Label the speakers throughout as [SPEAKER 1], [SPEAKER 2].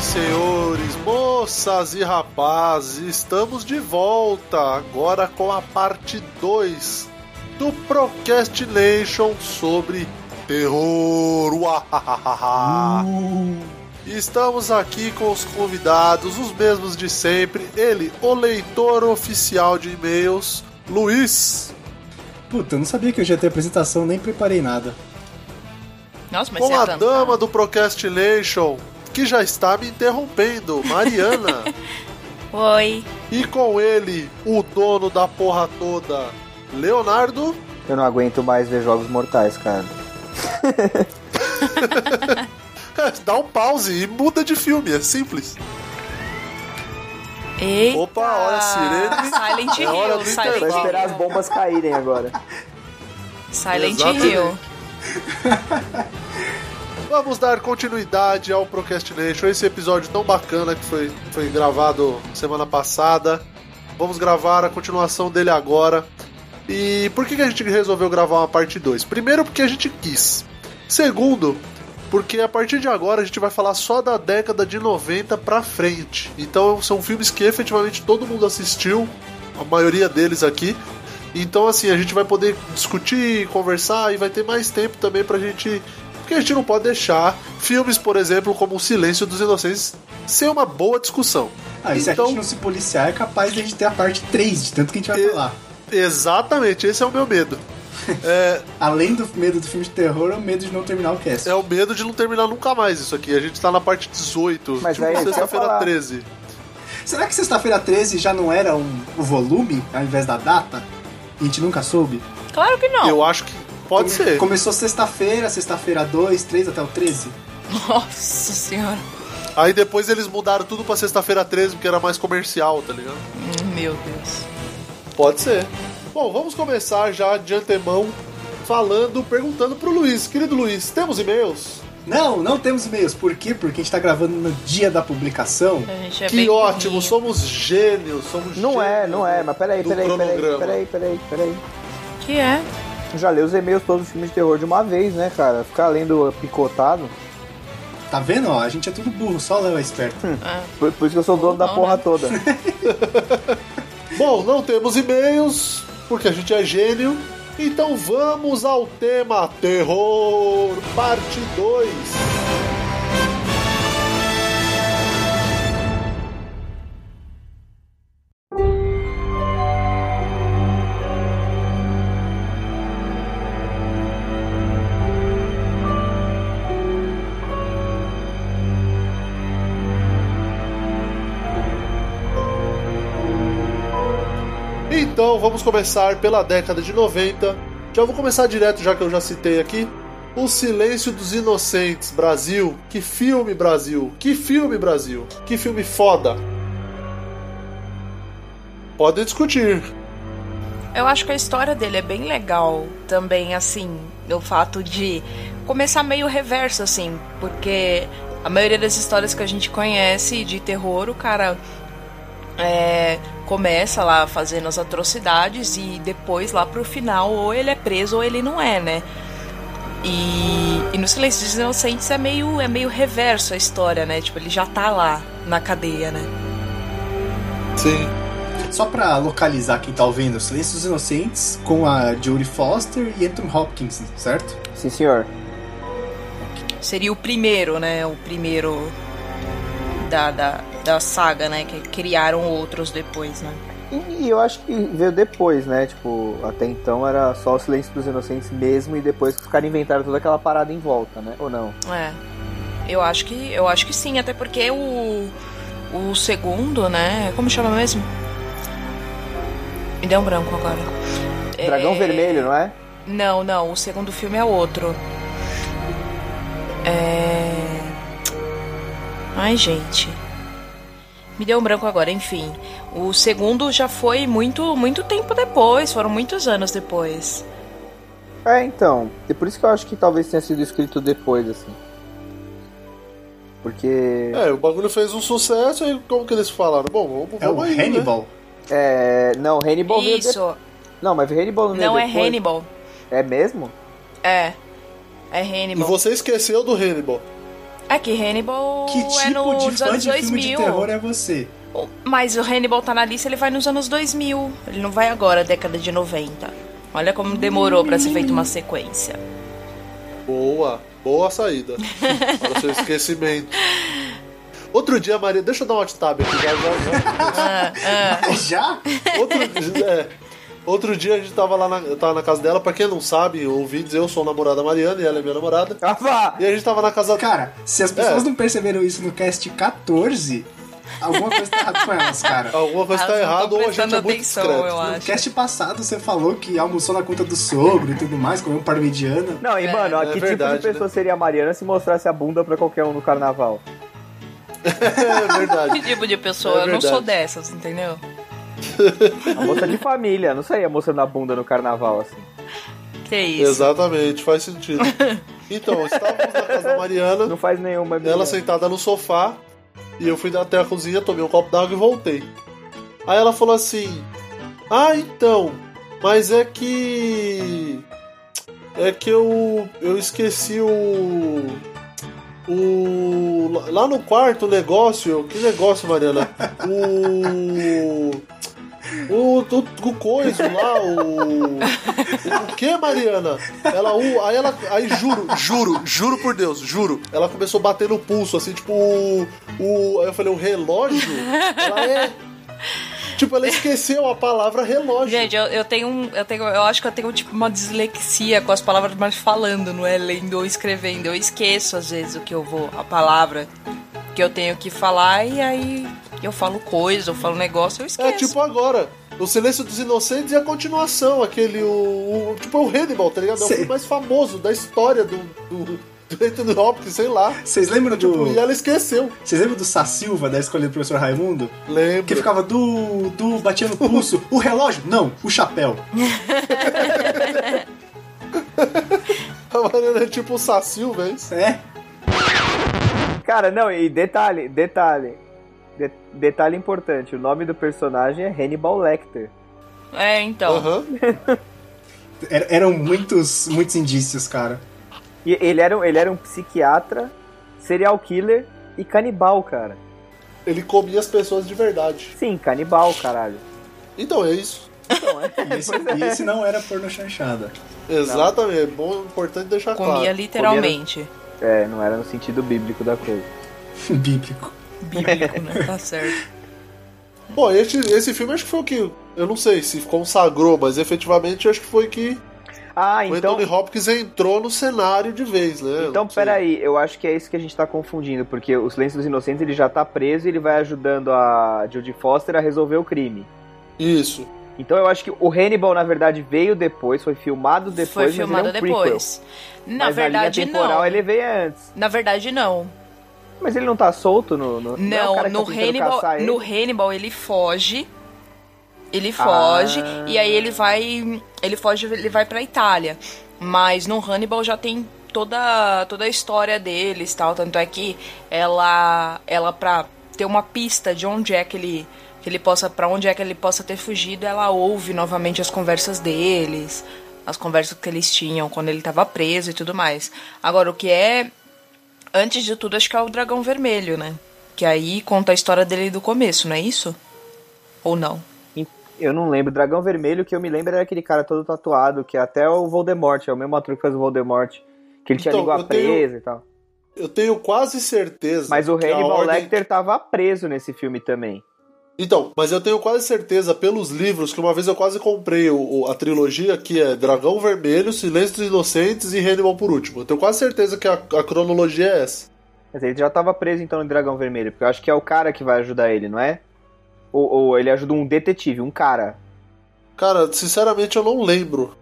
[SPEAKER 1] senhores, moças e rapazes, estamos de volta agora com a parte 2 do Procrastination sobre terror.
[SPEAKER 2] Ah, Hum.
[SPEAKER 1] Uahahaha. Estamos aqui com os convidados, os mesmos de sempre. Ele, o leitor oficial de e-mails, Luiz.
[SPEAKER 2] Puta, eu não sabia que eu já ia ter apresentação, nem preparei nada.
[SPEAKER 3] Nossa, mas
[SPEAKER 1] com
[SPEAKER 3] você
[SPEAKER 1] a
[SPEAKER 3] é tanto.
[SPEAKER 1] dama do Procrastination, que já está me interrompendo, Mariana.
[SPEAKER 3] Oi.
[SPEAKER 1] e com ele, o dono da porra toda, Leonardo.
[SPEAKER 4] Eu não aguento mais ver jogos mortais, cara.
[SPEAKER 1] Dá um pause e muda de filme, é simples.
[SPEAKER 3] Eita.
[SPEAKER 1] Opa, olha a sirene.
[SPEAKER 3] Silent
[SPEAKER 1] É hora
[SPEAKER 3] Hill,
[SPEAKER 1] do
[SPEAKER 3] Silent
[SPEAKER 4] Vou
[SPEAKER 1] intervalo.
[SPEAKER 4] esperar as
[SPEAKER 3] Hill.
[SPEAKER 4] bombas caírem agora.
[SPEAKER 3] Silent
[SPEAKER 1] Exatamente.
[SPEAKER 3] Hill.
[SPEAKER 1] Vamos dar continuidade ao Procrastination, esse episódio tão bacana que foi, foi gravado semana passada. Vamos gravar a continuação dele agora. E por que, que a gente resolveu gravar uma parte 2? Primeiro, porque a gente quis. Segundo, porque a partir de agora a gente vai falar só da década de 90 pra frente. Então são filmes que efetivamente todo mundo assistiu, a maioria deles aqui. Então, assim, a gente vai poder discutir, conversar e vai ter mais tempo também pra gente. Porque a gente não pode deixar filmes, por exemplo, como O Silêncio dos Inocentes, ser uma boa discussão.
[SPEAKER 2] Ah, e se
[SPEAKER 1] Então-
[SPEAKER 2] a gente não se policiar, é capaz de a gente ter a parte 3, de tanto que a gente vai
[SPEAKER 1] E-
[SPEAKER 2] falar.
[SPEAKER 1] Exatamente, esse é o meu medo.
[SPEAKER 2] Além do medo do filme de terror, é o medo de não terminar o cast.
[SPEAKER 1] É o medo de não terminar nunca mais isso aqui. A gente tá na parte 18,
[SPEAKER 4] Mas
[SPEAKER 1] tipo
[SPEAKER 4] aí, deixa eu
[SPEAKER 1] sexta-feira
[SPEAKER 4] falar.
[SPEAKER 1] 13.
[SPEAKER 2] Será que sexta-feira 13 já não era um, o volume, ao invés da data? E a gente nunca soube?
[SPEAKER 3] Claro que não.
[SPEAKER 1] Eu acho que pode
[SPEAKER 2] Come-
[SPEAKER 1] ser.
[SPEAKER 2] Começou sexta-feira, sexta-feira 2, 3 até o 13.
[SPEAKER 3] Nossa senhora.
[SPEAKER 1] Aí depois eles mudaram tudo pra sexta-feira 13, porque era mais comercial, tá ligado?
[SPEAKER 3] Hum, Meu Deus.
[SPEAKER 1] Pode ser. Bom, vamos começar já de antemão falando, perguntando pro Luiz. Querido Luiz, temos e-mails?
[SPEAKER 2] Não, não temos e-mails. Por quê? Porque a gente tá gravando no dia da publicação.
[SPEAKER 3] A gente é
[SPEAKER 1] que
[SPEAKER 3] bem
[SPEAKER 1] ótimo,
[SPEAKER 3] burrinho.
[SPEAKER 1] somos gênios, somos
[SPEAKER 4] Não é,
[SPEAKER 1] gênios
[SPEAKER 4] não é, mas peraí,
[SPEAKER 1] do
[SPEAKER 4] peraí, peraí,
[SPEAKER 1] cronograma.
[SPEAKER 4] peraí, peraí, peraí.
[SPEAKER 3] Que é?
[SPEAKER 4] Já leu os e-mails todos os filmes de terror de uma vez, né, cara? Ficar lendo picotado.
[SPEAKER 2] Tá vendo? Ó, a gente é tudo burro, só o Léo é esperto.
[SPEAKER 1] Hum.
[SPEAKER 4] Por, por isso que eu sou dono da
[SPEAKER 3] não,
[SPEAKER 4] porra
[SPEAKER 3] né?
[SPEAKER 4] toda.
[SPEAKER 1] Bom, não temos e-mails, porque a gente é gênio. Então vamos ao tema Terror, parte 2. Então vamos começar pela década de 90. Já vou começar direto, já que eu já citei aqui. O Silêncio dos Inocentes, Brasil. Que filme, Brasil! Que filme, Brasil! Que filme foda! Podem discutir.
[SPEAKER 3] Eu acho que a história dele é bem legal também, assim, o fato de começar meio reverso, assim, porque a maioria das histórias que a gente conhece de terror, o cara é, começa lá fazendo as atrocidades e depois lá pro final ou ele é preso ou ele não é, né? E, e no Silêncio dos Inocentes é meio, é meio reverso a história, né? Tipo, ele já tá lá na cadeia, né?
[SPEAKER 1] Sim.
[SPEAKER 2] Só pra localizar quem tá ouvindo, Silêncio dos Inocentes com a Jodie Foster e Anthony Hopkins, certo?
[SPEAKER 4] Sim, senhor.
[SPEAKER 3] Seria o primeiro, né? O primeiro da, da, da saga, né? Que criaram outros depois, né?
[SPEAKER 4] E, e eu acho que veio depois, né? Tipo, até então era só o Silêncio dos Inocentes mesmo e depois que os caras inventaram toda aquela parada em volta, né? Ou não?
[SPEAKER 3] É. Eu acho que, eu acho que sim, até porque o, o segundo, né? Como chama mesmo? Me deu um branco agora.
[SPEAKER 4] Dragão
[SPEAKER 3] É,
[SPEAKER 4] Vermelho, não é?
[SPEAKER 3] Não, não. O segundo filme é outro. É. Ai, gente. Me deu um branco agora, enfim. O segundo já foi muito, muito tempo depois, foram muitos anos depois.
[SPEAKER 4] É, então. É por isso que eu acho que talvez tenha sido escrito depois, assim. Porque.
[SPEAKER 1] É, o bagulho fez um sucesso e como que eles falaram? Bom, vamos,
[SPEAKER 2] É o
[SPEAKER 1] vamos aí, né?
[SPEAKER 2] Hannibal.
[SPEAKER 4] É. Não, Hannibal veio depois.
[SPEAKER 3] Isso,
[SPEAKER 4] Não, mas Hannibal
[SPEAKER 2] né,
[SPEAKER 4] não veio
[SPEAKER 3] não é
[SPEAKER 4] depois.
[SPEAKER 3] Hannibal.
[SPEAKER 4] É mesmo?
[SPEAKER 3] É. É
[SPEAKER 1] E
[SPEAKER 3] Hannibal.
[SPEAKER 1] você esqueceu do Hannibal.
[SPEAKER 3] É que Hannibal
[SPEAKER 2] Que tipo
[SPEAKER 3] é nos
[SPEAKER 2] de fã
[SPEAKER 3] anos
[SPEAKER 2] de filme
[SPEAKER 3] 2000.
[SPEAKER 2] de terror é você?
[SPEAKER 3] Mas o Hannibal tá na lista, ele vai nos anos 2000. Ele não vai agora, década de 90. Olha como demorou pra ser feita uma sequência.
[SPEAKER 1] Boa, boa saída. Para o seu esquecimento. Outro dia, Maria. Deixa eu dar um hot tab aqui. Já, já,
[SPEAKER 3] É.
[SPEAKER 2] Já?
[SPEAKER 1] já. Outro, é, outro dia a gente tava lá na, eu tava na casa dela. Pra quem não sabe, ouvintes, eu sou o namorado da Mariana e ela é minha namorada.
[SPEAKER 4] Ah, vá!
[SPEAKER 1] E a gente tava na casa
[SPEAKER 2] Cara, se as pessoas
[SPEAKER 1] É.
[SPEAKER 2] não perceberam isso no cast 14, alguma coisa tá errada com elas, cara.
[SPEAKER 1] Alguma coisa tá
[SPEAKER 3] Elas não tão
[SPEAKER 1] errada ou a gente
[SPEAKER 3] prestando
[SPEAKER 1] é muito
[SPEAKER 3] atenção,
[SPEAKER 1] discreto.
[SPEAKER 3] eu
[SPEAKER 2] No
[SPEAKER 3] acho.
[SPEAKER 2] cast passado você falou que almoçou na conta do sogro e tudo mais, comeu um parmegiana.
[SPEAKER 4] Não, e mano, ó,
[SPEAKER 1] é
[SPEAKER 4] que
[SPEAKER 1] verdade,
[SPEAKER 4] tipo de pessoa seria a Mariana se mostrasse a bunda pra qualquer um no carnaval?
[SPEAKER 1] É verdade.
[SPEAKER 3] Que tipo de pessoa?
[SPEAKER 1] É
[SPEAKER 3] eu não sou
[SPEAKER 1] verdade.
[SPEAKER 3] dessas, entendeu?
[SPEAKER 4] A moça de família, não saía mostrando a bunda no carnaval, assim.
[SPEAKER 3] Que isso.
[SPEAKER 1] Exatamente, faz sentido. Então, estávamos na casa da Mariana,
[SPEAKER 4] Não faz nenhuma
[SPEAKER 1] ela
[SPEAKER 4] menina.
[SPEAKER 1] sentada no sofá, e eu fui até a cozinha, tomei um copo d'água e voltei. Aí ela falou assim: Ah, então, mas é que. É que eu. Eu esqueci o. O. Lá no quarto o negócio. Que negócio, Mariana? O. O, o, o coiso lá, o. O que, Mariana? Ela, o, aí ela. Aí juro, juro, juro por Deus, juro. Ela começou a bater no pulso, assim, tipo, o. o aí eu falei, o relógio? Ela é. Tipo, ela esqueceu a palavra relógio.
[SPEAKER 3] Gente, eu, eu tenho um. Eu, tenho, eu acho que eu tenho tipo uma dislexia com as palavras mais falando, não é lendo ou escrevendo. Eu esqueço às vezes o que eu vou, a palavra que eu tenho que falar, e aí eu falo coisa, eu falo negócio, eu
[SPEAKER 1] É
[SPEAKER 3] esqueço.
[SPEAKER 1] tipo agora. O Silêncio dos Inocentes e a continuação, aquele. O, o- tipo, é o Hannibal, tá ligado? É o
[SPEAKER 2] Sei.
[SPEAKER 1] filme mais famoso da história do, do, do Anthony Hopkins, sei lá. Tipo,
[SPEAKER 2] Vocês lembram do.
[SPEAKER 1] E ela esqueceu.
[SPEAKER 2] Vocês lembram do Sá Silva da escolha do professor Raimundo? Que
[SPEAKER 1] Lembro.
[SPEAKER 2] ficava do. do batendo no pulso. o relógio? Não, o chapéu.
[SPEAKER 1] A Mariana é tipo o Sacil, velho.
[SPEAKER 2] É?
[SPEAKER 4] Cara, não, e detalhe, detalhe. De- detalhe importante, o nome do personagem é Hannibal Lecter.
[SPEAKER 3] É, então.
[SPEAKER 1] Aham.
[SPEAKER 2] Era- eram muitos, muitos indícios, cara.
[SPEAKER 4] E ele era, um- ele era um psiquiatra, serial killer e canibal, cara.
[SPEAKER 1] Ele comia as pessoas de verdade.
[SPEAKER 4] Sim, canibal, caralho.
[SPEAKER 1] Então é isso.
[SPEAKER 4] Então, é.
[SPEAKER 2] E esse, e esse não era porno chanchada.
[SPEAKER 1] Exatamente. É bom, importante deixar
[SPEAKER 3] Comia
[SPEAKER 1] claro.
[SPEAKER 3] literalmente.
[SPEAKER 4] É, não era no sentido bíblico da coisa.
[SPEAKER 2] Bíblico.
[SPEAKER 3] Bíblico, né? Tá certo.
[SPEAKER 1] Bom, esse, esse filme acho que foi o que. Eu não sei se consagrou, mas efetivamente acho que foi que
[SPEAKER 4] Ah,
[SPEAKER 1] o
[SPEAKER 4] então.
[SPEAKER 1] Anthony Hopkins entrou no cenário de vez, né?
[SPEAKER 4] Então,
[SPEAKER 1] Não sei.
[SPEAKER 4] peraí, eu acho que é isso que a gente tá confundindo, porque o Silêncio dos Inocentes ele já tá preso e ele vai ajudando a Judy Foster a resolver o crime.
[SPEAKER 1] Isso.
[SPEAKER 4] Então eu acho que o Hannibal, na verdade, veio depois, foi filmado depois,
[SPEAKER 3] Foi
[SPEAKER 4] mas ele é um
[SPEAKER 3] filmado
[SPEAKER 4] prequel.
[SPEAKER 3] depois. Na
[SPEAKER 4] Mas
[SPEAKER 3] verdade,
[SPEAKER 4] a linha temporal
[SPEAKER 3] não.
[SPEAKER 4] ele é veio antes.
[SPEAKER 3] Na verdade, não.
[SPEAKER 4] Mas ele não tá solto no... no é o
[SPEAKER 3] Não,
[SPEAKER 4] cara que
[SPEAKER 3] no,
[SPEAKER 4] tá tentando
[SPEAKER 3] Hannibal,
[SPEAKER 4] caçar ele?
[SPEAKER 3] no Hannibal ele foge. Ele foge
[SPEAKER 4] Ah.
[SPEAKER 3] e aí ele vai, ele foge, ele vai pra Itália. Mas no Hannibal já tem toda toda a história deles, tal, tanto é que ela ela pra ter uma pista de onde é que ele que ele possa para onde é que ele possa ter fugido, ela ouve novamente as conversas deles, as conversas que eles tinham quando ele tava preso e tudo mais. Agora o que é Antes de tudo, acho que é o Dragão Vermelho, né? Que aí conta a história dele do começo, não é isso? Ou não?
[SPEAKER 4] Eu não lembro. Dragão Vermelho, o que eu me lembro era aquele cara todo tatuado, que é até o Voldemort, é o mesmo ator que faz o Voldemort, que ele tinha
[SPEAKER 1] Então,
[SPEAKER 4] a língua
[SPEAKER 1] eu tenho-
[SPEAKER 4] presa e tal.
[SPEAKER 1] Eu tenho quase certeza.
[SPEAKER 4] Mas o
[SPEAKER 1] que a
[SPEAKER 4] Hannibal
[SPEAKER 1] ordem-
[SPEAKER 4] Lecter tava preso nesse filme também.
[SPEAKER 1] Então, mas eu tenho quase certeza pelos livros que uma vez eu quase comprei o- o- a trilogia que é Dragão Vermelho, Silêncio dos Inocentes e Hannibal por último. Eu tenho quase certeza que a, a cronologia é essa.
[SPEAKER 4] Mas ele já tava preso então no Dragão Vermelho, porque eu acho que é o cara que vai ajudar ele, não é? Ou, ou ele ajuda um detetive, um cara.
[SPEAKER 1] Cara, sinceramente eu não lembro.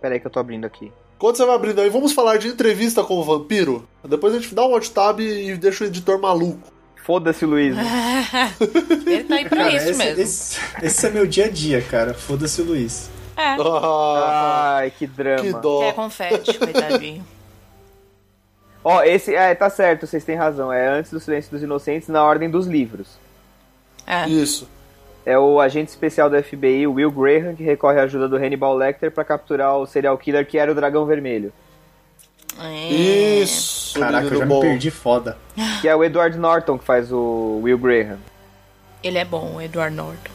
[SPEAKER 4] Pera aí que eu tô abrindo aqui.
[SPEAKER 1] Quando você vai abrindo aí, vamos falar de entrevista com o vampiro? Depois a gente dá um hot tab e deixa o editor maluco.
[SPEAKER 4] Foda-se, Luiz.
[SPEAKER 3] Ele tá aí pra
[SPEAKER 2] Cara,
[SPEAKER 3] isso
[SPEAKER 2] esse,
[SPEAKER 3] mesmo.
[SPEAKER 2] Esse, esse é meu dia a dia, cara. Foda-se o Luiz.
[SPEAKER 3] É.
[SPEAKER 1] Ah,
[SPEAKER 4] Ai, que drama.
[SPEAKER 1] que
[SPEAKER 2] é,
[SPEAKER 1] dó.
[SPEAKER 3] Quer confete, coitadinho.
[SPEAKER 4] Ó, esse. É, tá certo, vocês têm razão. É antes do Silêncio dos Inocentes, na ordem dos livros.
[SPEAKER 3] É.
[SPEAKER 1] Isso.
[SPEAKER 4] É o agente especial do FBI, Will Graham, que recorre à ajuda do Hannibal Lecter pra capturar o serial killer que era o Dragão Vermelho.
[SPEAKER 3] É.
[SPEAKER 1] Isso,
[SPEAKER 2] Caraca, eu
[SPEAKER 1] menino
[SPEAKER 2] já
[SPEAKER 1] bom.
[SPEAKER 2] me perdi foda.
[SPEAKER 4] Que é o Edward Norton que faz o Will Graham.
[SPEAKER 3] Ele é bom, o Edward Norton.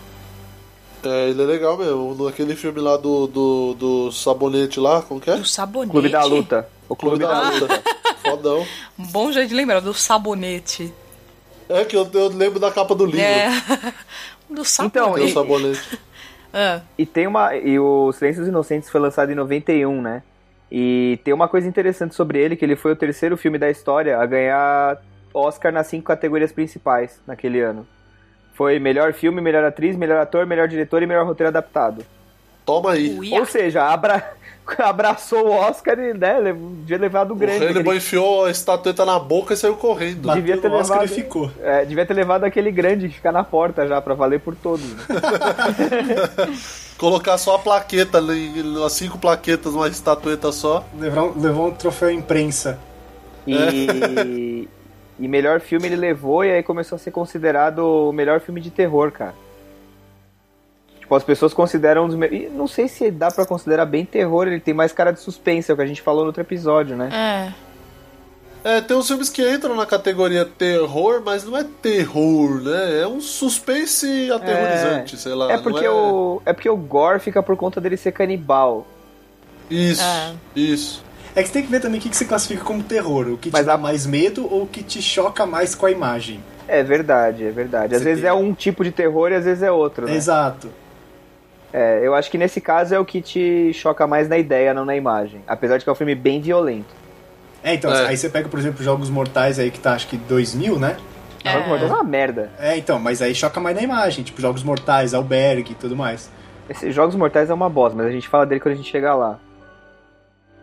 [SPEAKER 1] É, ele é legal mesmo. Naquele filme lá do, do, do sabonete lá, como que é?
[SPEAKER 3] Do sabonete.
[SPEAKER 4] Clube da Luta. O Clube, da, Luta.
[SPEAKER 1] Fodão.
[SPEAKER 3] Um bom jeito de lembrar, do sabonete.
[SPEAKER 1] É que eu, eu lembro da capa do livro.
[SPEAKER 3] É. Do
[SPEAKER 4] Então,
[SPEAKER 1] Tem o
[SPEAKER 3] sabonete.
[SPEAKER 1] sabonete.
[SPEAKER 3] Ah,
[SPEAKER 4] E tem uma. E o Silêncio dos Inocentes foi lançado em 91, né? E tem uma coisa interessante sobre ele, que ele foi o terceiro filme da história a ganhar Oscar nas cinco categorias principais naquele ano. Foi melhor filme, melhor atriz, melhor ator, melhor diretor e melhor roteiro adaptado.
[SPEAKER 1] Toma aí.
[SPEAKER 3] o Ia-
[SPEAKER 4] Ou seja, abra- abraçou o Oscar e, né, lev- devia levar do
[SPEAKER 1] O
[SPEAKER 4] grande.
[SPEAKER 1] Hannibal enfiou a estatueta na boca e saiu correndo.
[SPEAKER 4] Mas- Devia ter
[SPEAKER 2] Bateu no Oscar
[SPEAKER 4] levado,
[SPEAKER 2] e
[SPEAKER 4] hein?
[SPEAKER 2] ficou.
[SPEAKER 4] É, devia ter levado aquele grande que fica na porta já, pra valer por todos. né?
[SPEAKER 1] Colocar só a plaqueta, ali, as cinco plaquetas numa estatueta só.
[SPEAKER 2] Levar um- levou um troféu imprensa.
[SPEAKER 4] E, e melhor filme ele levou e aí começou a ser considerado o melhor filme de terror, cara. Tipo, as pessoas consideram um dos me... e Não sei se dá pra considerar bem terror, ele tem mais cara de suspense, é o que a gente falou no outro episódio, né?
[SPEAKER 3] É.
[SPEAKER 1] É, tem uns filmes que entram na categoria terror, mas não é terror, né? É um suspense aterrorizante, sei lá.
[SPEAKER 4] É
[SPEAKER 1] Ah, não
[SPEAKER 4] porque, O, é porque o Gore fica por conta dele ser canibal.
[SPEAKER 1] Isso,
[SPEAKER 4] Ah.
[SPEAKER 3] É.
[SPEAKER 1] isso.
[SPEAKER 2] É que você tem que ver também o que que você classifica como terror. O que te
[SPEAKER 4] Mas
[SPEAKER 2] dá
[SPEAKER 4] a-
[SPEAKER 2] mais medo ou o que te choca mais com a imagem.
[SPEAKER 4] É verdade, é verdade. Às
[SPEAKER 2] Você
[SPEAKER 4] vezes
[SPEAKER 2] tem-
[SPEAKER 4] é um tipo de terror e às vezes é outro, né?
[SPEAKER 2] Exato.
[SPEAKER 4] É, eu acho que nesse caso é o que te choca mais na ideia, não na imagem. Apesar de que é um filme bem violento.
[SPEAKER 2] É, então,
[SPEAKER 1] É.
[SPEAKER 2] aí você pega, por exemplo, Jogos Mortais aí que tá, acho que 2000, né?
[SPEAKER 4] É. é uma merda.
[SPEAKER 2] É, então, mas aí choca mais na imagem, tipo Jogos Mortais, Albergue e tudo mais.
[SPEAKER 4] Esse Jogos Mortais é uma bosta, mas a gente fala dele quando a gente chegar lá.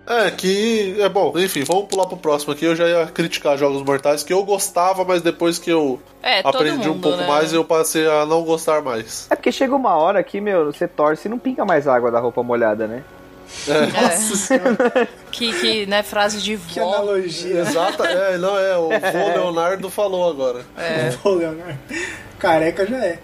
[SPEAKER 1] É, que. É bom, enfim, vamos pular pro próximo aqui. Eu já ia criticar Jogos Mortais, que eu gostava, mas depois que eu
[SPEAKER 3] É, todo
[SPEAKER 1] aprendi
[SPEAKER 3] mundo,
[SPEAKER 1] um pouco
[SPEAKER 3] né?
[SPEAKER 1] mais, eu passei a não gostar mais.
[SPEAKER 4] É porque chega uma hora que, meu, você torce e não pinga mais água da roupa molhada, né?
[SPEAKER 1] É.
[SPEAKER 2] Nossa senhora,
[SPEAKER 3] É. Que, que, né, frase de
[SPEAKER 2] que
[SPEAKER 3] vó.
[SPEAKER 2] analogia.
[SPEAKER 1] Exato, é, não é, o vô Leonardo falou agora.
[SPEAKER 2] né? Pô, Leonardo. Careca já é.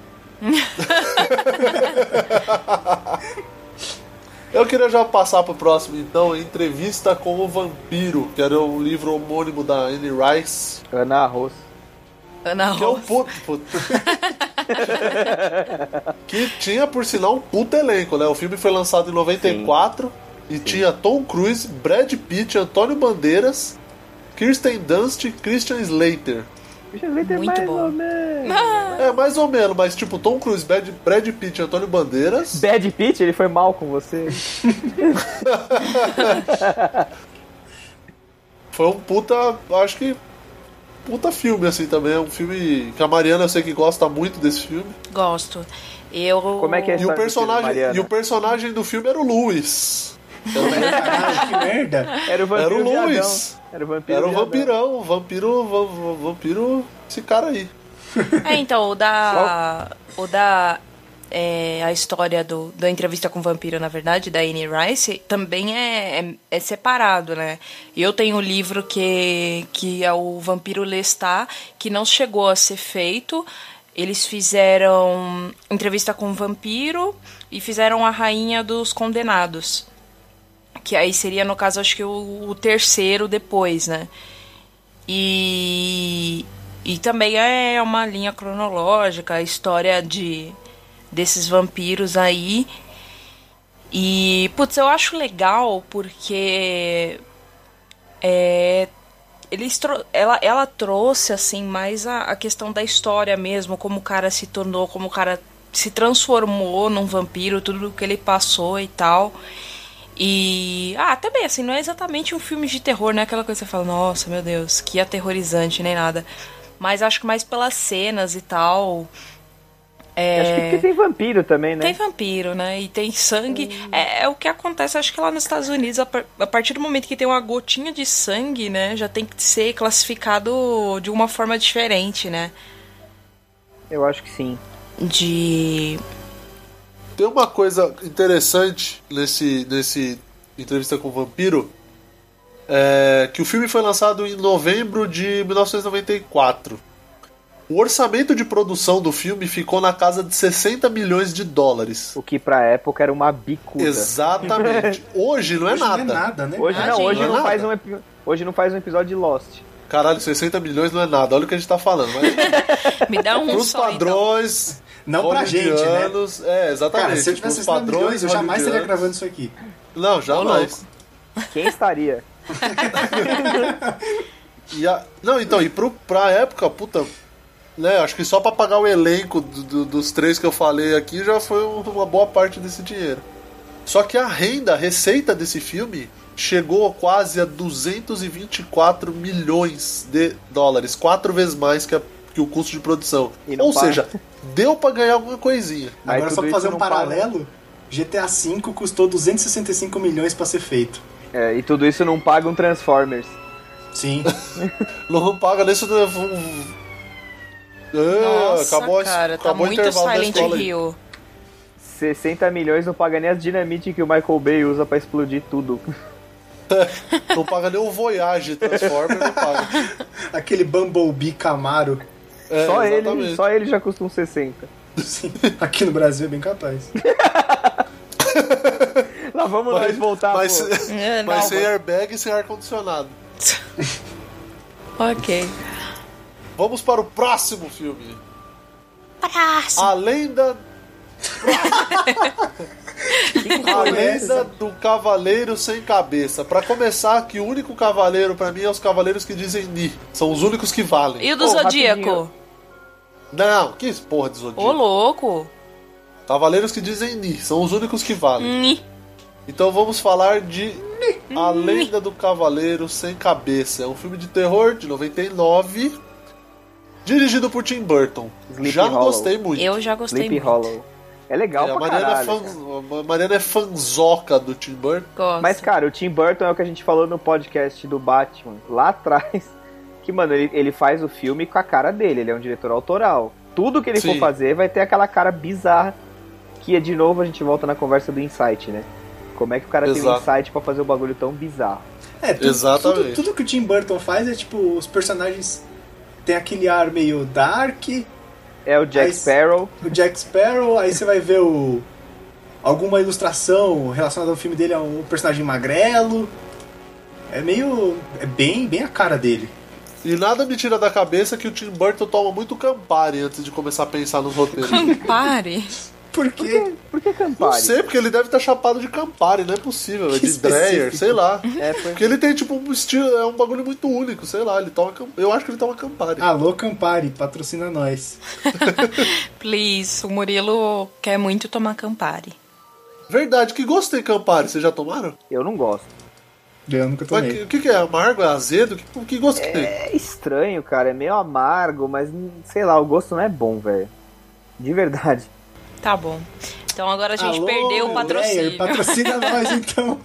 [SPEAKER 1] Eu queria já passar pro próximo, então, Entrevista com o Vampiro, que era um livro homônimo da Anne Rice.
[SPEAKER 4] Ana "Ah, Arroz.
[SPEAKER 3] Ana
[SPEAKER 1] Que é um
[SPEAKER 3] Rosa.
[SPEAKER 1] puto. puto. que tinha, por sinal, um puto elenco, né? O filme foi lançado em 94 e tinha Tom Cruise, Brad Pitt, Antônio Bandeiras, Kirsten Dunst e Christian Slater.
[SPEAKER 4] Deixa eu ver, tem
[SPEAKER 3] Muito
[SPEAKER 4] mais
[SPEAKER 3] bom.
[SPEAKER 4] ou menos.
[SPEAKER 1] É, mais ou menos, mas tipo, Tom Cruise, Brad, Brad Pitt, Antônio Bandeiras.
[SPEAKER 4] Bad Pitt, ele foi mal com você.
[SPEAKER 1] Foi um puta, acho que puta filme assim também, é um filme que a Mariana eu sei que gosta muito desse filme.
[SPEAKER 3] Gosto. Eu...
[SPEAKER 4] Como é que é?
[SPEAKER 1] E o
[SPEAKER 4] Sabe,
[SPEAKER 1] personagem,
[SPEAKER 4] Mariana.
[SPEAKER 1] e o personagem do filme era o Luiz.
[SPEAKER 4] é
[SPEAKER 2] Caralho, que merda.
[SPEAKER 4] Era o vampiro
[SPEAKER 1] Era o
[SPEAKER 4] viadão.
[SPEAKER 1] Luiz.
[SPEAKER 4] Era o vampiro
[SPEAKER 2] né?
[SPEAKER 1] Era o
[SPEAKER 4] viadão.
[SPEAKER 1] vampirão, um vampiro, va- va- vampiro, esse cara aí.
[SPEAKER 3] É, então, o da. O da. é, a história do, da entrevista com o vampiro, na verdade, da Anne Rice, também é, é, é separado, né? Eu tenho o livro que, que é o Vampiro Lestat, que não chegou a ser feito. Eles fizeram entrevista com o vampiro e fizeram a Rainha dos Condenados. Que aí seria, no caso, acho que o, o terceiro depois, né? E, e também é uma linha cronológica, a história de desses vampiros aí. E, putz, eu acho legal porque é, eles tro- ela, ela trouxe assim mais a, a questão da história mesmo, como o cara se tornou, como o cara se transformou num vampiro, tudo que ele passou e tal. E ah, também assim, não é exatamente um filme de terror, né? Aquela coisa que você fala, nossa, meu Deus, que aterrorizante, nem nada. Mas acho que mais pelas cenas e tal. É...
[SPEAKER 4] Acho que porque tem vampiro também, né?
[SPEAKER 3] Tem vampiro, né? E tem sangue. É, é o que acontece, acho que lá nos Estados Unidos, a, par- a partir do momento que tem uma gotinha de sangue, né? Já tem que ser classificado de uma forma diferente, né?
[SPEAKER 4] Eu acho que sim.
[SPEAKER 3] De.
[SPEAKER 1] Tem uma coisa interessante nesse, nesse entrevista com o vampiro, é que o filme foi lançado em novembro de 1994. O orçamento de produção do filme ficou na casa de 60 milhões de dólares.
[SPEAKER 4] O que pra época era uma bicuda.
[SPEAKER 1] Exatamente. Hoje não é
[SPEAKER 2] Hoje
[SPEAKER 1] nada.
[SPEAKER 2] não é nada, né?
[SPEAKER 4] Hoje
[SPEAKER 3] Ah,
[SPEAKER 4] não,
[SPEAKER 3] gente,
[SPEAKER 4] hoje
[SPEAKER 1] não é
[SPEAKER 4] não,
[SPEAKER 1] nada.
[SPEAKER 4] faz um, epi- hoje não faz um episódio de Lost.
[SPEAKER 1] Caralho, 60 milhões não é nada. Olha o que a gente tá falando. Mas
[SPEAKER 3] Me dá um
[SPEAKER 1] pros
[SPEAKER 3] só, então.
[SPEAKER 1] padrões.
[SPEAKER 2] Não pra gente, né?
[SPEAKER 1] hollywoodianos- É, exatamente.
[SPEAKER 2] Cara, se
[SPEAKER 4] tipo,
[SPEAKER 2] eu
[SPEAKER 1] Pros
[SPEAKER 2] tivesse 60 milhões, eu jamais estaria
[SPEAKER 1] hollywoodianos-
[SPEAKER 2] gravando isso aqui.
[SPEAKER 1] Não, jamais.
[SPEAKER 4] Quem estaria?
[SPEAKER 1] E a- Não, então, e pro... pra época, puta. Né, acho que só pra pagar o elenco do- do- dos três que eu falei aqui já foi um- uma boa parte desse dinheiro. Só que a renda, a receita desse filme chegou quase a 224 milhões de dólares, quatro vezes mais que, a- que o custo de produção.
[SPEAKER 4] E não
[SPEAKER 1] Ou
[SPEAKER 4] para.
[SPEAKER 1] seja, deu pra ganhar alguma coisinha.
[SPEAKER 4] Aí
[SPEAKER 2] Agora,
[SPEAKER 4] tudo
[SPEAKER 2] só pra
[SPEAKER 4] isso
[SPEAKER 2] fazer um
[SPEAKER 4] não para.
[SPEAKER 2] paralelo, GTA V custou 265 milhões pra ser feito.
[SPEAKER 4] É, e tudo isso não paga um Transformers.
[SPEAKER 2] Sim.
[SPEAKER 1] Não paga nesse. Ah,
[SPEAKER 3] Nossa,
[SPEAKER 1] acabou a-
[SPEAKER 3] cara, tá
[SPEAKER 1] acabou o
[SPEAKER 3] muito
[SPEAKER 1] intervalo da
[SPEAKER 3] Silent
[SPEAKER 1] escola aí.
[SPEAKER 3] Hill.
[SPEAKER 4] 60 milhões não paga nem as dinamite que o Michael Bay usa pra explodir tudo.
[SPEAKER 1] Não Então paga nem o Voyage Transformer, não paga.
[SPEAKER 2] Aquele Bumblebee Camaro.
[SPEAKER 1] É,
[SPEAKER 4] só, ele,
[SPEAKER 1] exatamente.
[SPEAKER 4] só ele já custa uns 60.
[SPEAKER 2] Sim. Aqui no Brasil é bem capaz.
[SPEAKER 4] Lá vamos nós voltar,
[SPEAKER 1] mas,
[SPEAKER 4] pô.
[SPEAKER 3] É, não.
[SPEAKER 1] mas sem airbag e sem ar-condicionado.
[SPEAKER 3] Ok.
[SPEAKER 1] Vamos para o próximo filme. A lenda,
[SPEAKER 4] Ah,
[SPEAKER 1] a
[SPEAKER 4] né?
[SPEAKER 1] lenda do Cavaleiro Sem Cabeça. Pra começar, que o único cavaleiro pra mim é os cavaleiros que dizem Ni. São os únicos que valem.
[SPEAKER 3] E o do
[SPEAKER 4] Pô,
[SPEAKER 3] Zodíaco?
[SPEAKER 4] rapidinho.
[SPEAKER 1] Não, que porra de
[SPEAKER 3] Ô,
[SPEAKER 1] zodíaco.
[SPEAKER 3] louco.
[SPEAKER 1] Cavaleiros que dizem Ni. São os únicos que valem.
[SPEAKER 3] Ni.
[SPEAKER 1] Então vamos falar de A Lenda do Cavaleiro Sem Cabeça. É um filme de terror de 99, dirigido por Tim Burton.
[SPEAKER 4] Sleepy
[SPEAKER 1] Já não
[SPEAKER 4] Hollow.
[SPEAKER 1] gostei muito.
[SPEAKER 3] Eu já gostei
[SPEAKER 4] Sleepy
[SPEAKER 3] muito.
[SPEAKER 4] Hollow. É legal
[SPEAKER 1] É, a,
[SPEAKER 4] pra
[SPEAKER 1] Mariana
[SPEAKER 4] caralho.
[SPEAKER 1] é
[SPEAKER 4] cara.
[SPEAKER 1] fan- a Mariana é fanzoca do Tim Burton.
[SPEAKER 3] Gosto.
[SPEAKER 4] Mas, cara, o Tim Burton é o que a gente falou no podcast do Batman lá atrás. Que, mano, ele, ele faz o filme com a cara dele, ele é um diretor autoral. Tudo que ele
[SPEAKER 1] Sim.
[SPEAKER 4] for fazer vai ter aquela cara bizarra. Que é de novo a gente volta na conversa do insight, né? Como é que o cara tem um
[SPEAKER 1] Exato.
[SPEAKER 4] insight pra fazer um bagulho tão bizarro?
[SPEAKER 2] É, tu-
[SPEAKER 1] Exatamente.
[SPEAKER 2] Tudo, tudo que o Tim Burton faz é tipo, os personagens tem aquele ar meio dark,
[SPEAKER 4] É o Jack
[SPEAKER 2] Mas-
[SPEAKER 4] Sparrow.
[SPEAKER 2] o Jack Sparrow, aí você vai ver o. alguma ilustração relacionada ao filme dele é um personagem magrelo. É meio. é bem, bem a cara dele.
[SPEAKER 1] E nada me tira da cabeça que o Tim Burton toma muito Campari antes de começar a pensar nos roteiros.
[SPEAKER 3] Campari?
[SPEAKER 2] Por
[SPEAKER 4] Por
[SPEAKER 2] quê?
[SPEAKER 4] que, por que
[SPEAKER 1] Não
[SPEAKER 4] Campari?
[SPEAKER 1] sei, porque ele deve estar chapado de Campari, não é possível. é
[SPEAKER 2] Que
[SPEAKER 1] de Dreyer,
[SPEAKER 2] específico.
[SPEAKER 1] sei lá.
[SPEAKER 4] É, foi...
[SPEAKER 1] Porque ele tem, tipo, um estilo, é um bagulho muito único, sei lá. Ele toma, Cam- eu acho que ele toma Campari.
[SPEAKER 2] Alô, Campari, patrocina nós.
[SPEAKER 3] Please, o Murilo quer muito tomar Campari.
[SPEAKER 1] Verdade, que gosto tem Campari? Vocês já tomaram?
[SPEAKER 4] Eu não gosto.
[SPEAKER 2] Eu nunca
[SPEAKER 1] Mas que-
[SPEAKER 2] tomei.
[SPEAKER 1] o que, que é? Amargo? É azedo? Que, que gosto que tem?
[SPEAKER 4] É estranho, cara. É meio amargo, mas hum, sei lá, o gosto não é bom, velho. De verdade.
[SPEAKER 3] Tá bom. Então agora a gente
[SPEAKER 2] Alô,
[SPEAKER 3] perdeu o
[SPEAKER 2] Dreyer,
[SPEAKER 3] patrocínio.
[SPEAKER 2] patrocina nós então.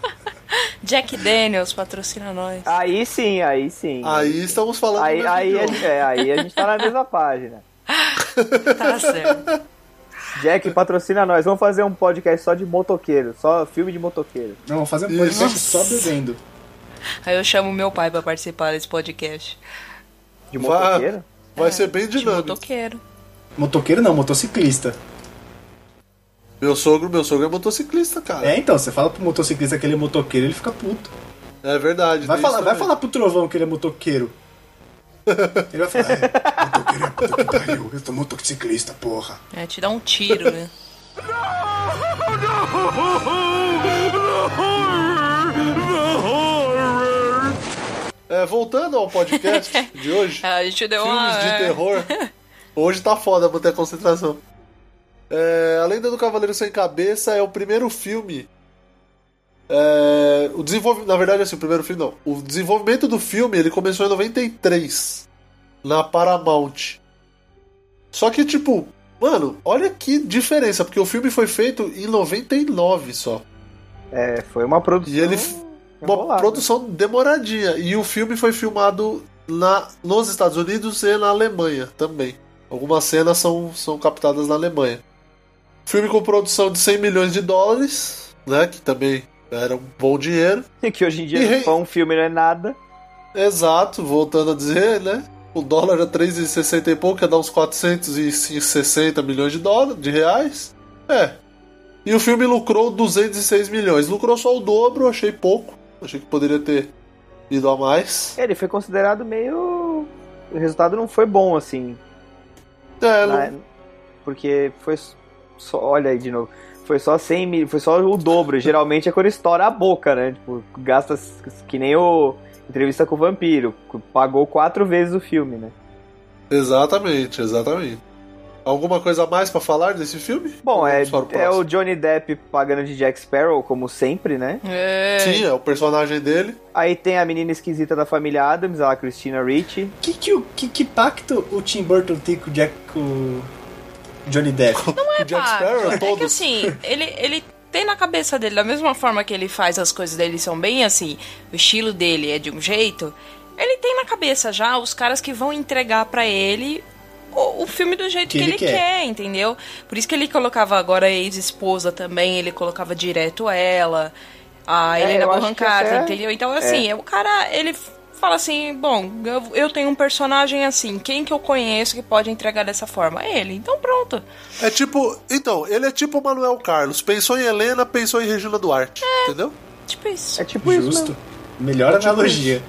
[SPEAKER 3] Jack Daniels patrocina nós.
[SPEAKER 1] Ah.
[SPEAKER 4] Aí sim, aí sim.
[SPEAKER 1] Aí estamos falando
[SPEAKER 4] Aí,
[SPEAKER 1] do mesmo
[SPEAKER 4] aí, a,
[SPEAKER 1] idioma.
[SPEAKER 4] gente- é, aí a gente tá na mesma página.
[SPEAKER 3] Tá certo.
[SPEAKER 4] Jack, patrocina nós. Vamos fazer um podcast só de motoqueiro. Só filme de motoqueiro.
[SPEAKER 2] Não, vou fazer um podcast
[SPEAKER 3] Nossa.
[SPEAKER 2] só bebendo.
[SPEAKER 3] Aí eu chamo meu pai pra participar desse podcast.
[SPEAKER 4] De
[SPEAKER 1] Vá.
[SPEAKER 4] motoqueiro?
[SPEAKER 1] Vai ser bem
[SPEAKER 3] De
[SPEAKER 1] dinâmico.
[SPEAKER 3] motoqueiro.
[SPEAKER 2] Motoqueiro não, motociclista.
[SPEAKER 1] Meu sogro, meu sogro é motociclista, cara.
[SPEAKER 2] É, então, você fala pro motociclista que ele é motoqueiro, ele fica puto.
[SPEAKER 1] É, verdade.
[SPEAKER 2] Vai
[SPEAKER 1] tem
[SPEAKER 2] falar,
[SPEAKER 1] isso
[SPEAKER 2] vai
[SPEAKER 1] também.
[SPEAKER 2] falar pro Trovão que ele é motoqueiro. Ele vai falar, é, motoqueiro é puta que pariu, eu sou motociclista, porra.
[SPEAKER 3] É, te dá um tiro, né?
[SPEAKER 1] É, voltando ao podcast de hoje,
[SPEAKER 3] A gente deu uma.
[SPEAKER 1] filmes de
[SPEAKER 3] é.
[SPEAKER 1] terror. Hoje tá foda manter a concentração. É, a Lenda do Cavaleiro Sem Cabeça é o primeiro filme. é, o desenvolve... Na verdade, assim, o primeiro filme não. O desenvolvimento do filme ele começou em 93, na Paramount. Só que, tipo, mano, olha que diferença, porque o filme foi feito em 99 só.
[SPEAKER 4] É, foi uma produção.
[SPEAKER 1] E ele uma
[SPEAKER 4] enrolada.
[SPEAKER 1] produção demoradinha. E o filme foi filmado na, nos Estados Unidos e na Alemanha também. Algumas cenas são, são captadas na Alemanha. Filme com produção de 100 milhões de dólares, né? Que também era um bom dinheiro.
[SPEAKER 4] Que hoje em
[SPEAKER 1] E
[SPEAKER 4] dia
[SPEAKER 1] rei-
[SPEAKER 4] não é um filme, não é nada.
[SPEAKER 1] Exato, voltando a dizer, né? O dólar a 3,60 e pouco, ia dar uns 460 milhões de dólares, de reais. É. E o filme lucrou 206 milhões. Lucrou só o dobro, achei pouco. Achei que poderia ter ido a mais.
[SPEAKER 4] É, ele foi considerado meio. O resultado não foi bom, assim.
[SPEAKER 1] É,
[SPEAKER 4] na- Né? Porque foi só. Olha aí de novo. Foi só 100 mil, foi só o dobro. Geralmente é quando estoura a boca, né? Tipo, gasta s- que nem o Entrevista com o Vampiro. Pagou quatro vezes o filme, né?
[SPEAKER 1] Exatamente, exatamente. Alguma coisa a mais pra falar desse filme?
[SPEAKER 4] Bom, é,
[SPEAKER 1] Vamos para Então, o
[SPEAKER 4] é
[SPEAKER 1] próximo.
[SPEAKER 4] o Johnny Depp pagando de Jack Sparrow, como sempre, né?
[SPEAKER 3] É.
[SPEAKER 1] Sim, é o personagem dele.
[SPEAKER 4] Aí tem a menina esquisita da família Adams, a Christina Ricci.
[SPEAKER 2] Que, que, o- que, que pacto o Tim Burton tem com o Jack. com o Johnny Depp?
[SPEAKER 1] o Jack
[SPEAKER 3] Ah,
[SPEAKER 1] Sparrow
[SPEAKER 3] é que
[SPEAKER 1] todo.
[SPEAKER 3] assim, ele, ele tem na cabeça dele, da mesma forma que ele faz as coisas dele, são bem assim, o estilo dele é de um jeito, ele tem na cabeça já os caras que vão entregar pra ele o, o filme do jeito que, ele quer. entendeu? Por isso que ele colocava agora a ex-esposa também, ele colocava direto ela, a
[SPEAKER 4] É,
[SPEAKER 3] Helena
[SPEAKER 4] eu acho
[SPEAKER 3] Bonham
[SPEAKER 4] que
[SPEAKER 3] Carter,
[SPEAKER 4] até-
[SPEAKER 3] entendeu? Então, assim, é. o cara, ele fala assim, bom, eu, eu tenho um personagem assim, quem que eu conheço que pode entregar dessa forma? Ele, então pronto.
[SPEAKER 1] É tipo. Então, ele é tipo o Manuel Carlos. Pensou em Helena, pensou em Regina Duarte. Entendeu?
[SPEAKER 3] Tipo isso.
[SPEAKER 4] É tipo isso.
[SPEAKER 2] Justo. Melhor analogia.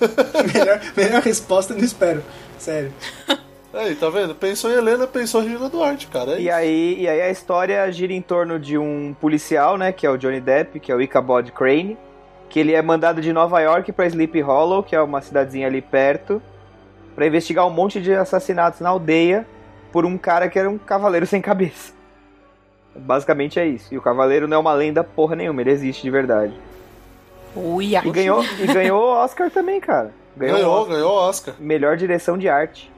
[SPEAKER 2] melhor, melhor resposta, não espero. Sério.
[SPEAKER 1] Aí, tá vendo? Pensou em Helena, pensou em Regina Duarte, cara. É
[SPEAKER 4] E aí, e aí a história gira em torno de um policial, né, que é o Johnny Depp, que é o Ichabod Crane, que ele é mandado de Nova York pra Sleepy Hollow, que é uma cidadezinha ali perto, pra investigar um monte de assassinatos na aldeia por um cara que era um cavaleiro sem cabeça. Basicamente é isso. E o cavaleiro não é uma lenda porra nenhuma, ele existe de verdade.
[SPEAKER 3] Uia.
[SPEAKER 4] E ganhou, e ganhou Oscar também, cara. Ganhou,
[SPEAKER 1] Ganhou,
[SPEAKER 4] Oscar.
[SPEAKER 1] ganhou o Oscar.
[SPEAKER 4] melhor direção de arte.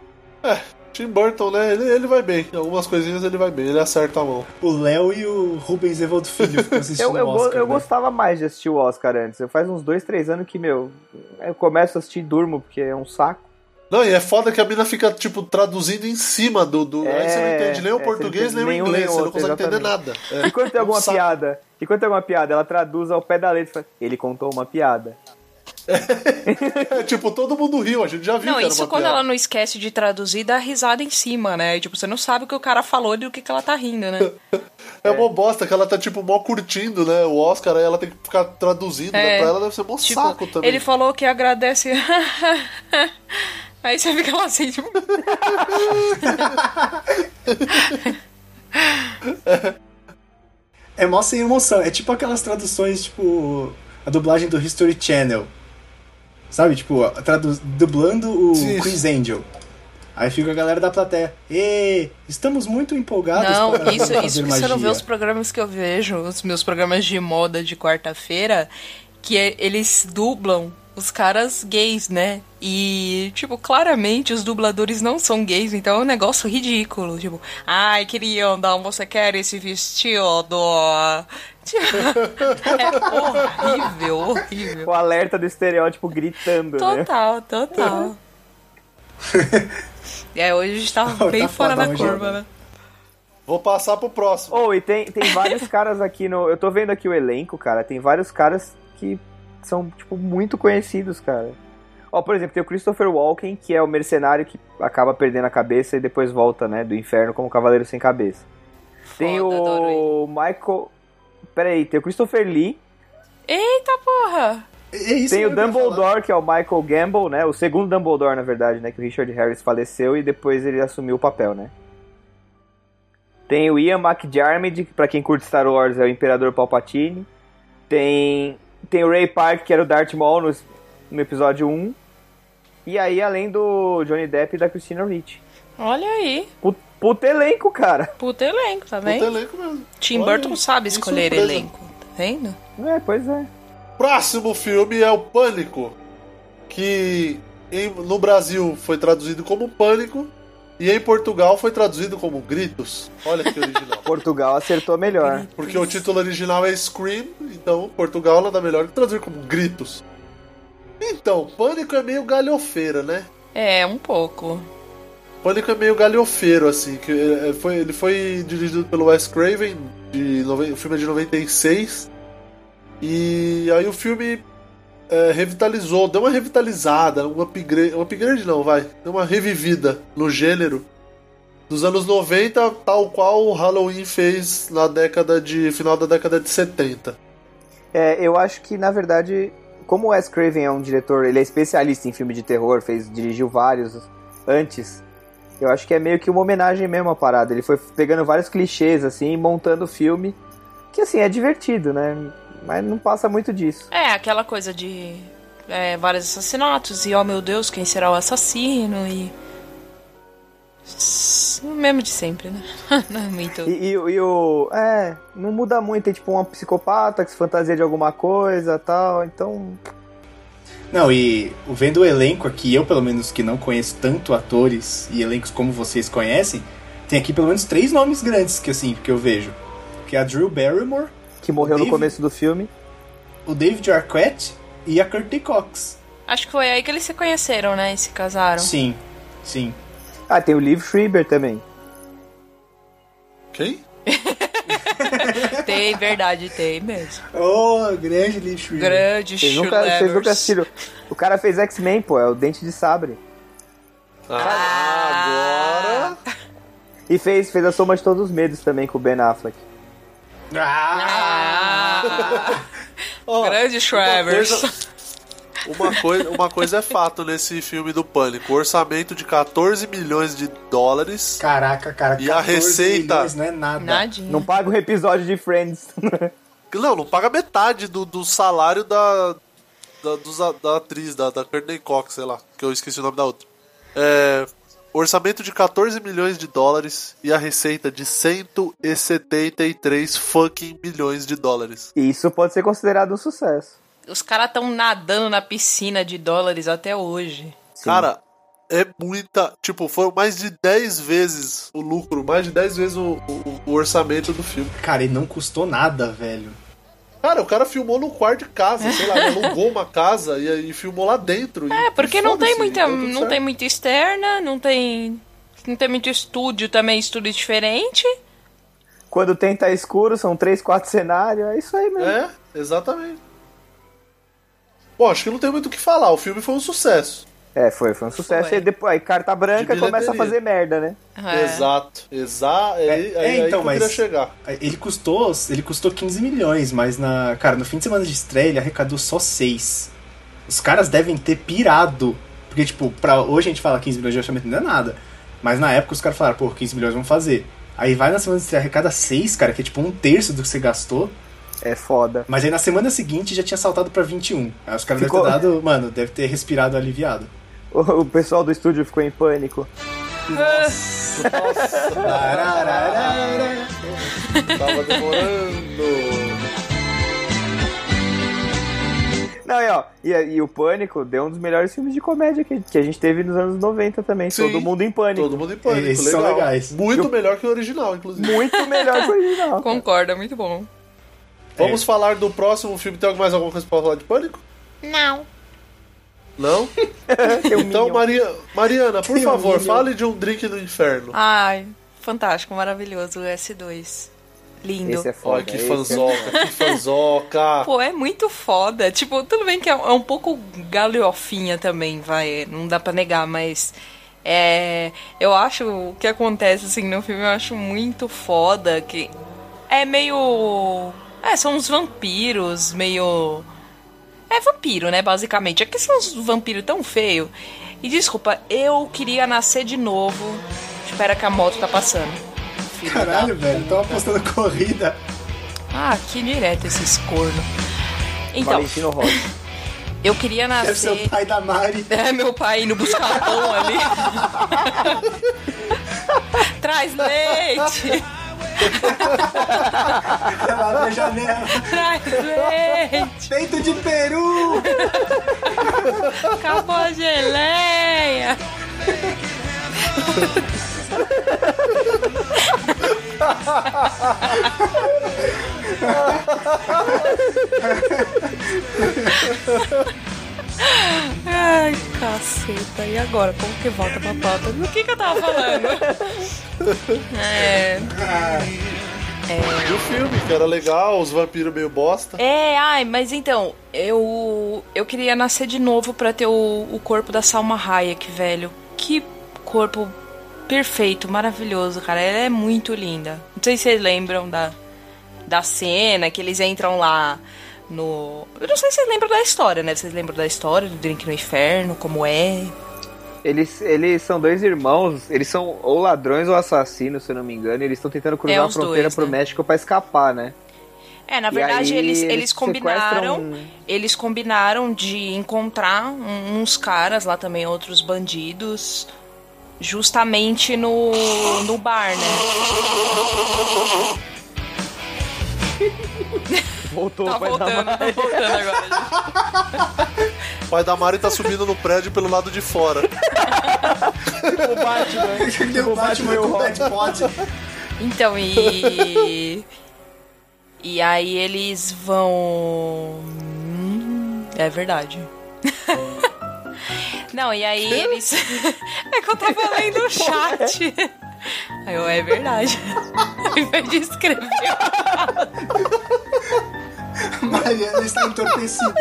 [SPEAKER 1] Tim Burton, né? Ele, ele vai bem. Em algumas coisinhas ele vai bem. Ele acerta a mão.
[SPEAKER 2] O Léo e o Rubens Evaldo Filho ficam assistindo
[SPEAKER 1] um
[SPEAKER 4] Eu, eu,
[SPEAKER 2] o
[SPEAKER 4] go-
[SPEAKER 2] Oscar.
[SPEAKER 4] eu
[SPEAKER 2] né?
[SPEAKER 4] gostava mais de assistir o Oscar antes. Eu faz uns dois, três anos que, meu, eu começo a assistir e durmo, porque é um saco.
[SPEAKER 1] Não, e é foda que a mina fica, tipo, traduzindo em cima do. do... aí você não
[SPEAKER 4] É,
[SPEAKER 1] entende nem o
[SPEAKER 4] é, você não
[SPEAKER 1] português, nem
[SPEAKER 4] entende
[SPEAKER 1] o
[SPEAKER 4] nenhum,
[SPEAKER 1] inglês.
[SPEAKER 4] nem
[SPEAKER 1] Você não
[SPEAKER 4] outro,
[SPEAKER 1] consegue entender
[SPEAKER 4] exatamente.
[SPEAKER 1] nada. É.
[SPEAKER 4] E quando tem alguma
[SPEAKER 1] Um saco.
[SPEAKER 4] piada, e quando tem alguma piada, ela traduz ao pé da letra e fala, ele contou uma piada.
[SPEAKER 1] É, tipo, todo mundo riu. A gente já viu
[SPEAKER 3] Não,
[SPEAKER 1] que era
[SPEAKER 3] isso
[SPEAKER 1] uma
[SPEAKER 3] quando
[SPEAKER 1] piada.
[SPEAKER 3] ela não esquece de traduzir, dá risada em cima, né? Tipo, você não sabe o que o cara falou e do que, que ela tá rindo, né?
[SPEAKER 1] É uma bosta que ela tá, tipo, mó curtindo, né? O Oscar, aí ela tem que ficar traduzindo, né?
[SPEAKER 3] É.
[SPEAKER 1] Pra ela deve ser mó
[SPEAKER 3] tipo,
[SPEAKER 1] saco também.
[SPEAKER 3] ele falou que agradece. Aí você fica lá assim, tipo.
[SPEAKER 2] É mó sem emoção. É tipo aquelas traduções, tipo. A dublagem do History Channel. Sabe? Tipo, a tradu- dublando o
[SPEAKER 1] Sim.
[SPEAKER 2] Chris Angel. Aí fica a galera da plateia. Ê, estamos muito empolgados
[SPEAKER 3] Não,
[SPEAKER 2] para
[SPEAKER 3] isso,
[SPEAKER 2] Tá fazer
[SPEAKER 3] isso que
[SPEAKER 2] magia.
[SPEAKER 3] você não vê os programas que eu vejo, os meus programas de moda de quarta-feira, que é- eles dublam os caras gays, né? E, tipo, claramente os dubladores não são gays, então é um negócio ridículo. Tipo, ai, querida, você quer esse vestido? Tipo, é horrível, horrível.
[SPEAKER 4] O alerta do estereótipo gritando, né?
[SPEAKER 3] Total, total. É, hoje a gente tá
[SPEAKER 2] Tá
[SPEAKER 3] bem fora da
[SPEAKER 2] fodão hoje,
[SPEAKER 3] curva,
[SPEAKER 2] né?
[SPEAKER 3] né?
[SPEAKER 1] Vou passar pro próximo.
[SPEAKER 4] Oh, e tem, tem vários caras aqui no... Eu tô vendo aqui o elenco, cara, tem vários caras que são, tipo, muito conhecidos, cara. Ó, por exemplo, tem o Christopher Walken, que é o mercenário que acaba perdendo a cabeça e depois volta, né, do inferno como cavaleiro sem cabeça. Tem
[SPEAKER 3] Foda, adoro ele.
[SPEAKER 4] o Michael. Peraí, tem o Christopher Lee.
[SPEAKER 3] Eita porra!
[SPEAKER 2] É isso
[SPEAKER 4] tem
[SPEAKER 2] mesmo que eu ia
[SPEAKER 4] o
[SPEAKER 2] falar.
[SPEAKER 4] Dumbledore, que é o Michael Gamble, né? O segundo Dumbledore, na verdade, né? Que o Richard Harris faleceu e depois ele assumiu o papel, né? Tem o Ian McDiarmid, que pra quem curte Star Wars é o Imperador Palpatine. Tem, tem o Ray Park, que era o Darth Maul no, no episódio 1. E aí, além do Johnny Depp e da Christina Ricci.
[SPEAKER 3] Olha aí.
[SPEAKER 4] Pu- Puta elenco, cara.
[SPEAKER 3] Puta elenco, tá
[SPEAKER 1] Puta
[SPEAKER 3] vendo?
[SPEAKER 1] elenco mesmo.
[SPEAKER 3] Tim
[SPEAKER 1] Olha,
[SPEAKER 3] Burton sabe
[SPEAKER 1] que
[SPEAKER 3] escolher
[SPEAKER 1] surpresa.
[SPEAKER 3] elenco, tá vendo?
[SPEAKER 4] É, pois é.
[SPEAKER 1] Próximo filme é o Pânico, que em- no Brasil foi traduzido como Pânico e em Portugal foi traduzido como Gritos. Olha que original.
[SPEAKER 4] Portugal acertou melhor.
[SPEAKER 1] Porque o título original é Scream, então Portugal nada melhor que traduzir como Gritos. Então, Pânico é meio galhofeira, né?
[SPEAKER 3] É, um pouco.
[SPEAKER 1] Pânico é meio galhofeiro, assim. Que é, foi, ele foi dirigido pelo Wes Craven, de, noven- o filme é de 96. E aí o filme é, revitalizou, deu uma revitalizada, um upgrade, um upgrade não, vai, deu uma revivida no gênero. Dos anos 90, tal qual o Halloween fez na década de. final da década de 70.
[SPEAKER 4] É, eu acho que, na verdade, como o Wes Craven é um diretor, ele é especialista em filme de terror, fez, dirigiu vários antes, eu acho que é meio que uma homenagem mesmo à parada. Ele foi pegando vários clichês, assim, e montando o filme, que, assim, é divertido, né? Mas não passa muito disso.
[SPEAKER 3] É, aquela coisa de é, vários assassinatos e, oh meu Deus, quem será o assassino e. S- O mesmo de sempre, né? não é muito.
[SPEAKER 4] E, e o- e o. É, não muda muito. É tipo uma psicopata que se fantasia de alguma coisa tal. Então.
[SPEAKER 2] Não, e vendo o elenco aqui, eu pelo menos que não conheço tanto atores e elencos como vocês conhecem, tem aqui pelo menos três nomes grandes que assim, que eu vejo. Que é a Drew Barrymore,
[SPEAKER 4] Que morreu no
[SPEAKER 2] David-
[SPEAKER 4] começo do filme.
[SPEAKER 2] o David Arquette e a Courtney Cox.
[SPEAKER 3] Acho que foi aí que eles se conheceram, né? E se casaram.
[SPEAKER 2] Sim, sim.
[SPEAKER 4] Ah, tem o Liv Schreiber também.
[SPEAKER 1] Quem?
[SPEAKER 3] Tem, verdade, tem mesmo.
[SPEAKER 2] Oh, grande Lee Schreiber.
[SPEAKER 3] Grande
[SPEAKER 4] Vocês nunca, vocês
[SPEAKER 3] Schulevers.
[SPEAKER 4] nunca assistiram. O cara fez X-Men, pô, é o Dente de Sabre.
[SPEAKER 1] Ah, agora.
[SPEAKER 4] E fez, fez a soma de todos os medos também com o Ben Affleck.
[SPEAKER 3] Ah!
[SPEAKER 1] Ó,
[SPEAKER 3] Grande Schravers.
[SPEAKER 1] Então, Uma coisa, uma coisa é fato nesse filme do Pânico: orçamento de 14 milhões de dólares.
[SPEAKER 2] Caraca, cara,
[SPEAKER 1] E a
[SPEAKER 2] 14
[SPEAKER 1] receita?
[SPEAKER 2] milhões não é nada.
[SPEAKER 3] Nadinha.
[SPEAKER 4] Não paga um episódio de Friends.
[SPEAKER 1] Não, não paga metade do, do salário da, da, dos a- da atriz, da, da Courtney Cox, sei lá, que eu esqueci o nome da outra. É, orçamento de 14 milhões de dólares e a receita de 173 fucking milhões de dólares.
[SPEAKER 4] e isso pode ser considerado um sucesso.
[SPEAKER 3] Os caras estão nadando na piscina de dólares até hoje.
[SPEAKER 4] Sim.
[SPEAKER 1] Cara, é muita. Tipo, foram mais de 10 vezes o lucro, mais de 10 vezes o, o- o orçamento do filme.
[SPEAKER 2] Cara, e não custou nada, velho.
[SPEAKER 1] Cara, o cara filmou no quarto de casa, sei lá, ele alugou uma casa e, aí filmou lá dentro. e-
[SPEAKER 3] É, porque
[SPEAKER 1] e
[SPEAKER 3] não tem
[SPEAKER 1] foda-se,
[SPEAKER 3] muita,
[SPEAKER 1] deu assim, né? Tá tudo
[SPEAKER 3] não
[SPEAKER 1] certo.
[SPEAKER 3] tem muita externa, não tem não tem muito estúdio também, estúdio diferente.
[SPEAKER 4] Quando tem tá escuro, são três, quatro cenários, é isso aí mesmo.
[SPEAKER 1] É, exatamente. Bom, acho que não tem muito o que falar. O filme foi um sucesso.
[SPEAKER 4] É, foi, foi um sucesso.
[SPEAKER 3] Foi.
[SPEAKER 4] E depois, aí carta branca
[SPEAKER 1] De
[SPEAKER 4] começa a
[SPEAKER 1] bilheteria.
[SPEAKER 4] fazer merda, né?
[SPEAKER 3] É.
[SPEAKER 1] Exato. Exato. É, aí,
[SPEAKER 2] é,
[SPEAKER 1] aí
[SPEAKER 2] então,
[SPEAKER 1] que eu queria
[SPEAKER 2] mas-
[SPEAKER 1] chegar.
[SPEAKER 2] Ele custou, ele custou 15 milhões, mas na, cara, no fim de semana de estreia ele arrecadou só 6. Os caras devem ter pirado. Porque tipo, pra hoje a gente fala 15 milhões de orçamento não é nada. Mas na época os caras falaram, pô, 15 milhões vamos fazer. Aí vai na semana de estreia arrecada 6, cara, que é tipo um terço do que você gastou.
[SPEAKER 4] É foda.
[SPEAKER 2] Mas aí na semana seguinte já tinha saltado pra 21. Aí os caras
[SPEAKER 4] Ficou-
[SPEAKER 2] devem ter dado, mano, deve ter respirado aliviado.
[SPEAKER 4] O, o pessoal do estúdio ficou em pânico.
[SPEAKER 2] Nossa. Tarararara.
[SPEAKER 1] Tava demorando.
[SPEAKER 4] Não, e ó, e, e o Pânico deu um dos melhores filmes de comédia que, que a gente teve nos anos 90 também.
[SPEAKER 1] Sim.
[SPEAKER 4] Todo mundo em pânico.
[SPEAKER 1] Todo mundo em pânico.
[SPEAKER 2] Esses são
[SPEAKER 1] legal.
[SPEAKER 2] legais. É.
[SPEAKER 1] Muito melhor que o original, inclusive.
[SPEAKER 4] Muito melhor que o original.
[SPEAKER 3] Concorda, é muito bom.
[SPEAKER 1] Vamos falar do próximo filme. Tem mais alguma coisa pra falar de pânico?
[SPEAKER 3] Não.
[SPEAKER 1] Não?
[SPEAKER 4] Tem um
[SPEAKER 1] Então,
[SPEAKER 4] Minion.
[SPEAKER 1] Maria... Mariana, por
[SPEAKER 2] Tem um
[SPEAKER 1] favor,
[SPEAKER 2] Minion.
[SPEAKER 1] fale de um drink no inferno.
[SPEAKER 3] Ai, fantástico, maravilhoso o S2. Lindo.
[SPEAKER 4] Esse é foda.
[SPEAKER 1] Olha que
[SPEAKER 4] esse é-
[SPEAKER 1] fanzoca, que fanzoca.
[SPEAKER 3] Pô, é muito foda. Tipo, tudo bem que é um, é um pouco galhofinha também, vai. Não dá pra negar, mas. É, eu acho o que acontece assim no filme, eu acho muito foda. Que é meio. É, são uns vampiros, meio. É vampiro, né, basicamente. É que são uns vampiros tão feio. E desculpa, eu queria nascer de novo. Espera que a moto tá passando. Filho da
[SPEAKER 2] Caralho, velho, tava apostando corrida.
[SPEAKER 3] Ah, que direto esses corno. Então,
[SPEAKER 4] é Valentino Rossi.
[SPEAKER 3] eu queria
[SPEAKER 2] Deve ser
[SPEAKER 3] nascer.
[SPEAKER 2] o É pai da Mari.
[SPEAKER 3] É meu pai indo buscar pão ali. Traz leite!
[SPEAKER 2] Ela abre a janela.
[SPEAKER 3] Traz leite!
[SPEAKER 2] Peito de peru!
[SPEAKER 3] Acabou a geleia! Ai, caceta. E agora? Como que volta pra pauta? Do que que eu tava falando? É...
[SPEAKER 1] E o filme, que era legal, os vampiros meio bosta.
[SPEAKER 3] É, ai, mas então, eu eu queria nascer de novo pra ter o, o corpo da Salma Hayek, velho. Que corpo perfeito, maravilhoso, cara. Ela é muito linda. Não sei se vocês lembram da, da cena que eles entram lá no. Eu não sei se vocês lembram da história, né? Vocês lembram da história do Drink no Inferno, como é?
[SPEAKER 4] Eles, eles são dois irmãos, eles são ou ladrões ou assassinos, se eu não me engano, e eles estão tentando cruzar a
[SPEAKER 3] os
[SPEAKER 4] fronteira
[SPEAKER 3] dois,
[SPEAKER 4] pro
[SPEAKER 3] né?
[SPEAKER 4] México pra escapar, né?
[SPEAKER 3] É, na
[SPEAKER 4] E
[SPEAKER 3] verdade
[SPEAKER 4] aí
[SPEAKER 3] eles,
[SPEAKER 4] eles
[SPEAKER 3] eles
[SPEAKER 4] sequestram- um, né?
[SPEAKER 3] combinaram. Eles combinaram de encontrar um- uns caras lá também, outros bandidos, justamente no, no bar, né?
[SPEAKER 4] Voltou,
[SPEAKER 3] Tá
[SPEAKER 4] vai dar
[SPEAKER 3] voltando,
[SPEAKER 4] mais.
[SPEAKER 3] tá voltando agora. gente.
[SPEAKER 1] O pai da Mari tá subindo no prédio pelo lado de fora.
[SPEAKER 4] O Batman.
[SPEAKER 2] Deu
[SPEAKER 4] o Batman e o
[SPEAKER 2] com
[SPEAKER 4] Robin.
[SPEAKER 2] Batpod.
[SPEAKER 3] Então, e. E aí eles vão. Hum, É verdade. Não, e aí eles. É que eu tava lendo o chat. Aí eu, é verdade. Ao invés de escrever.
[SPEAKER 2] Mariana está entorpecida.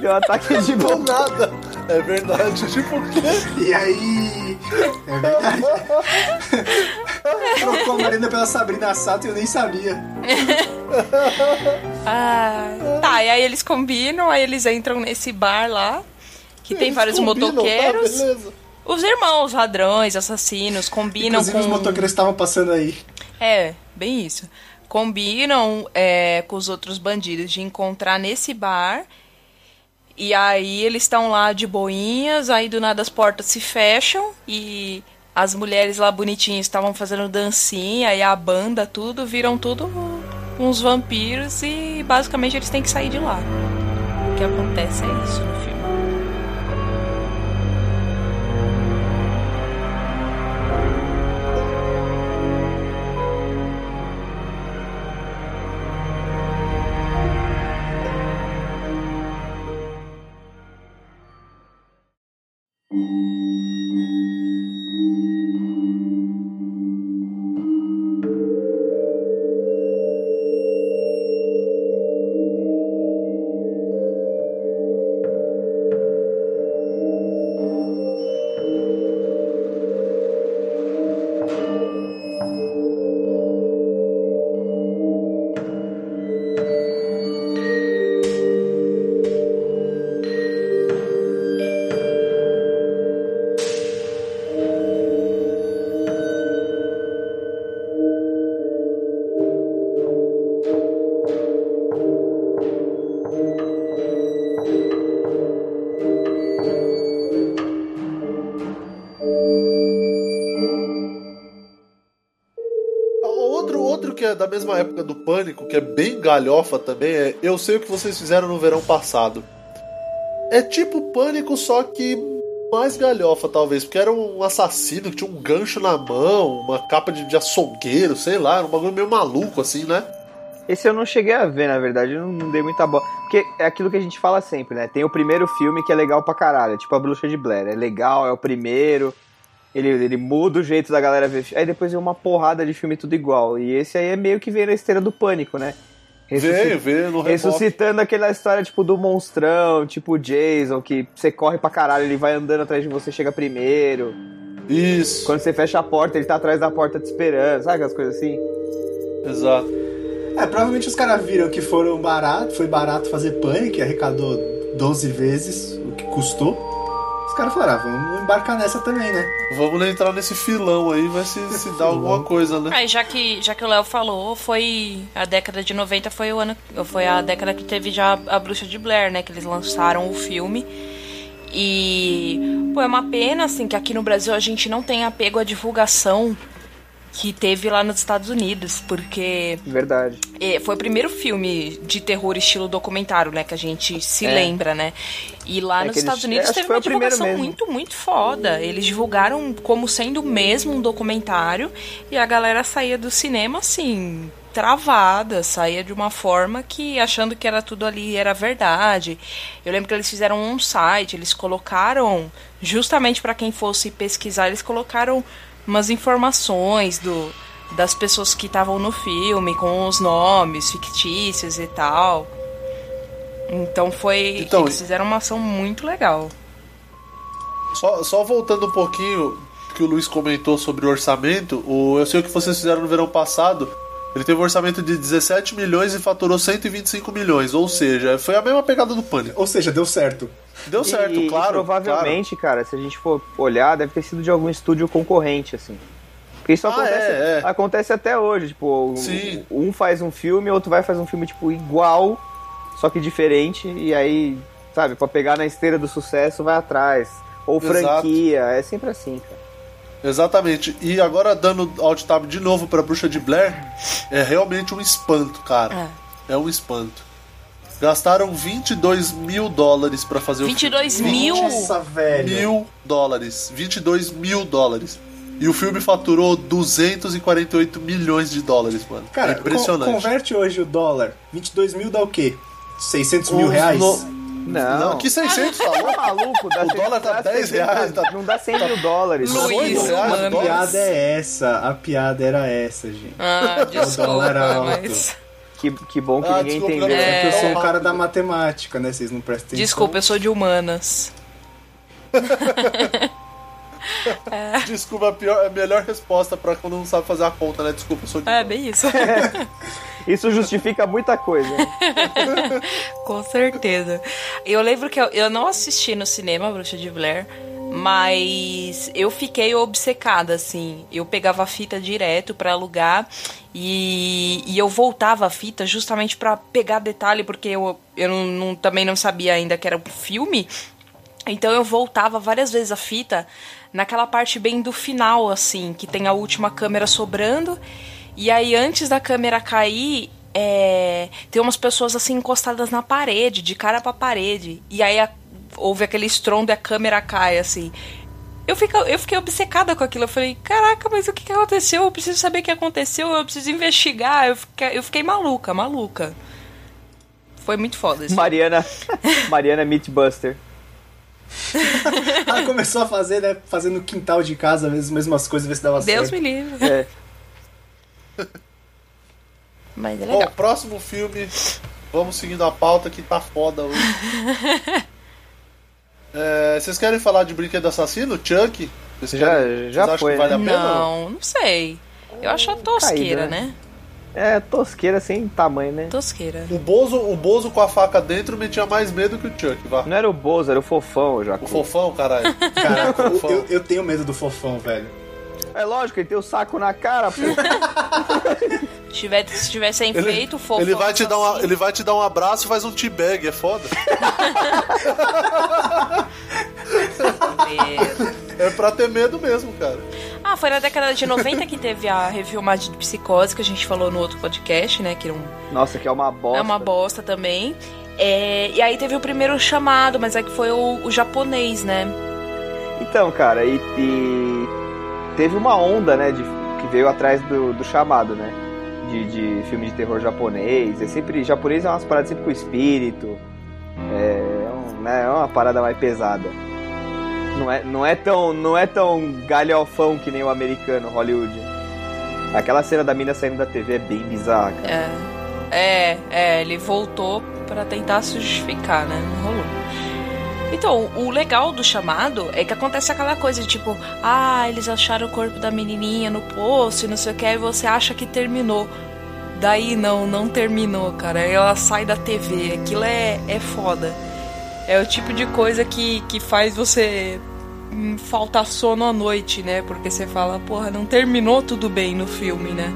[SPEAKER 4] Deu um ataque de
[SPEAKER 1] Do
[SPEAKER 4] bomba.
[SPEAKER 1] nada. É verdade. Tipo, o quê?
[SPEAKER 2] E aí. É verdade. Trocou a Marina pela Sabrina Sato e eu nem sabia.
[SPEAKER 3] Ah, tá, e aí eles combinam, aí eles entram nesse bar lá, que tem
[SPEAKER 1] Eles
[SPEAKER 3] vários
[SPEAKER 1] combinam,
[SPEAKER 3] motoqueiros.
[SPEAKER 1] Tá, beleza.
[SPEAKER 3] os irmãos, ladrões, assassinos, combinam
[SPEAKER 2] Inclusive
[SPEAKER 3] com.
[SPEAKER 2] os motoqueiros estavam passando aí.
[SPEAKER 3] É, bem isso. Combinam é, com os outros bandidos de encontrar nesse bar. E aí eles estão lá de boinhas, aí do nada as portas se fecham e as mulheres lá bonitinhas estavam fazendo dancinha e a banda tudo viram tudo um, uns vampiros e basicamente eles têm que sair de lá. O que acontece é isso no filme.
[SPEAKER 1] Outro, outro que é da mesma época do Pânico, que é bem galhofa também, é Eu Sei O Que Vocês Fizeram No Verão Passado. É tipo Pânico, só que mais galhofa, talvez. Porque era um assassino que tinha um gancho na mão, uma capa de, de açougueiro, sei lá. Era um bagulho meio maluco, assim, né?
[SPEAKER 4] Esse eu não cheguei a ver, na verdade, eu não, não dei muita bola. Porque é aquilo que a gente fala sempre, né? Tem o primeiro filme que é legal pra caralho, é tipo a Bruxa de Blair. É legal, é o primeiro. Ele, ele muda o jeito da galera ver. Aí depois vem uma porrada de filme tudo igual. E esse aí é meio que veio na esteira do pânico, né? Ressusci-
[SPEAKER 1] Veio, veio no rebote.
[SPEAKER 4] Ressuscitando aquela história, tipo, do monstrão, tipo o Jason, que você corre pra caralho, ele vai andando atrás de você, chega primeiro.
[SPEAKER 1] Isso,
[SPEAKER 4] Quando você fecha a porta, ele tá atrás da porta te esperando, sabe aquelas coisas assim?
[SPEAKER 1] exato.
[SPEAKER 2] É, provavelmente os caras viram que foram barato, foi barato fazer pânico, e arrecadou 12 vezes o que custou. Os caras falaram, ah, vamos embarcar nessa também, né?
[SPEAKER 1] Vamos entrar nesse filão aí, vai se, se dar alguma coisa, né?
[SPEAKER 3] Aí, já que, já que o Léo falou, foi a década de 90 foi o ano, foi a década que teve já a Bruxa de Blair, né, que eles lançaram o filme. E pô, é uma pena assim que aqui no Brasil a gente não tem apego à divulgação que teve lá nos Estados Unidos, porque
[SPEAKER 4] Verdade.
[SPEAKER 3] é, foi o primeiro filme de terror estilo documentário, né? Que a gente se
[SPEAKER 4] É.
[SPEAKER 3] lembra, né? E lá
[SPEAKER 4] É
[SPEAKER 3] nos
[SPEAKER 4] que eles-
[SPEAKER 3] Estados
[SPEAKER 4] é,
[SPEAKER 3] Unidos
[SPEAKER 4] acho que
[SPEAKER 3] teve
[SPEAKER 4] foi
[SPEAKER 3] uma
[SPEAKER 4] o primeiro
[SPEAKER 3] divulgação
[SPEAKER 4] mesmo.
[SPEAKER 3] muito, muito foda. Eles divulgaram como sendo mesmo um documentário e a galera saía do cinema, assim, travada, saía de uma forma que achando que era tudo ali era verdade. Eu lembro que eles fizeram um site, eles colocaram justamente para quem fosse pesquisar, eles colocaram umas informações do das pessoas que estavam no filme com os nomes fictícios e tal. Então foi
[SPEAKER 1] Então,
[SPEAKER 3] eles fizeram uma ação muito legal.
[SPEAKER 1] Só, só voltando um pouquinho que o Luiz comentou sobre o orçamento, o eu sei o que vocês fizeram no verão passado. Ele teve um orçamento de 17 milhões e faturou 125 milhões, ou seja, foi a mesma pegada do pânico.
[SPEAKER 2] Ou seja, deu certo.
[SPEAKER 1] Deu certo,
[SPEAKER 4] E- e
[SPEAKER 1] claro.
[SPEAKER 4] provavelmente, cara, se a gente for olhar, deve ter sido de algum estúdio concorrente, assim. Porque isso
[SPEAKER 1] Ah,
[SPEAKER 4] acontece,
[SPEAKER 1] é, é.
[SPEAKER 4] acontece até hoje, tipo, um-
[SPEAKER 1] Sim.
[SPEAKER 4] um faz um filme, outro vai faz um filme, tipo, igual, só que diferente, e aí, sabe, pra pegar na esteira do sucesso, vai atrás. Ou
[SPEAKER 1] Exato.
[SPEAKER 4] franquia, é sempre assim, cara.
[SPEAKER 1] Claro. Exatamente. E agora dando alt tab de novo pra Bruxa de Blair, é realmente um espanto, cara.
[SPEAKER 3] É.
[SPEAKER 1] É, um espanto. Gastaram 22 mil dólares pra fazer o filme.
[SPEAKER 3] 22 mil
[SPEAKER 2] Nossa, velho.
[SPEAKER 1] mil dólares. 22 mil dólares. E o filme faturou 248 milhões de dólares, mano.
[SPEAKER 2] Cara,
[SPEAKER 1] é impressionante.
[SPEAKER 2] con- converte hoje o dólar. 22 mil dá o quê? 600 mil
[SPEAKER 1] Os
[SPEAKER 2] reais?
[SPEAKER 1] no-
[SPEAKER 4] Não,
[SPEAKER 1] Não, que 600 falou?
[SPEAKER 4] Tá maluco, dá
[SPEAKER 1] O
[SPEAKER 4] cem-
[SPEAKER 1] dólar tá
[SPEAKER 4] dá
[SPEAKER 1] 10
[SPEAKER 4] cem mil-
[SPEAKER 1] reais, tá-
[SPEAKER 4] Não dá 100 mil dólares.
[SPEAKER 1] Não,
[SPEAKER 3] Luiz,
[SPEAKER 1] oito reais,
[SPEAKER 2] A
[SPEAKER 3] mano.
[SPEAKER 1] dólar?
[SPEAKER 2] piada é essa. A piada era essa, gente.
[SPEAKER 3] Ah, desculpa,
[SPEAKER 2] dólar é alto.
[SPEAKER 3] mas.
[SPEAKER 4] Que, que bom que
[SPEAKER 1] Ah,
[SPEAKER 4] ninguém
[SPEAKER 1] desculpa,
[SPEAKER 4] entendeu.
[SPEAKER 1] galera,
[SPEAKER 2] É que eu sou um
[SPEAKER 1] É.
[SPEAKER 2] cara da matemática, né? Vocês não prestem atenção.
[SPEAKER 3] Desculpa, eu sou de humanas.
[SPEAKER 1] Desculpa, a, pior, a melhor resposta pra quando não sabe fazer a conta, né? Desculpa, eu sou de
[SPEAKER 3] É, bem isso.
[SPEAKER 4] Isso justifica muita coisa. né?
[SPEAKER 3] Com certeza. Eu lembro que eu, eu não assisti no cinema a Bruxa de Blair, mas eu fiquei obcecada, assim. Eu pegava a fita direto pra alugar e, e eu voltava a fita justamente pra pegar detalhe, porque eu, eu não- não- também não sabia ainda que era pro filme. Então eu voltava várias vezes a fita naquela parte bem do final, assim, que tem a última câmera sobrando. E aí, antes da câmera cair, é, tem umas pessoas assim encostadas na parede, de cara pra parede. E aí a- houve aquele estrondo e a câmera cai, assim. Eu, fica- eu fiquei obcecada com aquilo. Eu falei, caraca, mas o que que aconteceu? Eu preciso saber o que aconteceu, eu preciso investigar. Eu fiquei, eu fiquei maluca, maluca. Foi muito foda assim. isso.
[SPEAKER 4] Mariana, Mariana Meatbuster.
[SPEAKER 2] Ela Ah, começou a fazer, né? Fazendo no quintal de casa às vezes, as mesmas coisas, ver se dava
[SPEAKER 3] Deus
[SPEAKER 2] certo.
[SPEAKER 3] me livre.
[SPEAKER 4] É.
[SPEAKER 3] Mas é
[SPEAKER 1] Bom,
[SPEAKER 3] legal.
[SPEAKER 1] próximo filme. Vamos seguindo a pauta que tá foda hoje. É, vocês querem falar de Brinquedo Assassino? Chuck? Vocês
[SPEAKER 4] Já-
[SPEAKER 1] querem-
[SPEAKER 4] já
[SPEAKER 1] vocês acham
[SPEAKER 4] foi,
[SPEAKER 1] que vale
[SPEAKER 3] né?
[SPEAKER 1] a pena?
[SPEAKER 3] Não, não sei. Eu acho a tosqueira,
[SPEAKER 4] Caída, né?
[SPEAKER 3] né?
[SPEAKER 4] É, tosqueira sem tamanho, né?
[SPEAKER 3] Tosqueira.
[SPEAKER 1] O Bozo, o Bozo com a faca dentro me tinha mais medo que o Chuck, vá.
[SPEAKER 4] Não era o Bozo, era o fofão, já.
[SPEAKER 1] O fofão, caralho.
[SPEAKER 2] Caraca, eu-
[SPEAKER 1] Fofão.
[SPEAKER 2] eu, eu tenho medo do fofão, velho.
[SPEAKER 4] É lógico, ele tem o saco na cara, pô.
[SPEAKER 3] Se tiver, se tiver sem feito, fofo.
[SPEAKER 1] ele vai te dar uma,
[SPEAKER 3] assim.
[SPEAKER 1] ele vai te dar um abraço e faz um teabag, é foda.
[SPEAKER 3] É.
[SPEAKER 1] É pra ter medo mesmo, cara.
[SPEAKER 3] Ah, foi na década de 90 que teve a refilmagem de Psicose, que a gente falou no outro podcast, né? Que não
[SPEAKER 4] Nossa, que é uma bosta.
[SPEAKER 3] é uma bosta também. É, e aí teve o primeiro chamado, mas é que foi o, o japonês, né?
[SPEAKER 4] Então, cara, e, e teve uma onda, né, de, que veio atrás do, do chamado, né, de, de filme de terror japonês. É sempre japonês é umas paradas sempre com espírito, é, é um- né, é uma parada mais pesada. Não é, não é tão, não é tão galhofão que nem o americano Hollywood. Aquela cena da mina saindo da TV é bem bizarra, cara.
[SPEAKER 3] É, é, é, ele voltou pra tentar se justificar, né? Não rolou. Então, o legal do chamado é que acontece aquela coisa de tipo, ah, eles acharam o corpo da menininha no poço e não sei o que, e você acha que terminou. Daí não, não terminou, cara. Ela sai da TV. Aquilo é, é foda. É o tipo de coisa que, que faz você hum, faltar sono à noite, né? Porque você fala, porra, não terminou tudo bem no filme, né?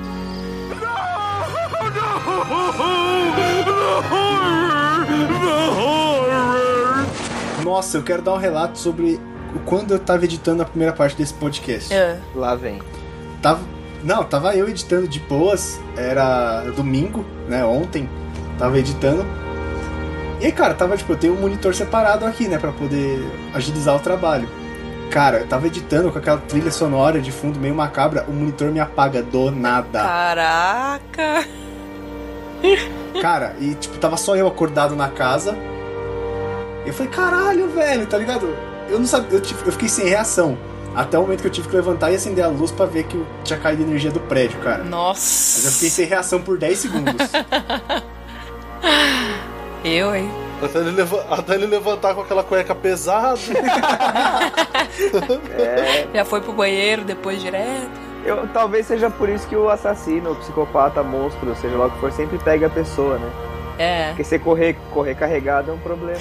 [SPEAKER 2] Nossa, eu quero dar um relato sobre o- quando eu tava editando a primeira parte desse podcast.
[SPEAKER 3] É.
[SPEAKER 4] Lá vem.
[SPEAKER 2] Tava, não, tava eu editando de boas, era domingo, né? Ontem, tava editando. E aí, cara, tava tipo, eu tenho um monitor separado aqui, né, Pra poder agilizar o trabalho. Cara, eu tava editando com aquela trilha sonora de fundo meio macabra, o monitor me apaga do nada.
[SPEAKER 3] Caraca!
[SPEAKER 2] Cara, e tipo, tava só eu acordado na casa. Eu falei, caralho, velho, tá ligado? Eu não sabia, eu, tive- eu fiquei sem reação. Até o momento que eu tive que levantar e acender a luz pra ver que tinha caído a energia do prédio, cara.
[SPEAKER 3] Nossa!
[SPEAKER 2] Mas eu fiquei sem reação por 10 segundos.
[SPEAKER 3] Eu, hein?
[SPEAKER 1] Até ele, leva- até ele levantar com aquela cueca pesada.
[SPEAKER 4] É,
[SPEAKER 3] Já foi pro banheiro depois direto.
[SPEAKER 4] eu, talvez seja por isso que o assassino, o psicopata, monstro, seja lá o que for, sempre pega a pessoa, né?
[SPEAKER 3] É.
[SPEAKER 4] Porque você correr, correr carregado é um problema.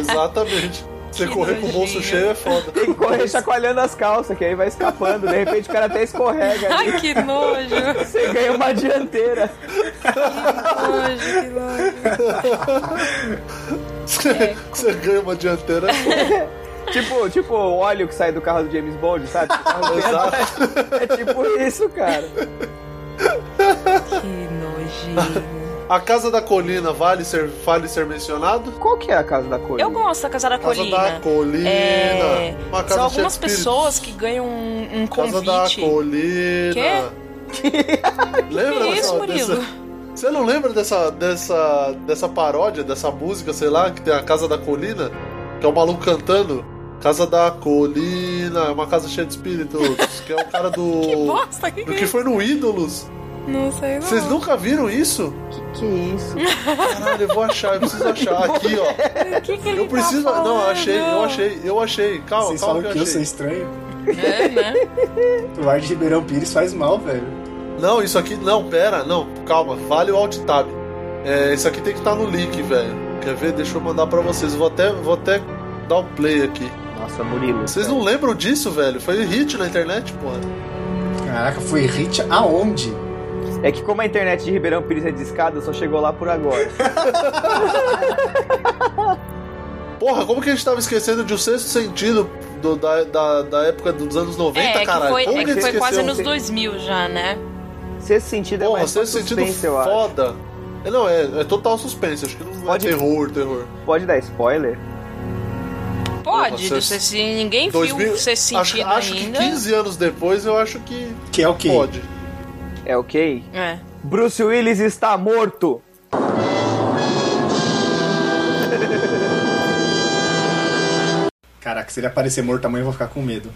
[SPEAKER 1] Exatamente. Você
[SPEAKER 3] Que
[SPEAKER 1] correr com o bolso
[SPEAKER 3] nojinho.
[SPEAKER 1] cheio é foda.
[SPEAKER 4] Tem que correr chacoalhando as calças, que aí vai escapando. De repente o cara até escorrega ali.
[SPEAKER 3] Ai, que nojo!
[SPEAKER 4] Você ganha uma dianteira.
[SPEAKER 3] nojo, que nojo.
[SPEAKER 1] Você, você ganha uma dianteira.
[SPEAKER 4] Tipo, tipo o óleo que sai do carro do James Bond, sabe? O carro dele
[SPEAKER 1] Exato.
[SPEAKER 4] É tipo isso, cara.
[SPEAKER 3] Que nojinho.
[SPEAKER 1] A Casa da Colina vale ser, vale ser mencionado?
[SPEAKER 4] Qual que é a casa da cor?
[SPEAKER 3] Eu gosto da Casa da
[SPEAKER 1] Casa
[SPEAKER 3] Colina.
[SPEAKER 1] da Colina.
[SPEAKER 3] É,
[SPEAKER 1] Uma casa cheia
[SPEAKER 3] São
[SPEAKER 1] de
[SPEAKER 3] algumas
[SPEAKER 1] espíritos.
[SPEAKER 3] pessoas que ganham um, um
[SPEAKER 1] Casa da
[SPEAKER 3] convite.
[SPEAKER 1] Colina.
[SPEAKER 3] Quê?
[SPEAKER 1] Lembra
[SPEAKER 3] Que isso,
[SPEAKER 1] dessa, dessa-
[SPEAKER 3] Murilo?
[SPEAKER 1] Você não lembra dessa, dessa, dessa paródia, dessa música, sei lá, que tem a Casa da Colina? Que é o maluco cantando. Casa da Colina, é uma casa cheia de espíritos. Que é o cara do.
[SPEAKER 3] Que bosta, que
[SPEAKER 1] do
[SPEAKER 3] que
[SPEAKER 1] que
[SPEAKER 3] é isso?
[SPEAKER 1] foi no Ídolos.
[SPEAKER 3] Não sei não.
[SPEAKER 1] Vocês nunca viram isso?
[SPEAKER 4] Que, que isso?
[SPEAKER 1] Caralho, eu vou achar, eu preciso achar. Aqui, ó.
[SPEAKER 3] O que que ele
[SPEAKER 1] Eu preciso.
[SPEAKER 3] Tá
[SPEAKER 1] Não, eu achei, eu
[SPEAKER 3] falando?
[SPEAKER 1] achei, eu achei. Calma,
[SPEAKER 2] Vocês
[SPEAKER 1] calma
[SPEAKER 2] falam
[SPEAKER 1] que
[SPEAKER 2] que
[SPEAKER 1] eu
[SPEAKER 2] eu,
[SPEAKER 1] achei.
[SPEAKER 2] sou estranho.
[SPEAKER 3] É, né?
[SPEAKER 2] O ar de Ribeirão Pires faz mal, velho.
[SPEAKER 1] Não, isso aqui. Não, pera, não, calma, vale o alt tab. É, isso aqui tem que estar no link, velho. Quer ver? Deixa eu mandar pra vocês. Vou até, vou até dar o play aqui.
[SPEAKER 4] Nossa, Murilo.
[SPEAKER 1] Vocês
[SPEAKER 4] cara.
[SPEAKER 1] não lembram disso, velho? Foi hit na internet, porra.
[SPEAKER 2] Caraca, foi hit aonde?
[SPEAKER 4] É que como a internet de Ribeirão Pires é discada, só chegou lá por agora.
[SPEAKER 1] Porra, como que a gente tava esquecendo de o sexto sentido do- da, da, da época dos anos 90,
[SPEAKER 3] é, que
[SPEAKER 1] caralho?
[SPEAKER 3] foi,
[SPEAKER 1] como
[SPEAKER 3] é que
[SPEAKER 1] ele
[SPEAKER 3] foi quase
[SPEAKER 1] esqueceu?
[SPEAKER 3] nos 2000 já, né?
[SPEAKER 4] Sexto sentido é
[SPEAKER 1] Porra,
[SPEAKER 4] mais
[SPEAKER 1] sexto
[SPEAKER 4] pra
[SPEAKER 1] sentido
[SPEAKER 4] suspense, eu acho.
[SPEAKER 1] foda. É, Não, é, é total suspense, acho que não
[SPEAKER 4] Pode-
[SPEAKER 1] é terror, terror.
[SPEAKER 4] Pode dar spoiler?
[SPEAKER 3] Pode,
[SPEAKER 1] Porra,
[SPEAKER 3] se,
[SPEAKER 1] vocês-
[SPEAKER 3] se ninguém viu
[SPEAKER 1] 2000,
[SPEAKER 3] você
[SPEAKER 1] acho,
[SPEAKER 3] sentido
[SPEAKER 1] acho
[SPEAKER 3] ainda.
[SPEAKER 1] que 15 anos depois eu acho que
[SPEAKER 2] Que é o quê?
[SPEAKER 1] pode.
[SPEAKER 4] É ok?
[SPEAKER 3] É.
[SPEAKER 4] Bruce Willis está morto!
[SPEAKER 2] Caraca, se ele aparecer morto amanhã eu vou ficar com medo.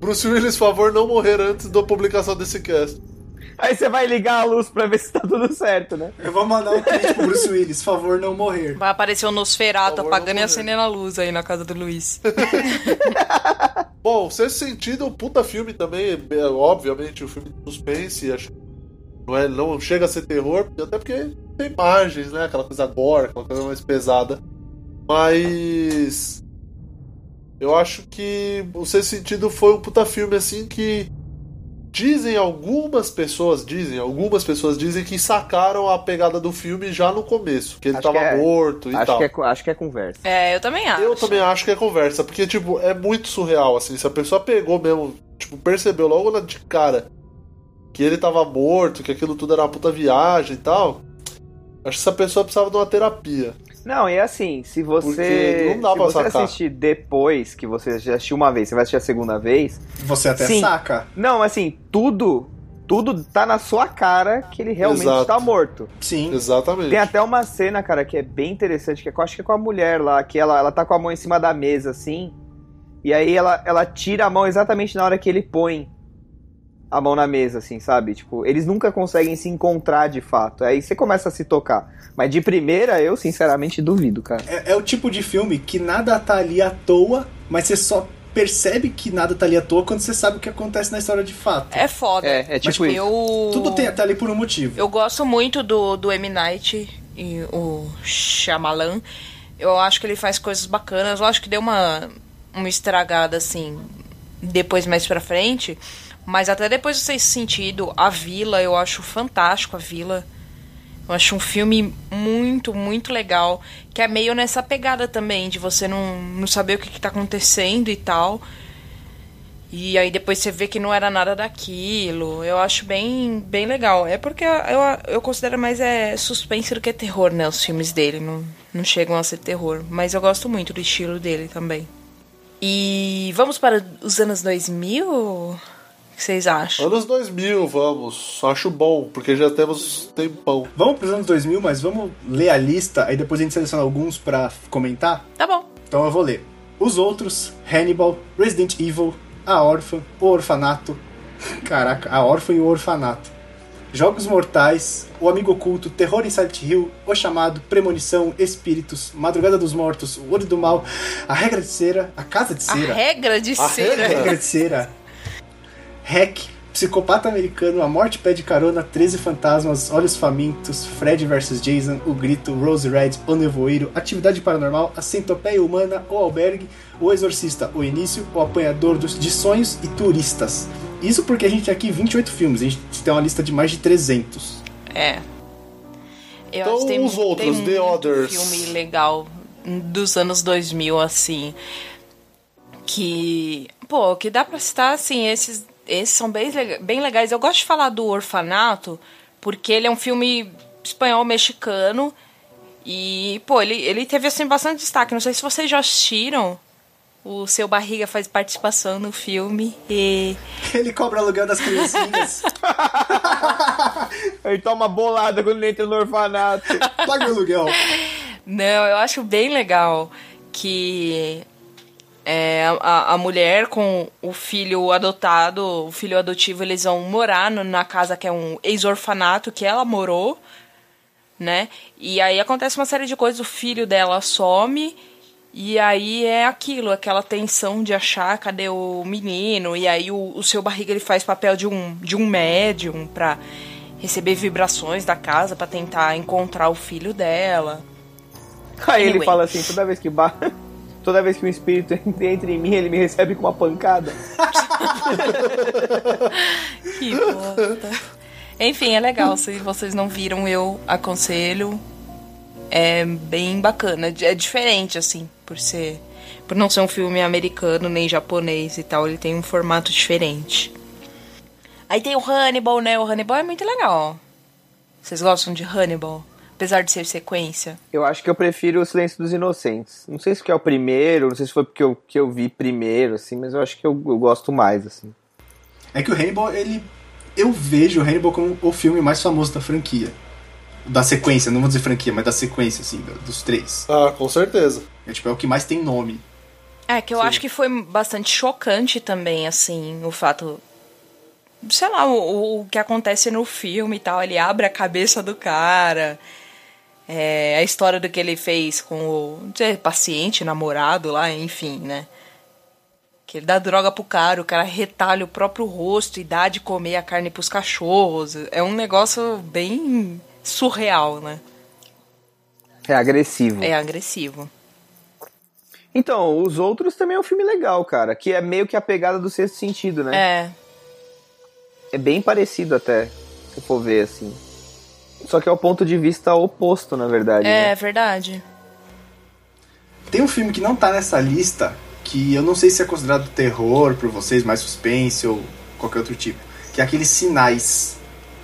[SPEAKER 1] Bruce Willis, favor, não morrer antes da publicação desse cast.
[SPEAKER 4] Aí você vai ligar a luz pra ver se tá tudo certo, né?
[SPEAKER 2] Eu vou mandar um tweet pro Bruce Willis, favor não morrer.
[SPEAKER 3] Vai aparecer o Nosferatu
[SPEAKER 1] Por favor,
[SPEAKER 3] apagando e
[SPEAKER 1] não
[SPEAKER 3] acendendo a luz aí na casa do Luiz.
[SPEAKER 1] Bom, o Sexto Sentido é um puta filme também, é, obviamente, um filme de suspense, acho que não, é, não chega a ser terror, até porque tem imagens, né? Aquela coisa gore, aquela coisa mais pesada. Mas. Eu acho que o Sexto Sentido foi um puta filme assim que. Dizem algumas pessoas, dizem, algumas pessoas dizem que sacaram a pegada do filme já no começo, que ele
[SPEAKER 4] Acho
[SPEAKER 1] tava
[SPEAKER 4] que é-
[SPEAKER 1] morto e
[SPEAKER 4] Acho
[SPEAKER 1] tal.
[SPEAKER 4] que, é, co- acho que é conversa.
[SPEAKER 3] É, eu também acho.
[SPEAKER 1] Eu também acho que é conversa, porque, tipo, é muito surreal, assim. Se a pessoa pegou mesmo, tipo, percebeu logo na- de cara que ele tava morto, que aquilo tudo era uma puta viagem e tal, acho que essa pessoa precisava de uma terapia.
[SPEAKER 4] Não, e assim, se você,
[SPEAKER 1] Porque não dá
[SPEAKER 4] se
[SPEAKER 1] pra
[SPEAKER 4] você
[SPEAKER 1] sacar.
[SPEAKER 4] assistir depois que você já assistiu uma vez, você vai assistir a segunda vez.
[SPEAKER 2] Você até
[SPEAKER 4] Sim.
[SPEAKER 2] saca.
[SPEAKER 4] Não, assim, tudo, tudo tá na sua cara que ele realmente
[SPEAKER 1] Exato.
[SPEAKER 4] tá morto.
[SPEAKER 2] Sim.
[SPEAKER 1] Exatamente.
[SPEAKER 4] Tem até uma cena, cara, que é bem interessante, que é, com- acho que é com a mulher lá, que ela, ela tá com a mão em cima da mesa, assim, e aí ela, ela tira a mão exatamente na hora que ele põe a mão na mesa, assim, sabe? Tipo, eles nunca conseguem se encontrar de fato. Aí você começa a se tocar. Mas de primeira, eu sinceramente duvido, cara.
[SPEAKER 2] É, é o tipo de filme que nada tá ali à toa, mas você só percebe que nada tá ali à toa quando você sabe o que acontece na história de fato.
[SPEAKER 3] É foda.
[SPEAKER 4] É, é tipo
[SPEAKER 2] tipo,
[SPEAKER 4] isso.
[SPEAKER 3] Eu.
[SPEAKER 2] Tudo tem até ali por um motivo.
[SPEAKER 3] Eu gosto muito do, do M. Night e o Shyamalan. Eu acho que ele faz coisas bacanas. Eu acho que deu uma, uma estragada, assim, depois mais pra frente. Mas até depois do Sexto Sentido, A Vila, eu acho fantástico A Vila. Eu acho um filme muito, muito legal. Que é meio nessa pegada também, de você não, não saber o que, que tá acontecendo e tal. E aí depois você vê que não era nada daquilo. Eu acho bem, bem legal. É porque eu, eu considero mais é suspense do que terror, né? Os filmes dele não, não chegam a ser terror. Mas eu gosto muito do estilo dele também. E vamos para os anos 2000? O que vocês acham?
[SPEAKER 1] Anos 2000, vamos. Acho bom, porque já temos tempão.
[SPEAKER 2] Vamos pros anos 2000, mas vamos ler a lista, aí depois a gente seleciona alguns pra comentar?
[SPEAKER 3] Tá bom.
[SPEAKER 2] Então eu vou ler. Os outros, Hannibal, Resident Evil, a Órfã, o Orfanato. Caraca, a Órfã e o Orfanato. Jogos Mortais, O Amigo Oculto, Terror em Silent Hill, O Chamado, Premonição, Espíritos, Madrugada dos Mortos, O Olho do Mal, A Regra de Cera, A Casa de
[SPEAKER 3] A
[SPEAKER 2] Cera,
[SPEAKER 3] regra de
[SPEAKER 1] A
[SPEAKER 3] cera.
[SPEAKER 2] É A Regra de Cera, Hack, Psicopata Americano, A Morte Pede Carona, 13 Fantasmas, Olhos Famintos, Fred vs. Jason, O Grito, Rose Red, O Nevoeiro, Atividade Paranormal, A Centopeia Humana, O Albergue, O Exorcista, O Início, O Apanhador dos, de Sonhos e Turistas. Isso porque a gente tem aqui 28 filmes, a gente tem uma lista de mais de 300.
[SPEAKER 3] É. Eu
[SPEAKER 1] Então,
[SPEAKER 3] acho que tem,
[SPEAKER 1] os outros,
[SPEAKER 3] tem
[SPEAKER 1] The
[SPEAKER 3] muito
[SPEAKER 1] Others.
[SPEAKER 3] filme legal dos anos 2000, assim, que, pô, que dá pra citar, assim, esses, esses são bem, lega- bem legais. Eu gosto de falar do Orfanato, porque ele é um filme espanhol-mexicano e, pô, ele, ele teve, assim, bastante destaque. Não sei se vocês já assistiram, o Seu Barriga faz participação no filme e...
[SPEAKER 2] Ele cobra aluguel das criancinhas,
[SPEAKER 4] Ele toma bolada quando ele entra no orfanato.
[SPEAKER 2] paga o aluguel.
[SPEAKER 3] Não, eu acho bem legal que é, a, a mulher com o filho adotado, o filho adotivo, eles vão morar no- na casa que é um ex-orfanato que ela morou, né? E aí acontece uma série de coisas, o filho dela some. E aí é aquilo, aquela tensão de achar cadê o menino, e aí o, o seu barriga ele faz papel de um, de um médium pra receber vibrações da casa, pra tentar encontrar o filho dela.
[SPEAKER 4] Aí ele
[SPEAKER 3] Anyway.
[SPEAKER 4] fala assim, toda vez que ba... toda vez que um espírito entra em mim, ele me recebe com uma pancada.
[SPEAKER 3] Que bosta. Enfim, é legal. Se vocês não viram, eu aconselho. É bem bacana. É diferente, assim, por ser. Por não ser um filme americano nem japonês e tal, ele tem um formato diferente. Aí tem o Hannibal, né? O Hannibal é muito legal. Vocês gostam de Hannibal? Apesar de ser sequência.
[SPEAKER 4] Eu acho que eu prefiro o Silêncio dos Inocentes. Não sei se que é o primeiro, não sei se foi porque eu, que eu vi primeiro, assim, mas eu acho que eu, eu gosto mais, assim.
[SPEAKER 2] É que o Hannibal, ele. Eu vejo o Hannibal como o filme mais famoso da franquia. Da sequência, não vou dizer franquia, mas da sequência, assim, do- dos três.
[SPEAKER 1] Ah, com certeza.
[SPEAKER 2] É, tipo, é o que mais tem nome.
[SPEAKER 3] É, que eu acho que foi bastante chocante também, assim, o fato. Sei lá, o, o que acontece no filme e tal. Ele abre a cabeça do cara. É, a história do que ele fez com o não sei, paciente, namorado lá, enfim, né? Que ele dá droga pro cara, o cara retalha o próprio rosto e dá de comer a carne pros cachorros. É um negócio bem surreal, né?
[SPEAKER 4] É agressivo.
[SPEAKER 3] É agressivo.
[SPEAKER 4] Então, os outros também é um filme legal, cara, que é meio que a pegada do sexto sentido, né?
[SPEAKER 3] É,
[SPEAKER 4] É, bem parecido até, se for ver, assim. Só que é o ponto de vista oposto, na verdade. né?
[SPEAKER 3] é verdade.
[SPEAKER 2] Tem um filme que não tá nessa lista, que eu não sei se é considerado terror por vocês, mais suspense ou qualquer outro tipo. Que é aqueles sinais.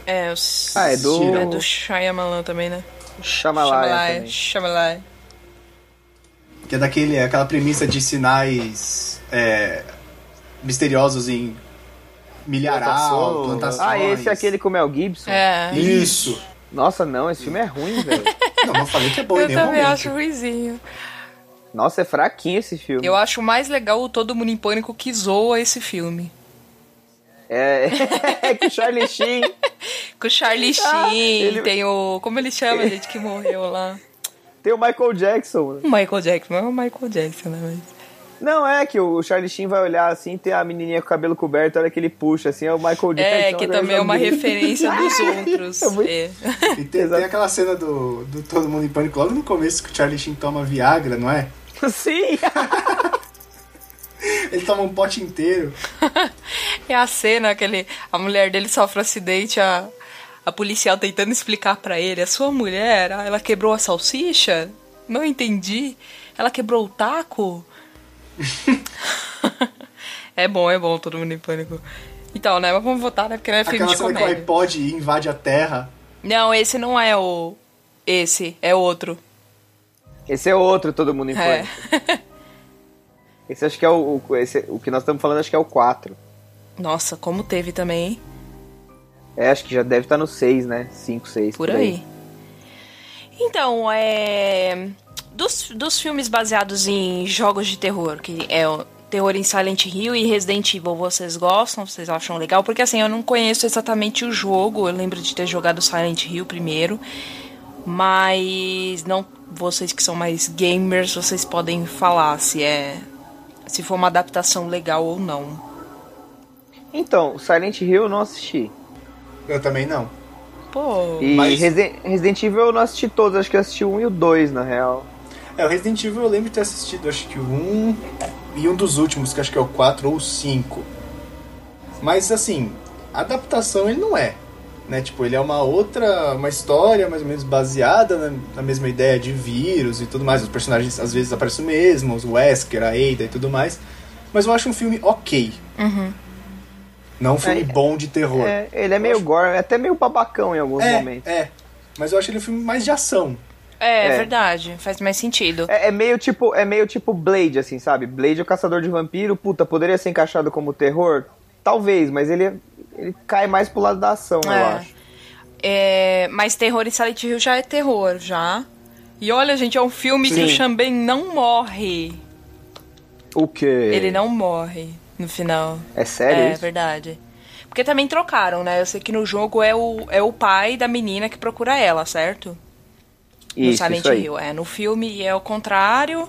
[SPEAKER 3] É, o...
[SPEAKER 4] Ah, é do-
[SPEAKER 3] É do Shyamalan também, né?
[SPEAKER 4] Shyamalan também.
[SPEAKER 3] Shyamalan.
[SPEAKER 2] Que é daquele, é aquela premissa de sinais é, misteriosos em milharal,
[SPEAKER 1] Plantação.
[SPEAKER 2] plantações.
[SPEAKER 4] Ah, esse é aquele com o Mel Gibson?
[SPEAKER 3] É.
[SPEAKER 2] Isso.
[SPEAKER 4] Nossa, não, esse filme é ruim, velho.
[SPEAKER 2] Não, não falei que é bom em
[SPEAKER 3] Eu
[SPEAKER 2] nenhum
[SPEAKER 3] também
[SPEAKER 2] momento.
[SPEAKER 3] acho ruizinho.
[SPEAKER 4] Nossa, é fraquinho esse filme.
[SPEAKER 3] Eu acho mais legal o Todo Mundo em Pânico que zoa esse filme.
[SPEAKER 4] É, é que o Charlie Sheen.
[SPEAKER 3] Com o Charlie Sheen,
[SPEAKER 4] Ah, ele-
[SPEAKER 3] tem o... Como ele chama, gente, que morreu lá?
[SPEAKER 4] Tem o Michael Jackson.
[SPEAKER 3] O Michael Jackson, não é o Michael Jackson, né? Mas...
[SPEAKER 4] Não, é que o Charlie Sheen vai olhar assim, tem a menininha com o cabelo coberto, a hora que ele puxa assim, é o Michael Jackson.
[SPEAKER 3] É, que
[SPEAKER 4] né,
[SPEAKER 3] também é uma
[SPEAKER 4] amigo.
[SPEAKER 3] referência dos outros.
[SPEAKER 4] É muito-
[SPEAKER 3] É.
[SPEAKER 2] E tem, tem aquela cena do, do Todo Mundo em Pânico logo no começo que o Charlie Sheen toma Viagra, não é?
[SPEAKER 4] Sim!
[SPEAKER 2] Ele toma um pote inteiro.
[SPEAKER 3] É a cena que ele, a mulher dele sofre um acidente, a, a policial tentando explicar pra ele, a sua mulher, ah, ela quebrou a salsicha? Não entendi. Ela quebrou o taco? É bom, é bom, todo mundo em pânico. Então, né? Mas vamos votar, né? Porque não é filme
[SPEAKER 2] Aquela
[SPEAKER 3] de
[SPEAKER 2] cena que o
[SPEAKER 3] comédia.
[SPEAKER 2] iPod invade a Terra.
[SPEAKER 3] Não, esse não é o. Esse, é outro.
[SPEAKER 4] Esse é outro, todo mundo em
[SPEAKER 3] É.
[SPEAKER 4] pânico. Esse acho que é o. o- esse- o que nós estamos falando acho que é o 4.
[SPEAKER 3] Nossa, como teve também, hein?
[SPEAKER 4] É, acho que já deve estar no 6, né? 5, 6.
[SPEAKER 3] Por aí. Então, é. Dos, dos filmes baseados em jogos de terror, que é o terror em Silent Hill e Resident Evil, vocês gostam? Vocês acham legal? Porque assim, eu não conheço exatamente o jogo, eu lembro de ter jogado Silent Hill primeiro, mas não vocês que são mais gamers, vocês podem falar se é se for uma adaptação legal ou não.
[SPEAKER 4] Então, Silent Hill eu não assisti.
[SPEAKER 2] Eu também não.
[SPEAKER 3] Pô,
[SPEAKER 4] E
[SPEAKER 2] Mas-
[SPEAKER 4] Resi- Resident Evil eu não assisti todos, acho que eu assisti o 1 e o 2, na real.
[SPEAKER 2] É, o Resident Evil eu lembro de ter assistido, acho que um e um dos últimos, que acho que é o 4 ou o 5. Mas assim, a adaptação ele não é. Né? Tipo, ele é uma outra, uma história mais ou menos baseada na, na mesma ideia de vírus e tudo mais. Os personagens às vezes aparecem o mesmo, os Wesker, a Ada e tudo mais. Mas eu acho um filme ok. Não um filme
[SPEAKER 4] Uhum. É,
[SPEAKER 2] bom de terror.
[SPEAKER 4] É, ele é meio gore, é até meio babacão em alguns
[SPEAKER 2] é,
[SPEAKER 4] momentos.
[SPEAKER 2] é. Mas eu acho ele um filme mais de ação.
[SPEAKER 3] é,
[SPEAKER 4] é.
[SPEAKER 3] verdade, faz mais sentido.
[SPEAKER 4] É, é meio tipo, é meio tipo Blade, assim, sabe? Blade é o caçador de vampiro, puta, poderia ser encaixado como terror? Talvez, mas ele, é, ele cai mais pro lado da ação, eu
[SPEAKER 3] É.
[SPEAKER 4] acho.
[SPEAKER 3] É, mas terror em Silent Hill já é terror, já. E olha, gente, é um filme que
[SPEAKER 4] Sim.
[SPEAKER 3] o Xambém não morre.
[SPEAKER 4] O quê?
[SPEAKER 3] Ele não morre no final.
[SPEAKER 4] É sério
[SPEAKER 3] É,
[SPEAKER 4] isso?
[SPEAKER 3] verdade. Porque também trocaram, né? Eu sei que no jogo é o, é o pai da menina que procura ela, certo? no
[SPEAKER 4] Isso,
[SPEAKER 3] Silent
[SPEAKER 4] isso aí.
[SPEAKER 3] Hill. É, no filme é o contrário.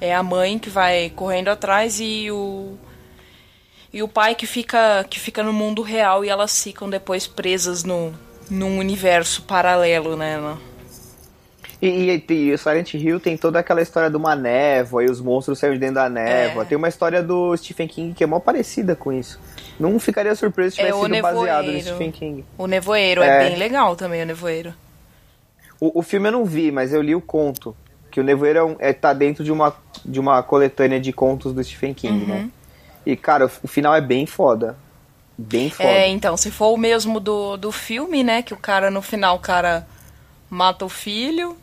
[SPEAKER 3] É a mãe que vai correndo atrás e o e o pai que fica que fica no mundo real e elas ficam depois presas no num universo paralelo, né? na-
[SPEAKER 4] E, e- e o Silent Hill tem toda aquela história de uma névoa e os monstros saem de dentro da névoa.
[SPEAKER 3] É.
[SPEAKER 4] Tem uma história do Stephen King que é mó parecida com isso. Não ficaria surpreso se
[SPEAKER 3] É
[SPEAKER 4] tivesse
[SPEAKER 3] o
[SPEAKER 4] sido baseado no
[SPEAKER 3] Nevoeiro.
[SPEAKER 4] Stephen King.
[SPEAKER 3] O Nevoeiro é.
[SPEAKER 4] É.
[SPEAKER 3] bem legal também, o Nevoeiro.
[SPEAKER 4] O, o filme eu não vi, mas eu li o conto. Que o Nevoeiro é, um, é- tá dentro de uma, de uma coletânea de contos do Stephen King,
[SPEAKER 3] Uhum.
[SPEAKER 4] né? E, cara, o, o final é bem foda. Bem foda.
[SPEAKER 3] É, então, se for o mesmo do, do filme, né? Que o cara, no final, o cara mata o filho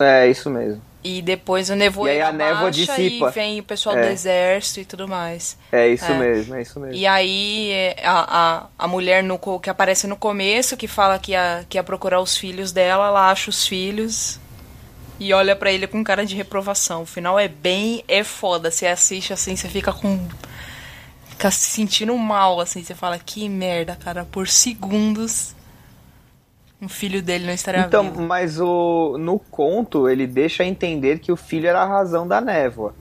[SPEAKER 4] É, isso mesmo.
[SPEAKER 3] e depois o nevoeiro
[SPEAKER 4] E aí a névoa
[SPEAKER 3] abaixa
[SPEAKER 4] dissipa.
[SPEAKER 3] e vem o pessoal do
[SPEAKER 4] É.
[SPEAKER 3] exército e tudo mais.
[SPEAKER 4] É isso
[SPEAKER 3] É.
[SPEAKER 4] mesmo, é isso mesmo.
[SPEAKER 3] E aí é, a, a, a mulher no, co- que aparece no começo, que fala que ia, que ia procurar os filhos dela, ela acha os filhos e olha pra ele com cara de reprovação. O final é bem... é foda. Você assiste assim, você fica com... Fica se sentindo mal, assim. Você fala, que merda, cara. Por segundos, um filho dele não estaria
[SPEAKER 4] Então,
[SPEAKER 3] vivo.
[SPEAKER 4] mas o, no conto ele deixa entender que o filho era a razão da névoa.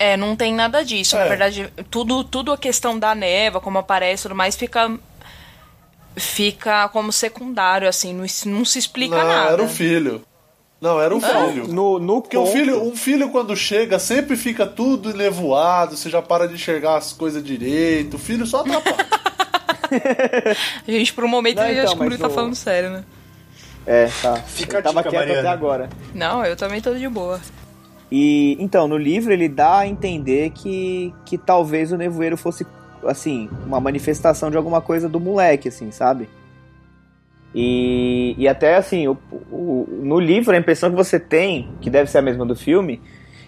[SPEAKER 3] É, não tem nada disso. Na
[SPEAKER 2] É.
[SPEAKER 3] verdade, tudo, tudo a questão da neva, como aparece e tudo mais, fica. Fica como secundário, assim, não, se- não se explica
[SPEAKER 1] não,
[SPEAKER 3] nada.
[SPEAKER 1] era um filho. Não, era um filho.
[SPEAKER 4] No, no
[SPEAKER 1] Porque um filho, um filho, quando chega, sempre fica tudo enevoado, você já para de enxergar as coisas direito. O filho só atrapalha.
[SPEAKER 3] A gente, por um momento,
[SPEAKER 4] Não,
[SPEAKER 3] a gente
[SPEAKER 4] então,
[SPEAKER 3] acha que o
[SPEAKER 4] mas
[SPEAKER 3] Bruno tá
[SPEAKER 4] o-
[SPEAKER 3] falando sério, né?
[SPEAKER 4] É, tá.
[SPEAKER 2] Fica
[SPEAKER 4] Ele
[SPEAKER 2] a
[SPEAKER 4] tava
[SPEAKER 2] dica,
[SPEAKER 4] quieto até
[SPEAKER 2] Mariana.
[SPEAKER 4] agora.
[SPEAKER 3] Não, eu também tô de boa.
[SPEAKER 4] E então, no livro ele dá a entender que, que talvez o nevoeiro fosse assim, uma manifestação de alguma coisa do moleque, assim, sabe? E, e até assim, o, o- no livro a impressão que você tem, que deve ser a mesma do filme,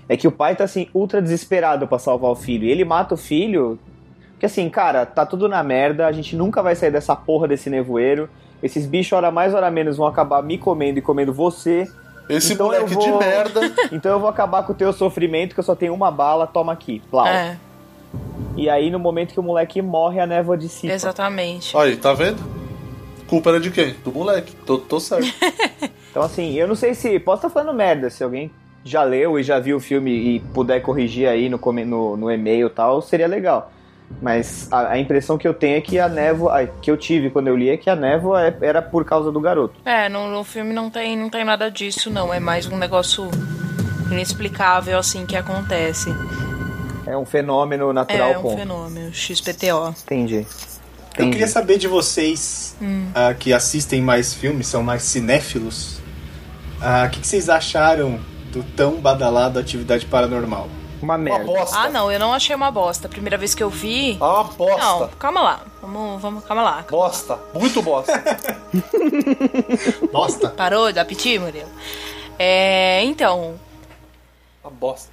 [SPEAKER 4] é que o pai tá assim, ultra desesperado pra salvar o filho. E ele mata o filho. Porque assim, cara, tá tudo na merda, a gente nunca vai sair dessa porra desse nevoeiro. Esses bichos, hora mais, hora menos, vão acabar me comendo e comendo você.
[SPEAKER 1] Esse
[SPEAKER 4] Então eu
[SPEAKER 1] moleque de
[SPEAKER 4] vou-
[SPEAKER 1] merda.
[SPEAKER 4] Então eu vou acabar com o teu sofrimento, que eu só tenho uma bala, toma aqui, plau.
[SPEAKER 3] É,
[SPEAKER 4] E aí, no momento que o moleque morre, a névoa dissipa.
[SPEAKER 3] exatamente.
[SPEAKER 1] Aí, tá vendo? Culpa era de quem? Do moleque. Tô, tô certo.
[SPEAKER 4] Então, assim, eu não sei se. Posso estar falando merda, se alguém já leu e já viu o filme e puder corrigir aí no, come- no, no e-mail e tal, seria legal. Mas a, a impressão que eu tenho é que a névoa. ai, que eu tive quando eu li é que a névoa é- era por causa do garoto.
[SPEAKER 3] É, no, no filme não tem, não tem nada disso, não. É mais um negócio inexplicável, assim, que acontece.
[SPEAKER 4] É um fenômeno natural
[SPEAKER 3] é um
[SPEAKER 4] com.
[SPEAKER 3] fenômeno, XPTO.
[SPEAKER 4] Entendi.
[SPEAKER 2] Eu
[SPEAKER 4] Entendi.
[SPEAKER 2] queria saber de vocês ah, que assistem mais filmes, são mais cinéfilos. ah, O que, que vocês acharam do tão badalado Atividade Paranormal?
[SPEAKER 4] Uma
[SPEAKER 1] Uma
[SPEAKER 4] merda.
[SPEAKER 1] bosta.
[SPEAKER 3] Ah, não, eu não achei uma bosta. A primeira vez que eu vi.
[SPEAKER 1] Ah, Uma bosta.
[SPEAKER 3] Não, calma lá. Vamos, vamos, calma lá.
[SPEAKER 1] Bosta. Muito bosta.
[SPEAKER 2] Bosta.
[SPEAKER 3] Parou de apetir, Murilo? É, então,
[SPEAKER 1] Uma bosta.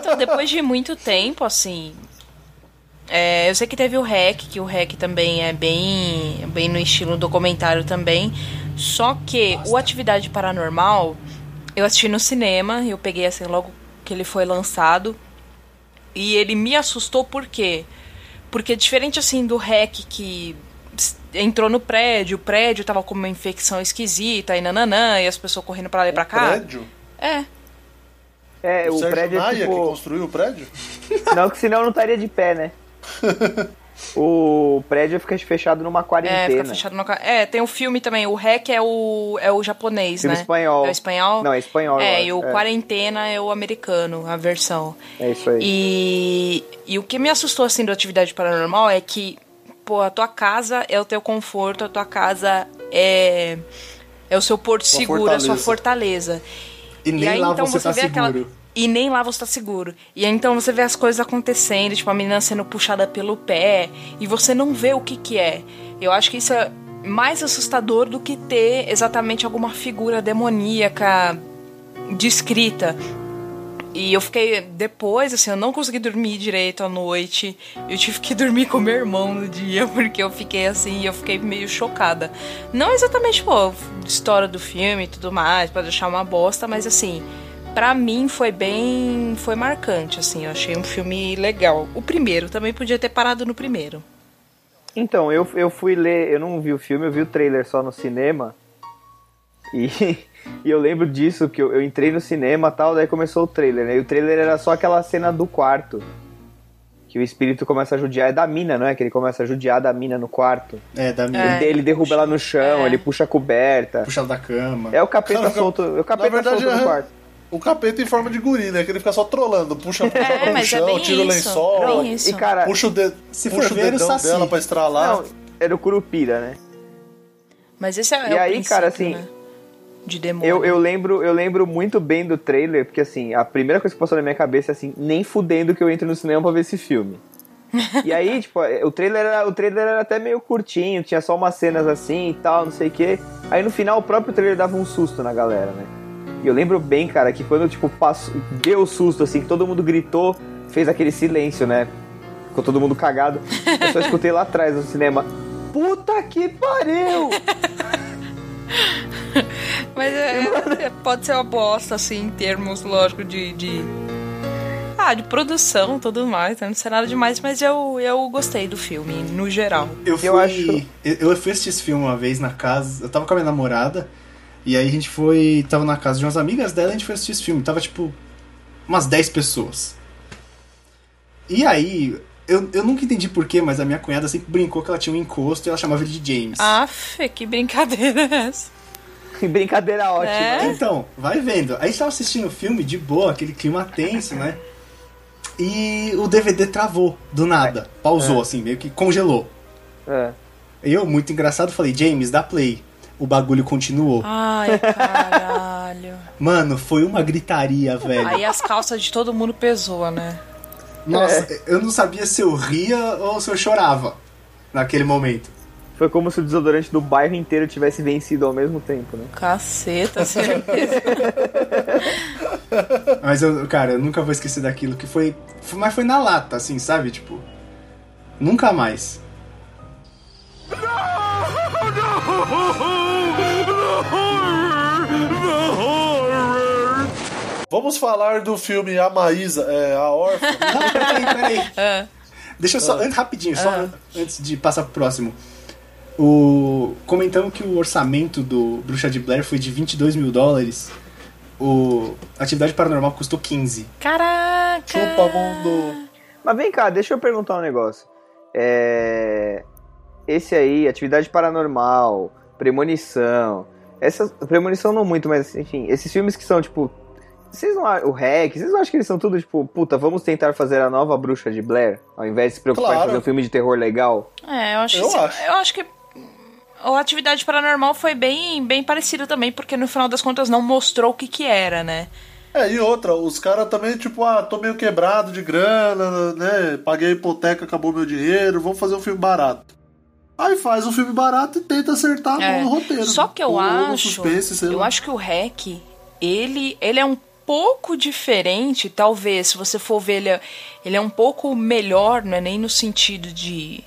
[SPEAKER 3] Então, depois de muito tempo, assim. é, eu sei que teve o REC, que o REC também é bem, bem no estilo documentário também. Só que o Atividade Paranormal, eu assisti no cinema, eu peguei assim logo que ele foi lançado. E ele me assustou por quê? Porque diferente assim do REC que s- entrou no prédio, o prédio tava com uma infecção esquisita e nananã, e as pessoas correndo pra lá e pra cá.
[SPEAKER 1] Um Prédio?
[SPEAKER 3] É.
[SPEAKER 4] É, o,
[SPEAKER 1] Sérgio
[SPEAKER 4] prédio
[SPEAKER 1] Maia
[SPEAKER 4] é
[SPEAKER 1] que
[SPEAKER 4] tipo.
[SPEAKER 1] construiu o prédio?
[SPEAKER 4] Não, que senão eu não estaria de pé, né? o prédio fica fechado numa quarentena.
[SPEAKER 3] É, fica fechado na ca- É, tem o filme também. O REC é o, é o japonês,
[SPEAKER 4] Filme
[SPEAKER 3] né?
[SPEAKER 4] espanhol.
[SPEAKER 3] É o espanhol.
[SPEAKER 4] Não, é espanhol, eu
[SPEAKER 3] É,
[SPEAKER 4] acho,
[SPEAKER 3] e o
[SPEAKER 4] é.
[SPEAKER 3] Quarentena é o americano, a versão.
[SPEAKER 4] É isso aí.
[SPEAKER 3] E, e o que me assustou, assim, da atividade paranormal é que, pô, a tua casa é o teu conforto, a tua casa é, é o seu porto
[SPEAKER 1] Sua
[SPEAKER 3] seguro, é a sua fortaleza.
[SPEAKER 2] E nem lá você tá
[SPEAKER 3] então, vê
[SPEAKER 2] seguro.
[SPEAKER 3] E nem lá você tá seguro. E aí então você vê as coisas acontecendo, tipo, a menina sendo puxada pelo pé, e você não vê o que que é. Eu acho que isso é mais assustador do que ter exatamente alguma figura demoníaca descrita. E eu fiquei depois, assim, eu não consegui dormir direito à noite. Eu tive que dormir com meu irmão no dia, porque eu fiquei assim, eu fiquei meio chocada. Não exatamente, pô, história do filme e tudo mais, pra deixar uma bosta, mas assim, pra mim foi bem. Foi marcante, assim, eu achei um filme legal. O primeiro, também podia ter parado no primeiro.
[SPEAKER 4] Então, eu, eu fui ler, eu não vi o filme, eu vi o trailer só no cinema. E, e eu lembro disso, que eu, eu entrei no cinema e tal, daí começou o trailer, né? E o trailer era só aquela cena do quarto. Que o espírito começa a judiar, é da mina, não é? Que ele começa a judiar da mina no quarto.
[SPEAKER 2] É, da minha.
[SPEAKER 4] Ele, ele derruba ela no chão,
[SPEAKER 3] É.
[SPEAKER 4] ele puxa a coberta.
[SPEAKER 2] Puxa ela da cama.
[SPEAKER 4] É o capeta
[SPEAKER 1] Não,
[SPEAKER 4] solto, é o capeta
[SPEAKER 1] verdade,
[SPEAKER 4] solto
[SPEAKER 1] é-
[SPEAKER 4] no quarto.
[SPEAKER 1] O capeta em forma de guri, né? Que ele fica só trolando. Puxa, puxa
[SPEAKER 3] É,
[SPEAKER 1] ela pro
[SPEAKER 3] mas é
[SPEAKER 1] chão,
[SPEAKER 3] bem
[SPEAKER 1] tira o
[SPEAKER 3] isso.
[SPEAKER 1] lençol.
[SPEAKER 3] Bem isso.
[SPEAKER 4] E cara,
[SPEAKER 1] Puxa o, de...
[SPEAKER 2] Se
[SPEAKER 1] puxa
[SPEAKER 2] for
[SPEAKER 1] o
[SPEAKER 2] ver,
[SPEAKER 1] dedão
[SPEAKER 2] o Saci.
[SPEAKER 3] assim.
[SPEAKER 1] dela pra estralar.
[SPEAKER 4] não, era o Curupira, né?
[SPEAKER 3] Mas esse é,
[SPEAKER 4] E
[SPEAKER 3] é o
[SPEAKER 4] aí,
[SPEAKER 3] princípio,
[SPEAKER 4] cara, assim,
[SPEAKER 3] né? De demônio.
[SPEAKER 4] Eu, eu lembro, eu lembro muito bem do trailer, porque assim, a primeira coisa que passou na minha cabeça é assim, nem fudendo que eu entro no cinema pra ver esse filme. E aí, tipo, o trailer, era, o trailer era até meio curtinho, tinha só umas cenas assim e tal, não sei o quê. Aí no final o próprio trailer dava um susto na galera, né? E eu lembro bem, cara, que quando, tipo, passou, deu o susto, assim, que todo mundo gritou, fez aquele silêncio, né? Ficou todo mundo cagado. Eu só escutei lá atrás no cinema. Puta que pariu!
[SPEAKER 3] Mas é- é- pode ser uma bosta, assim, em termos, lógico, de. de- Ah, de produção e tudo mais. né? Não sei nada demais, mas eu, eu gostei do filme, no geral.
[SPEAKER 2] Eu fui,
[SPEAKER 4] Eu
[SPEAKER 2] eu,
[SPEAKER 4] acho-
[SPEAKER 2] eu fui assistir esse filme uma vez na casa. Eu tava com a minha namorada. E aí a gente foi. Tava na casa de umas amigas dela e a gente foi assistir esse filme. Tava tipo. Umas 10 pessoas. E aí. Eu, eu nunca entendi porquê, mas a minha cunhada sempre brincou que ela tinha um encosto e ela chamava ele de
[SPEAKER 3] Ah,
[SPEAKER 2] James.
[SPEAKER 3] Aff, que brincadeira é essa?
[SPEAKER 4] Que brincadeira ótima.
[SPEAKER 3] É.
[SPEAKER 2] Então, vai vendo. Aí tava assistindo o filme de boa, aquele clima tenso, né? E o DVD travou, do nada. Pausou, assim, meio que congelou.
[SPEAKER 4] É.
[SPEAKER 2] Eu, muito engraçado, falei, James, dá play. O bagulho continuou.
[SPEAKER 3] Ai, caralho.
[SPEAKER 2] Mano, foi uma gritaria, velho.
[SPEAKER 3] Aí as calças de todo mundo pesou, né?
[SPEAKER 2] Nossa, eu não sabia se eu ria ou se eu chorava naquele momento.
[SPEAKER 4] Foi como se o desodorante do bairro inteiro tivesse vencido ao mesmo tempo, né?
[SPEAKER 3] Caceta, certeza.
[SPEAKER 2] Mas, eu, cara, eu nunca vou esquecer daquilo que foi. foi- Mas foi na lata, assim, sabe? Tipo, nunca mais.
[SPEAKER 1] Vamos falar do filme A Maísa, é, A Órfã.
[SPEAKER 2] Não, peraí, peraí.
[SPEAKER 3] É. Ah.
[SPEAKER 2] Deixa eu só,
[SPEAKER 4] Ah.
[SPEAKER 2] an- rapidinho, só an- antes de passar pro próximo. O, comentamos que o orçamento do Bruxa de Blair foi de 22 mil dólares. O Atividade Paranormal custou 15.
[SPEAKER 3] Caraca!
[SPEAKER 1] Chupa mundo.
[SPEAKER 4] Mas vem cá, deixa eu perguntar um negócio. É... Esse aí, atividade paranormal, premonição. Essas. Premonição não muito, mas enfim, esses filmes que são tipo. Vocês não acham. O REC, vocês não acham que eles são tudo tipo, puta, vamos tentar fazer a nova bruxa de Blair? Ao invés de se preocupar em
[SPEAKER 1] Claro.
[SPEAKER 4] fazer um filme de terror legal?
[SPEAKER 3] É, eu acho,
[SPEAKER 1] Eu
[SPEAKER 3] que,
[SPEAKER 1] acho.
[SPEAKER 3] eu acho que a atividade paranormal foi bem, bem parecida também, porque no final das contas não mostrou o que que era, né?
[SPEAKER 1] É, e outra, os caras também, tipo, ah, tô meio quebrado de grana, né? Paguei a hipoteca, acabou meu dinheiro, vamos fazer um filme barato. Aí faz um filme barato e tenta acertar
[SPEAKER 3] É.
[SPEAKER 1] no roteiro.
[SPEAKER 3] Só que eu
[SPEAKER 1] Ou no
[SPEAKER 3] acho.
[SPEAKER 1] Suspense, sei
[SPEAKER 3] eu
[SPEAKER 1] lá.
[SPEAKER 3] acho que o REC, ele, ele é um pouco diferente, talvez, se você for ver, ele é, ele é um pouco melhor, não é nem no sentido de.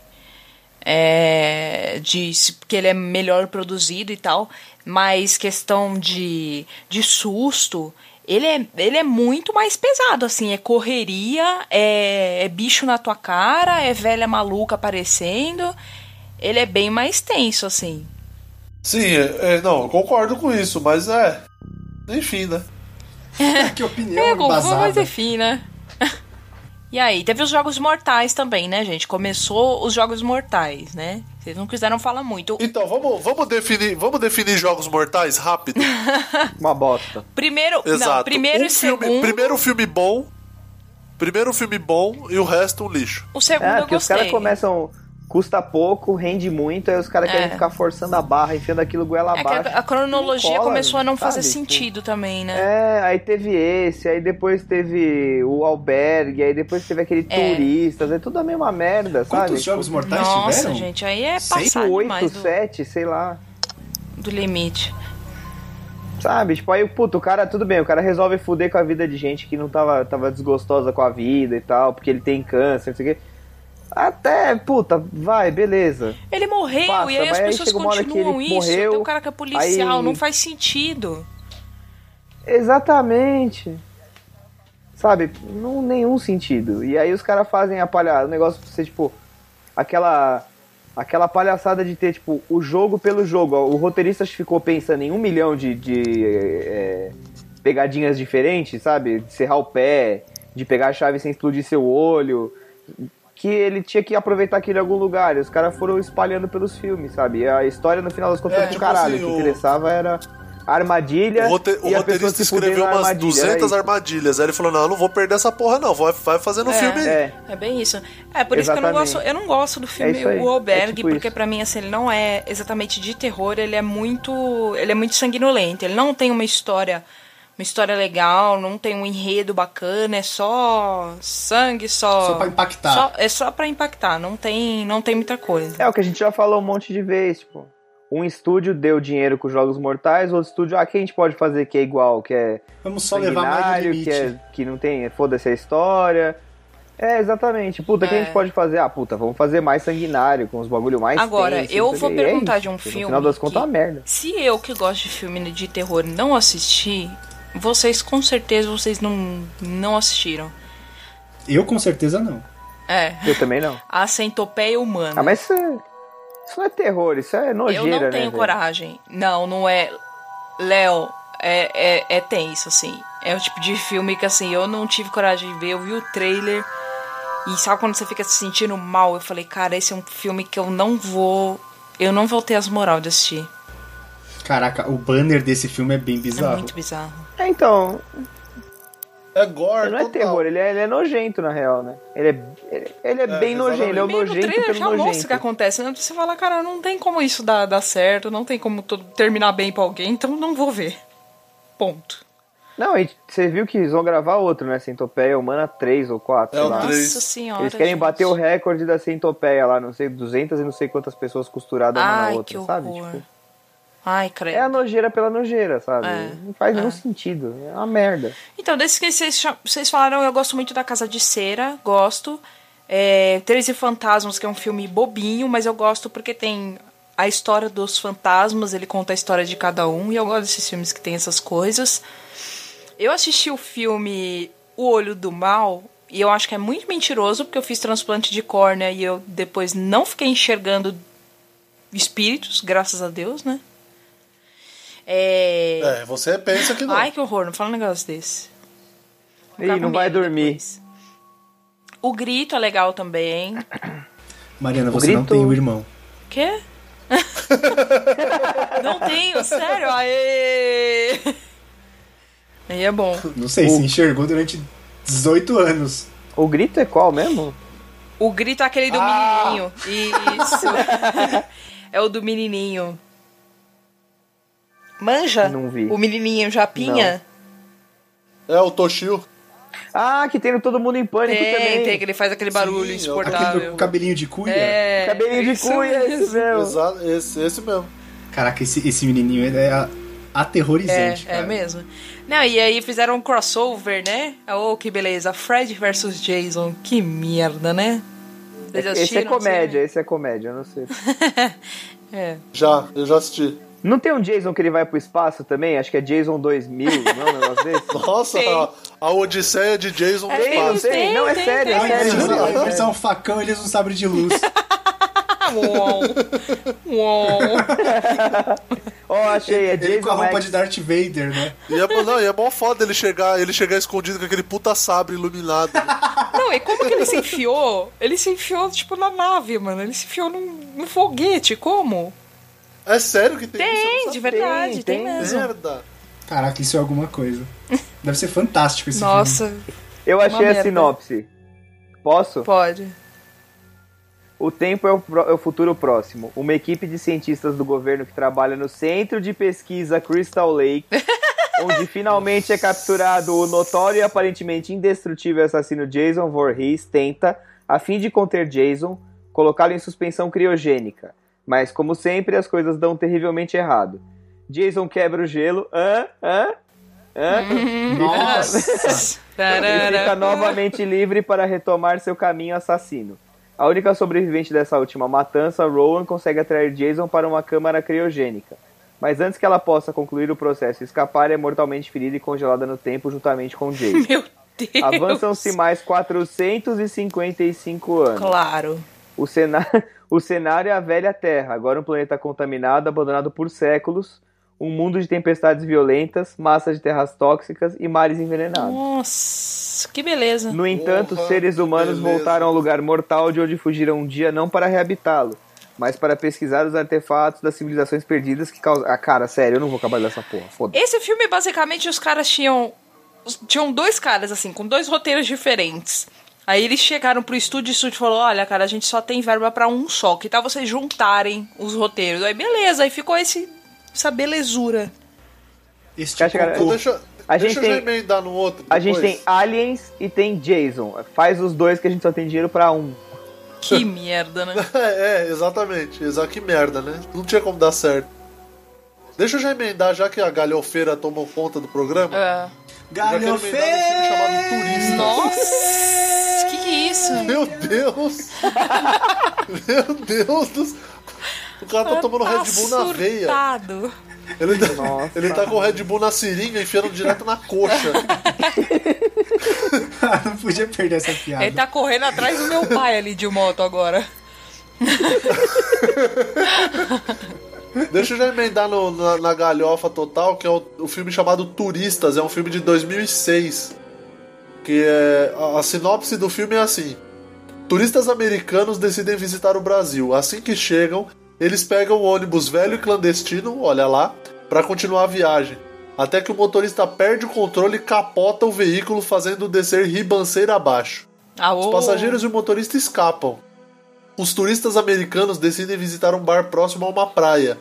[SPEAKER 3] É, de se- porque ele é melhor produzido e tal, mas questão de, de susto. Ele é, ele é muito mais pesado, assim, é correria, é, é bicho na tua cara, é velha maluca aparecendo. Ele é bem mais tenso, assim.
[SPEAKER 1] Sim, é, é, não, eu concordo com isso, mas é. Enfim, né?
[SPEAKER 2] que opinião
[SPEAKER 3] É, conclua, mas
[SPEAKER 2] embasada.
[SPEAKER 3] enfim, né? E aí, teve os Jogos Mortais também, né, gente? Começou os Jogos Mortais, né? Vocês não quiseram falar muito.
[SPEAKER 1] Então, vamos, vamos, definir, vamos definir jogos mortais rápido?
[SPEAKER 4] Uma bosta.
[SPEAKER 3] Primeiro,
[SPEAKER 1] Exato.
[SPEAKER 3] não, primeiro
[SPEAKER 1] Um
[SPEAKER 3] e
[SPEAKER 1] filme-
[SPEAKER 3] segundo.
[SPEAKER 1] Primeiro filme bom. Primeiro filme bom e o resto um lixo.
[SPEAKER 3] O segundo
[SPEAKER 4] É,
[SPEAKER 3] eu
[SPEAKER 4] porque os
[SPEAKER 3] gostei.
[SPEAKER 4] caras começam. Custa pouco, rende muito, aí os caras
[SPEAKER 3] É.
[SPEAKER 4] querem ficar forçando a barra, enfiando aquilo
[SPEAKER 3] É
[SPEAKER 4] goela
[SPEAKER 3] que
[SPEAKER 4] abaixo.
[SPEAKER 3] a, a cronologia
[SPEAKER 4] Não cola,
[SPEAKER 3] começou a não
[SPEAKER 4] sabe? tipo,
[SPEAKER 3] fazer sentido também, né?
[SPEAKER 4] É, aí teve esse, aí depois teve o albergue, aí depois teve aquele
[SPEAKER 3] É.
[SPEAKER 4] turistas, é tudo a mesma merda, sabe? Tipo,
[SPEAKER 2] Quantos jogos mortais
[SPEAKER 3] Nossa,
[SPEAKER 2] tiveram?
[SPEAKER 3] gente, aí é
[SPEAKER 2] Seis ou
[SPEAKER 3] passar
[SPEAKER 4] tá Oito,
[SPEAKER 3] demais do,
[SPEAKER 4] sete, sei lá.
[SPEAKER 3] do limite.
[SPEAKER 4] Sabe? Tipo, aí, puto, o cara, tudo bem, o cara resolve fuder com a vida de gente que não tava, tava desgostosa com a vida e tal, porque ele tem câncer, não sei o quê. Até, puta, vai, beleza.
[SPEAKER 3] Ele morreu
[SPEAKER 4] Passa,
[SPEAKER 3] e aí as
[SPEAKER 4] mas aí
[SPEAKER 3] pessoas
[SPEAKER 4] chega uma hora que
[SPEAKER 3] continuam
[SPEAKER 4] ele
[SPEAKER 3] isso.
[SPEAKER 4] morreu,
[SPEAKER 3] tem um cara que é policial,
[SPEAKER 4] aí-
[SPEAKER 3] não faz sentido.
[SPEAKER 4] Exatamente. Sabe? Não nenhum sentido. E aí os caras fazem a palha, o negócio pra você tipo aquela aquela palhaçada de ter tipo o jogo pelo jogo. ó. O roteirista ficou pensando em um milhão de, de é, pegadinhas diferentes, sabe? De serrar o pé, de pegar a chave sem explodir seu olho. Que ele tinha que aproveitar aquilo em algum lugar. E os caras foram espalhando pelos filmes, sabe? E a história, no final das contas,
[SPEAKER 1] É,
[SPEAKER 4] era do
[SPEAKER 1] tipo
[SPEAKER 4] caralho.
[SPEAKER 1] assim,
[SPEAKER 4] o que
[SPEAKER 1] o-
[SPEAKER 4] interessava era armadilha.
[SPEAKER 1] O, rote- o
[SPEAKER 4] e a pessoa
[SPEAKER 1] roteirista
[SPEAKER 4] se fuder
[SPEAKER 1] escreveu
[SPEAKER 4] na
[SPEAKER 1] umas
[SPEAKER 4] armadilha, é
[SPEAKER 1] 200
[SPEAKER 4] era
[SPEAKER 1] armadilhas. Aí ele falou: Não, eu não vou perder essa porra, não. Vai, vai fazendo um
[SPEAKER 3] É.
[SPEAKER 1] filme.
[SPEAKER 4] isso.
[SPEAKER 1] aí.
[SPEAKER 4] É.
[SPEAKER 3] É bem isso. É, por isso que eu não
[SPEAKER 4] Exatamente.
[SPEAKER 3] gosto, eu não gosto do
[SPEAKER 4] É
[SPEAKER 3] filme
[SPEAKER 4] isso aí.
[SPEAKER 3] O Albergue,
[SPEAKER 4] É tipo
[SPEAKER 3] porque
[SPEAKER 4] isso.
[SPEAKER 3] pra mim assim, ele não é exatamente de terror, ele é muito, ele é muito sanguinolento. Ele não tem uma história, uma história legal, não tem um enredo bacana, é só sangue, só
[SPEAKER 2] Só pra impactar.
[SPEAKER 3] só- é só pra impactar, não tem, não tem muita coisa.
[SPEAKER 4] É o que a gente já falou um monte de vez, tipo. Um estúdio deu dinheiro com os Jogos Mortais, outro estúdio, ah, que a gente pode fazer que é igual, que é
[SPEAKER 2] Vamos só levar mais do
[SPEAKER 4] sanguinário, que,
[SPEAKER 2] limite.
[SPEAKER 4] é, que não tem, foda-se a história. É, exatamente. Puta, o que a gente
[SPEAKER 3] É.
[SPEAKER 4] pode fazer? Ah, puta, vamos fazer mais sanguinário, com os bagulho mais
[SPEAKER 3] Agora,
[SPEAKER 4] tenso,
[SPEAKER 3] eu
[SPEAKER 4] não sei o
[SPEAKER 3] vou
[SPEAKER 4] quê. E é
[SPEAKER 3] perguntar
[SPEAKER 4] isso.
[SPEAKER 3] de um filme
[SPEAKER 4] No final das contas,
[SPEAKER 3] que-
[SPEAKER 4] é uma merda.
[SPEAKER 3] Se eu que gosto de filme de terror não assisti, vocês com certeza vocês não não assistiram.
[SPEAKER 2] Eu com certeza não.
[SPEAKER 3] É.
[SPEAKER 4] Eu também não.
[SPEAKER 3] A centopeia humana.
[SPEAKER 4] Ah, mas isso é, isso não é terror, isso é nojeira,
[SPEAKER 3] Eu não
[SPEAKER 4] né,
[SPEAKER 3] tenho
[SPEAKER 4] velho?
[SPEAKER 3] coragem. Não, não é. Léo, é, é, é tenso, assim. É o tipo de filme que, assim, eu não tive coragem de ver. Eu vi o trailer. E sabe quando você fica se sentindo mal? Eu falei, cara, esse é um filme que eu não vou. Eu não vou ter as moral de assistir.
[SPEAKER 2] Caraca, o banner desse filme é bem
[SPEAKER 3] É
[SPEAKER 2] bizarro.
[SPEAKER 3] muito bizarro.
[SPEAKER 4] É, então,
[SPEAKER 1] É gore.
[SPEAKER 4] Não é
[SPEAKER 1] total.
[SPEAKER 4] terror, ele é, ele é nojento, na real, né? Ele é, ele, ele é bem nojento, ele é o
[SPEAKER 3] Meio no
[SPEAKER 4] nojento
[SPEAKER 3] trailer já
[SPEAKER 4] pelo
[SPEAKER 3] mostra o que
[SPEAKER 4] nojento.
[SPEAKER 3] acontece, né? Você fala, cara, não tem como isso dar, dar certo, não tem como tudo terminar bem pra alguém, então não vou ver. Ponto.
[SPEAKER 4] Não, e você viu que eles vão gravar outro, né? Centopeia Humana 3 ou 4,
[SPEAKER 1] É
[SPEAKER 4] sei
[SPEAKER 1] o
[SPEAKER 4] lá.
[SPEAKER 1] três.
[SPEAKER 3] Nossa senhora.
[SPEAKER 4] Eles querem
[SPEAKER 3] gente.
[SPEAKER 4] bater o recorde da centopeia lá, não sei, 200 e não sei quantas pessoas costuradas uma
[SPEAKER 3] Ai,
[SPEAKER 4] na
[SPEAKER 3] que
[SPEAKER 4] outra,
[SPEAKER 3] horror.
[SPEAKER 4] sabe? Tipo,
[SPEAKER 3] Ai, credo.
[SPEAKER 4] é a nojeira pela nojeira, sabe?
[SPEAKER 3] É,
[SPEAKER 4] não faz
[SPEAKER 3] é.
[SPEAKER 4] nenhum sentido, é uma merda.
[SPEAKER 3] Então, desses que vocês, cha- vocês falaram, eu gosto muito da Casa de Cera, gosto. É, Treze Fantasmas, que é um filme bobinho, mas eu gosto porque tem a história dos fantasmas, ele conta a história de cada um, e eu gosto desses filmes que tem essas coisas. Eu assisti o filme O Olho do Mal, e eu acho que é muito mentiroso, porque eu fiz transplante de córnea e eu depois não fiquei enxergando espíritos, graças a Deus, né? É...
[SPEAKER 1] É, você pensa que não.
[SPEAKER 3] Ai, que horror, não fala um negócio desse. Vou
[SPEAKER 4] Ih,
[SPEAKER 3] ficar
[SPEAKER 4] não
[SPEAKER 3] com
[SPEAKER 4] vai
[SPEAKER 3] medo
[SPEAKER 4] dormir.
[SPEAKER 3] depois. O grito é legal também.
[SPEAKER 2] Mariana,
[SPEAKER 4] O
[SPEAKER 2] você não
[SPEAKER 4] grito-
[SPEAKER 2] tem o irmão.
[SPEAKER 3] Quê? não tenho, sério? Aê! Aí é bom.
[SPEAKER 2] Não sei, se enxergou durante 18 anos.
[SPEAKER 4] O grito é qual mesmo?
[SPEAKER 3] O grito é aquele do
[SPEAKER 1] Ah!
[SPEAKER 3] menininho. Isso. é o do menininho. Manja?
[SPEAKER 4] Não vi.
[SPEAKER 3] O menininho Japinha?
[SPEAKER 1] É, o Toshio.
[SPEAKER 4] Ah, que tem no Todo Mundo em Pânico também. é
[SPEAKER 3] Tem, tem, que ele faz aquele barulho
[SPEAKER 1] Sim,
[SPEAKER 2] Aquele
[SPEAKER 3] insuportável.
[SPEAKER 2] do cabelinho de cuia.
[SPEAKER 3] É,
[SPEAKER 4] Cabelinho de
[SPEAKER 3] isso
[SPEAKER 4] cuia, é
[SPEAKER 3] mesmo.
[SPEAKER 4] isso mesmo.
[SPEAKER 1] Exato, esse, esse mesmo.
[SPEAKER 2] Caraca, esse, esse menininho ele é a-
[SPEAKER 3] É,
[SPEAKER 2] aterrorizante.
[SPEAKER 3] é
[SPEAKER 2] cara.
[SPEAKER 3] mesmo. Não, e aí fizeram um crossover, né? Oh, que beleza. Fred versus Jason. Que merda, né? Vocês
[SPEAKER 4] Esse é
[SPEAKER 3] assistiram?
[SPEAKER 4] comédia, esse é comédia, eu não sei.
[SPEAKER 3] É.
[SPEAKER 1] Já, eu já assisti.
[SPEAKER 4] Não tem um Jason que ele vai pro espaço também? Acho que é Jason 2000, não é um negócio desse?
[SPEAKER 1] Nossa,
[SPEAKER 3] Tem.
[SPEAKER 1] a, a Odisseia de Jason
[SPEAKER 3] É,
[SPEAKER 1] no
[SPEAKER 4] Tem, não
[SPEAKER 1] espaço.
[SPEAKER 4] tem?
[SPEAKER 3] tem,
[SPEAKER 4] não, é
[SPEAKER 3] tem,
[SPEAKER 4] sério,
[SPEAKER 3] tem.
[SPEAKER 2] Ao
[SPEAKER 4] é sério.
[SPEAKER 2] invés de- ao invés de
[SPEAKER 4] É.
[SPEAKER 2] usar um facão, eles usam um sabre de luz.
[SPEAKER 3] Ah, uou. Uou.
[SPEAKER 4] Ó, achei, é
[SPEAKER 2] Ele com a
[SPEAKER 4] Jason
[SPEAKER 2] roupa
[SPEAKER 4] X.
[SPEAKER 2] de Darth Vader, né?
[SPEAKER 1] E é, não, e é mó foda ele chegar, ele chegar escondido com aquele puta sabre iluminado.
[SPEAKER 3] Não, e como que ele se enfiou? Ele se enfiou, tipo, na nave, mano. Ele se enfiou num, num foguete. Como?
[SPEAKER 1] É sério que tem,
[SPEAKER 3] Tem,
[SPEAKER 1] isso?
[SPEAKER 3] de verdade, tem,
[SPEAKER 4] tem.
[SPEAKER 1] Eu não
[SPEAKER 3] mesmo.
[SPEAKER 1] sabia. Merda.
[SPEAKER 2] Caraca, isso é alguma coisa. Deve ser fantástico esse filme.
[SPEAKER 3] Nossa,
[SPEAKER 4] Eu achei
[SPEAKER 3] merda.
[SPEAKER 4] a sinopse. Posso?
[SPEAKER 3] pode.
[SPEAKER 4] O tempo é o, pró- é o futuro próximo. Uma equipe de cientistas do governo que trabalha no centro de pesquisa Crystal Lake, onde finalmente é capturado o notório e aparentemente indestrutível assassino Jason Voorhees, tenta, a fim de conter Jason, colocá-lo em suspensão criogênica. Mas, como sempre, as coisas dão terrivelmente errado. Jason quebra o gelo, hã? Hã? Hã?
[SPEAKER 2] Nossa!
[SPEAKER 4] e fica novamente livre para retomar seu caminho assassino. A única sobrevivente dessa última matança, Rowan, consegue atrair Jason para uma câmara criogênica. Mas antes que ela possa concluir o processo e escapar, é mortalmente ferida e congelada no tempo juntamente com Jason.
[SPEAKER 3] Meu Deus.
[SPEAKER 4] Avançam-se mais 455 anos.
[SPEAKER 3] Claro.
[SPEAKER 4] O, cena... o cenário é a velha Terra, agora um planeta contaminado, abandonado por séculos, um mundo de tempestades violentas, massas de terras tóxicas e mares envenenados.
[SPEAKER 3] Nossa, que beleza.
[SPEAKER 4] No entanto,
[SPEAKER 1] Porra,
[SPEAKER 4] seres humanos
[SPEAKER 1] beleza.
[SPEAKER 4] voltaram ao lugar mortal de onde fugiram um dia não para reabitá-lo, mas para pesquisar os artefatos das civilizações perdidas que causam. Ah, cara, sério, eu não vou acabar dessa porra, foda-se.
[SPEAKER 3] Esse filme, basicamente, os caras tinham. os- Tinham dois caras, assim, com dois roteiros diferentes. Aí eles chegaram pro estúdio e o estúdio falou: Olha, cara, a gente só tem verba pra um só. Que tal vocês juntarem os roteiros? Aí beleza, aí ficou esse, essa belezura.
[SPEAKER 2] Este
[SPEAKER 4] Quer chegar-
[SPEAKER 1] Então
[SPEAKER 2] cocô.
[SPEAKER 1] deixa,
[SPEAKER 4] É. A
[SPEAKER 1] deixa
[SPEAKER 4] gente
[SPEAKER 1] eu já
[SPEAKER 4] tem-
[SPEAKER 1] emendar no outro.
[SPEAKER 4] A gente
[SPEAKER 1] depois.
[SPEAKER 4] tem aliens e tem Jason. Faz os dois que a gente só tem dinheiro pra um.
[SPEAKER 3] Que merda, né?
[SPEAKER 1] É, é, exatamente. Exa, que merda, né? Não tinha como dar certo. Deixa eu já emendar, já que a galhofeira tomou conta do programa.
[SPEAKER 3] Ah,
[SPEAKER 1] Eu já quero emendar num filme chamado Turista.
[SPEAKER 3] nossa, que que é isso?
[SPEAKER 1] Meu Deus! Meu Deus! do c- O cara tá tomando Red Bull na veia.
[SPEAKER 3] surtado.
[SPEAKER 1] Ele tá,
[SPEAKER 4] Nossa.
[SPEAKER 1] ele tá com o Red Bull na seringa, enfiando direto na coxa.
[SPEAKER 2] Não podia perder essa piada.
[SPEAKER 3] Ele tá correndo atrás do meu pai ali de moto agora.
[SPEAKER 1] Deixa eu já emendar no- na, na galhofa total, que é o, o filme chamado Turistas, é um filme de 2006. Que é. A, a sinopse do filme é assim: Turistas americanos decidem visitar o Brasil. Assim que chegam, eles pegam o ônibus velho e clandestino, olha lá, para continuar a viagem. Até que o motorista perde o controle e capota o veículo, fazendo descer ribanceira abaixo.
[SPEAKER 3] Aô.
[SPEAKER 1] Os passageiros e o motorista escapam. Os turistas americanos decidem visitar um bar próximo a uma praia.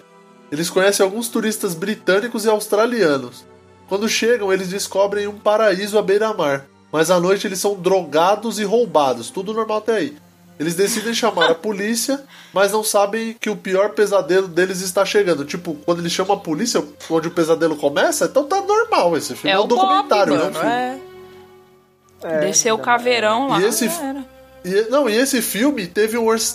[SPEAKER 1] Eles conhecem alguns turistas britânicos e australianos. Quando chegam, eles descobrem um paraíso à beira-mar. Mas à noite eles são drogados e roubados, tudo normal até aí. Eles decidem chamar a polícia, mas não sabem que o pior pesadelo deles está chegando. Tipo, quando eles chamam a polícia, onde o pesadelo começa, então tá normal esse filme. É, um
[SPEAKER 3] o Bob,
[SPEAKER 1] documentário, não é um
[SPEAKER 3] mano,
[SPEAKER 1] filme.
[SPEAKER 3] é. Desceu o caveirão lá.
[SPEAKER 1] E esse-
[SPEAKER 3] já era.
[SPEAKER 1] E- não, e esse filme teve um orç...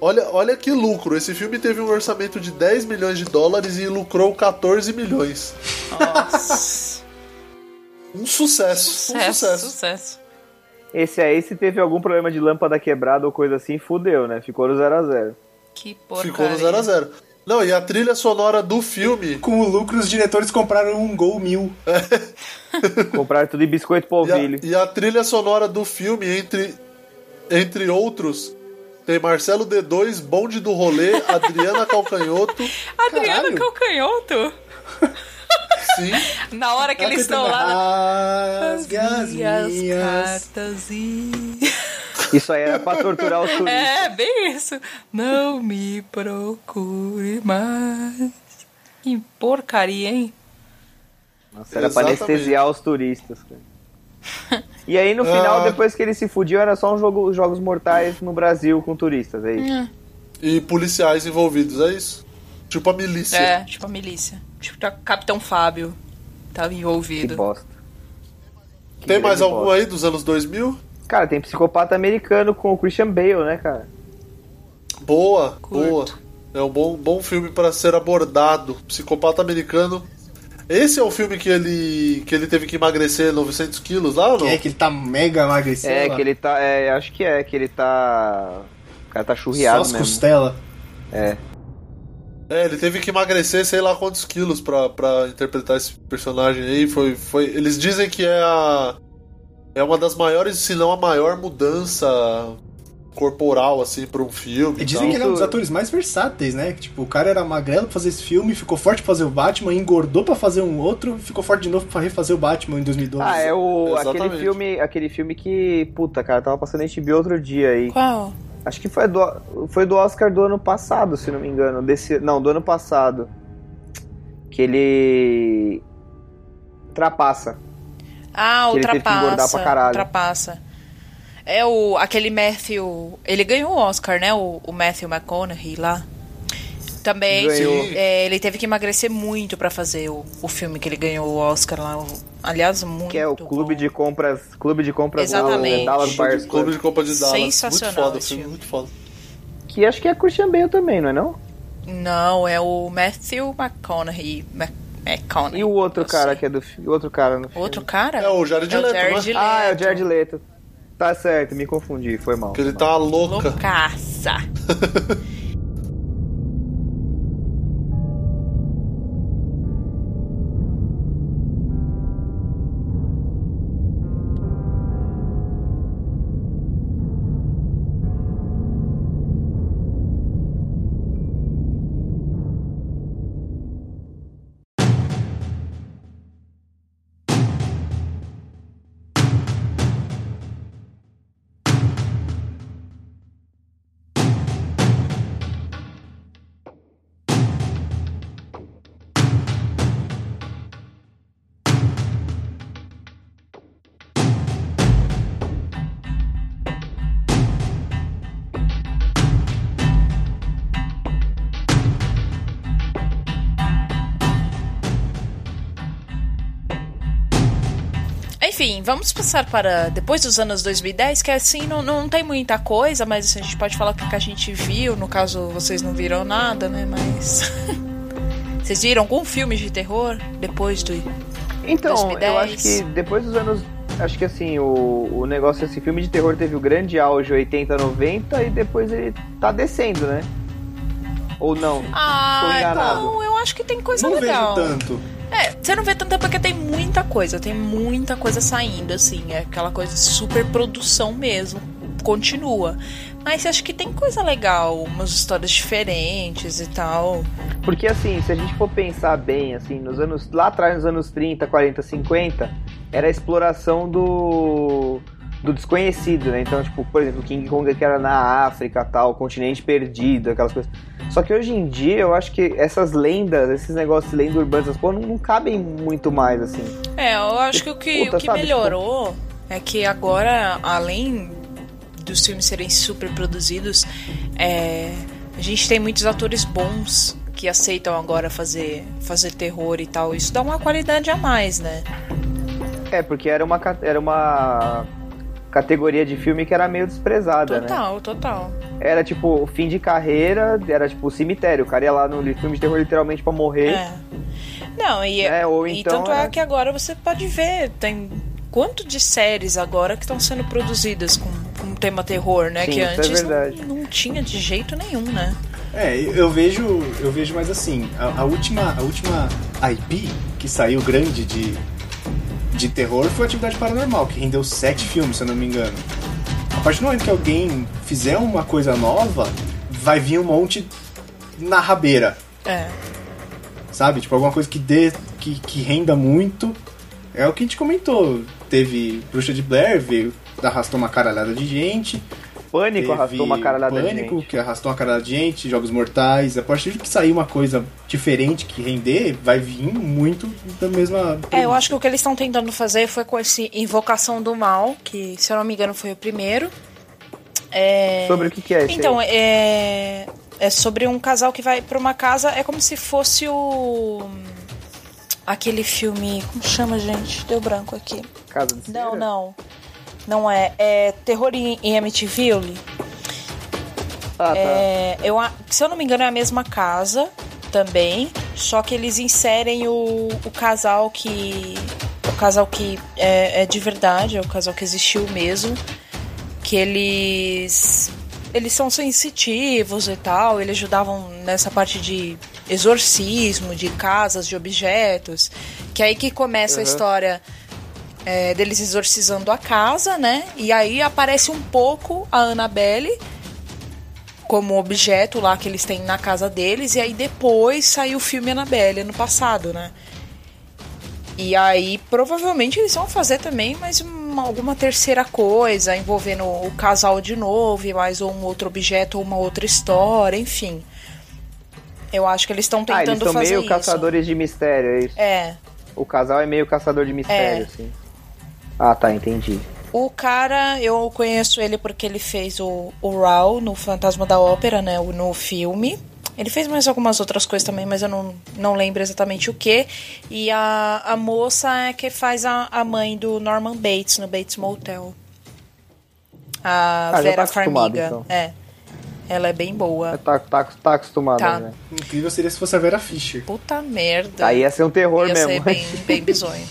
[SPEAKER 1] Olha, olha que lucro. Esse filme teve um orçamento de 10 milhões de dólares e lucrou 14 milhões.
[SPEAKER 3] Nossa.
[SPEAKER 1] Um sucesso. um
[SPEAKER 3] sucesso,
[SPEAKER 1] sucesso.
[SPEAKER 3] sucesso.
[SPEAKER 4] Esse aí, se teve algum problema de lâmpada quebrada ou coisa assim, fudeu, né? Ficou no 0 a 0
[SPEAKER 3] Que porcaria.
[SPEAKER 1] Ficou no 0 a 0 Não, e a trilha sonora do filme.
[SPEAKER 2] Com o lucro, os diretores compraram um Gol mil.
[SPEAKER 4] Compraram tudo em biscoito
[SPEAKER 1] E a,
[SPEAKER 4] polvilho.
[SPEAKER 1] e a trilha sonora do filme, entre, entre outros, tem Marcelo D2, Bonde do Rolê, Adriana Calcanhoto.
[SPEAKER 3] Adriano
[SPEAKER 2] Caralho.
[SPEAKER 3] é Calcanhoto.
[SPEAKER 1] Sim.
[SPEAKER 3] Na hora que eles estão lá. né?
[SPEAKER 2] lá.
[SPEAKER 3] As minhas cartas e...
[SPEAKER 4] Isso aí era pra torturar os turistas.
[SPEAKER 3] É, bem isso. Não me procure mais. Que porcaria, hein?
[SPEAKER 4] Nossa, era pra
[SPEAKER 1] Exatamente.
[SPEAKER 4] anestesiar os turistas, cara. E aí no final,
[SPEAKER 1] Ah.
[SPEAKER 4] depois que ele se fudiu, era só um jogo, os Jogos Mortais no Brasil com turistas, é isso.
[SPEAKER 1] E policiais envolvidos, é isso? Tipo a milícia.
[SPEAKER 3] É, tipo a milícia. Tipo, tá Capitão Fábio tava
[SPEAKER 4] Que
[SPEAKER 3] envolvido.
[SPEAKER 4] bosta. Que
[SPEAKER 1] Tem mais
[SPEAKER 4] grande
[SPEAKER 1] algum
[SPEAKER 4] bosta.
[SPEAKER 1] aí dos anos 2000?
[SPEAKER 4] Cara, tem psicopata americano com o Christian Bale, né, cara?
[SPEAKER 1] Boa,
[SPEAKER 3] Curto.
[SPEAKER 1] boa. É um bom, bom filme para ser abordado. Psicopata americano. Esse é o filme que ele que ele teve que emagrecer 900 quilos lá ou não?
[SPEAKER 2] É, que ele tá mega emagrecido.
[SPEAKER 4] é,
[SPEAKER 2] lá.
[SPEAKER 4] que ele tá. É, acho que é, que ele tá. O cara tá
[SPEAKER 2] Só
[SPEAKER 4] churriado
[SPEAKER 2] as
[SPEAKER 4] mesmo.
[SPEAKER 2] costelas.
[SPEAKER 4] É.
[SPEAKER 1] É, ele teve que emagrecer sei lá quantos quilos pra, pra interpretar esse personagem aí. Foi, foi, eles dizem que é a. É uma das maiores, se não a maior mudança corporal, assim, pra um filme.
[SPEAKER 2] E
[SPEAKER 1] e
[SPEAKER 2] dizem
[SPEAKER 1] tal.
[SPEAKER 2] que ele é um dos
[SPEAKER 4] Isso-
[SPEAKER 2] atores mais versáteis, né? Que, tipo, o cara era magrelo pra fazer esse filme, ficou forte pra fazer o Batman, engordou pra fazer um outro, ficou forte de novo pra refazer o Batman em 2012.
[SPEAKER 4] Ah, é o. Aquele
[SPEAKER 1] Exatamente.
[SPEAKER 4] filme, aquele filme que. Puta, cara, tava passando HBO outro dia aí.
[SPEAKER 3] Qual?
[SPEAKER 4] Acho que foi do, foi do Oscar do ano passado, se não me engano. Desse, não, do ano passado. Que ele. Trapassa.
[SPEAKER 3] Ah,
[SPEAKER 4] Que
[SPEAKER 3] o
[SPEAKER 4] ele teve que engordar
[SPEAKER 3] Trapaça.
[SPEAKER 4] pra caralho.
[SPEAKER 3] Trapaça. É o aquele Matthew. Ele ganhou o Oscar, né? O, o Matthew McConaughey lá. Também
[SPEAKER 4] Ganhou.
[SPEAKER 3] é, ele teve que emagrecer muito pra fazer o, o filme que ele ganhou o Oscar lá. O- aliás, muito.
[SPEAKER 4] Que é o clube
[SPEAKER 3] bom.
[SPEAKER 4] de compras. Clube de compras
[SPEAKER 3] Exatamente.
[SPEAKER 4] Dallas, Dallas Buyers Club.
[SPEAKER 1] Clube de Copa de Dallas.
[SPEAKER 3] Sensacional
[SPEAKER 1] Muito foda,
[SPEAKER 3] esse
[SPEAKER 1] filme,
[SPEAKER 3] filme.
[SPEAKER 1] muito foda.
[SPEAKER 4] Que acho que é Christian Bale também, não é não?
[SPEAKER 3] Não, é o Matthew McConaughey. Mac- McConaughey.
[SPEAKER 4] E o outro
[SPEAKER 3] Eu
[SPEAKER 4] cara
[SPEAKER 3] sei.
[SPEAKER 4] que é do fi- o outro cara no filme.
[SPEAKER 3] Outro cara?
[SPEAKER 1] É o Jared
[SPEAKER 3] É o
[SPEAKER 1] Leto,
[SPEAKER 3] Jared
[SPEAKER 1] né?
[SPEAKER 3] Leto.
[SPEAKER 4] Ah, é o Jared Leto. Tá certo, me confundi, foi mal.
[SPEAKER 1] Que ele tá louca.
[SPEAKER 3] Loucaça. Enfim, vamos passar para depois dos anos 2010, que assim não, não tem muita coisa, mas assim, a gente pode falar o que que a gente viu. No caso, vocês não viram nada, né? Mas. vocês viram algum filme de terror depois do.
[SPEAKER 4] Então,
[SPEAKER 3] 2010.
[SPEAKER 4] eu acho que depois dos anos. Acho que assim, o, o negócio desse filme de terror teve o grande auge 80, 90 e depois ele tá descendo, né? Ou não? Tô
[SPEAKER 3] Ah,
[SPEAKER 4] enganado.
[SPEAKER 3] não, eu acho que tem coisa
[SPEAKER 2] Não
[SPEAKER 3] legal.
[SPEAKER 2] vejo tanto.
[SPEAKER 3] É, você não vê tanta porque tem muita coisa, tem muita coisa saindo, assim, é aquela coisa de super produção mesmo, continua. Mas acho que tem coisa legal, umas histórias diferentes e tal.
[SPEAKER 4] Porque assim, se a gente for pensar bem, assim, nos anos. Lá atrás, nos anos 30, 40, 50, era a exploração do. do desconhecido, né? Então, tipo, por exemplo, King Kong que era na África, tal, continente perdido, aquelas coisas. Só que hoje em dia eu acho que essas lendas, esses negócios de lendas urbanas, essas porra, não, não cabem muito mais, assim.
[SPEAKER 3] É, eu acho que o que,
[SPEAKER 4] Puta,
[SPEAKER 3] o que
[SPEAKER 4] sabe, tipo,
[SPEAKER 3] melhorou é que agora, além dos filmes serem super produzidos, é, a gente tem muitos atores bons que aceitam agora fazer, fazer terror e tal. Isso dá uma qualidade a mais, né?
[SPEAKER 4] É, porque era uma, ca- era uma categoria de filme que era meio desprezada, né?
[SPEAKER 3] Total, total.
[SPEAKER 4] Era tipo, fim de carreira, era tipo cemitério. O cara ia lá no li- filme de terror literalmente pra morrer.
[SPEAKER 3] É. Não, e,
[SPEAKER 4] né? Ou
[SPEAKER 3] e
[SPEAKER 4] então.
[SPEAKER 3] tanto é
[SPEAKER 4] era-
[SPEAKER 3] que agora você pode ver, tem quanto de séries agora que estão sendo produzidas com, com tema terror, né?
[SPEAKER 4] Sim,
[SPEAKER 3] que
[SPEAKER 4] isso é
[SPEAKER 3] antes não-
[SPEAKER 4] verdade.
[SPEAKER 3] não tinha de jeito nenhum, né?
[SPEAKER 2] É, eu vejo, eu vejo mais assim, a, a última, a última IP que saiu grande de, de terror foi Atividade Paranormal, que rendeu sete filmes, se eu não me engano. A partir do momento que alguém fizer uma coisa nova, vai vir um monte na rabeira,
[SPEAKER 3] É.
[SPEAKER 2] sabe? Tipo, alguma coisa que dê, que, que renda muito. É o que a gente comentou. Teve Bruxa de Blair, veio, arrastou uma caralhada de gente.
[SPEAKER 4] Pânico
[SPEAKER 2] Teve
[SPEAKER 4] arrastou uma caralhada de
[SPEAKER 2] Pânico,
[SPEAKER 4] gente.
[SPEAKER 2] que arrastou uma cara da gente, Jogos Mortais. A partir de que sair uma coisa diferente que render, vai vir muito da mesma.
[SPEAKER 3] É, eu acho que o que eles estão tentando fazer foi com esse Invocação do Mal, que, se eu não me engano, foi o primeiro. É...
[SPEAKER 4] Sobre o que, que é esse
[SPEAKER 3] Então,
[SPEAKER 4] aí?
[SPEAKER 3] é... é sobre um casal que vai pra uma casa, é como se fosse o. Aquele filme. Como chama, gente? Deu branco aqui.
[SPEAKER 4] Casa de
[SPEAKER 3] Não,
[SPEAKER 4] Cera?
[SPEAKER 3] não. Não é. É Terror em em Amityville.
[SPEAKER 4] Ah, tá.
[SPEAKER 3] É, eu, a- se eu não me engano, é a mesma casa também. Só que eles inserem o, o casal que. O casal que é, é de verdade, é o casal que existiu mesmo. Que eles. Eles são sensitivos e tal. Eles ajudavam nessa parte de exorcismo, de casas, de objetos. Que é aí que começa a
[SPEAKER 4] Uhum.
[SPEAKER 3] história é, deles exorcizando a casa, né? E aí aparece um pouco a Annabelle como objeto lá que eles têm na casa deles. E aí depois saiu o filme Annabelle ano passado, né? E aí provavelmente eles vão fazer também mais uma- alguma terceira coisa envolvendo o casal de novo, e mais um outro objeto ou uma outra história, enfim. Eu acho que eles estão
[SPEAKER 4] Ah, eles
[SPEAKER 3] tentando
[SPEAKER 4] são
[SPEAKER 3] fazer
[SPEAKER 4] meio
[SPEAKER 3] isso.
[SPEAKER 4] caçadores de mistério, é isso.
[SPEAKER 3] É.
[SPEAKER 4] O casal é meio caçador de mistério,
[SPEAKER 3] É.
[SPEAKER 4] assim. Ah, tá, entendi.
[SPEAKER 3] O cara, eu conheço ele porque ele fez o, o Raul no Fantasma da Ópera, né? o- No filme. Ele fez mais algumas outras coisas também, mas eu não, não lembro exatamente o que. E a, a moça é que faz a, a mãe do Norman Bates no Bates Motel. A
[SPEAKER 4] Ah, já
[SPEAKER 3] Vera
[SPEAKER 4] tá acostumado,
[SPEAKER 3] Farmiga.
[SPEAKER 4] então.
[SPEAKER 3] É. Ela é bem boa.
[SPEAKER 4] Tá, tá, tá acostumado,
[SPEAKER 3] Tá.
[SPEAKER 4] né?
[SPEAKER 2] Incrível seria se fosse a Vera Fischer.
[SPEAKER 3] Puta merda.
[SPEAKER 4] Aí ia ser um terror
[SPEAKER 3] Ia
[SPEAKER 4] mesmo.
[SPEAKER 3] ser bem, bem bizonho.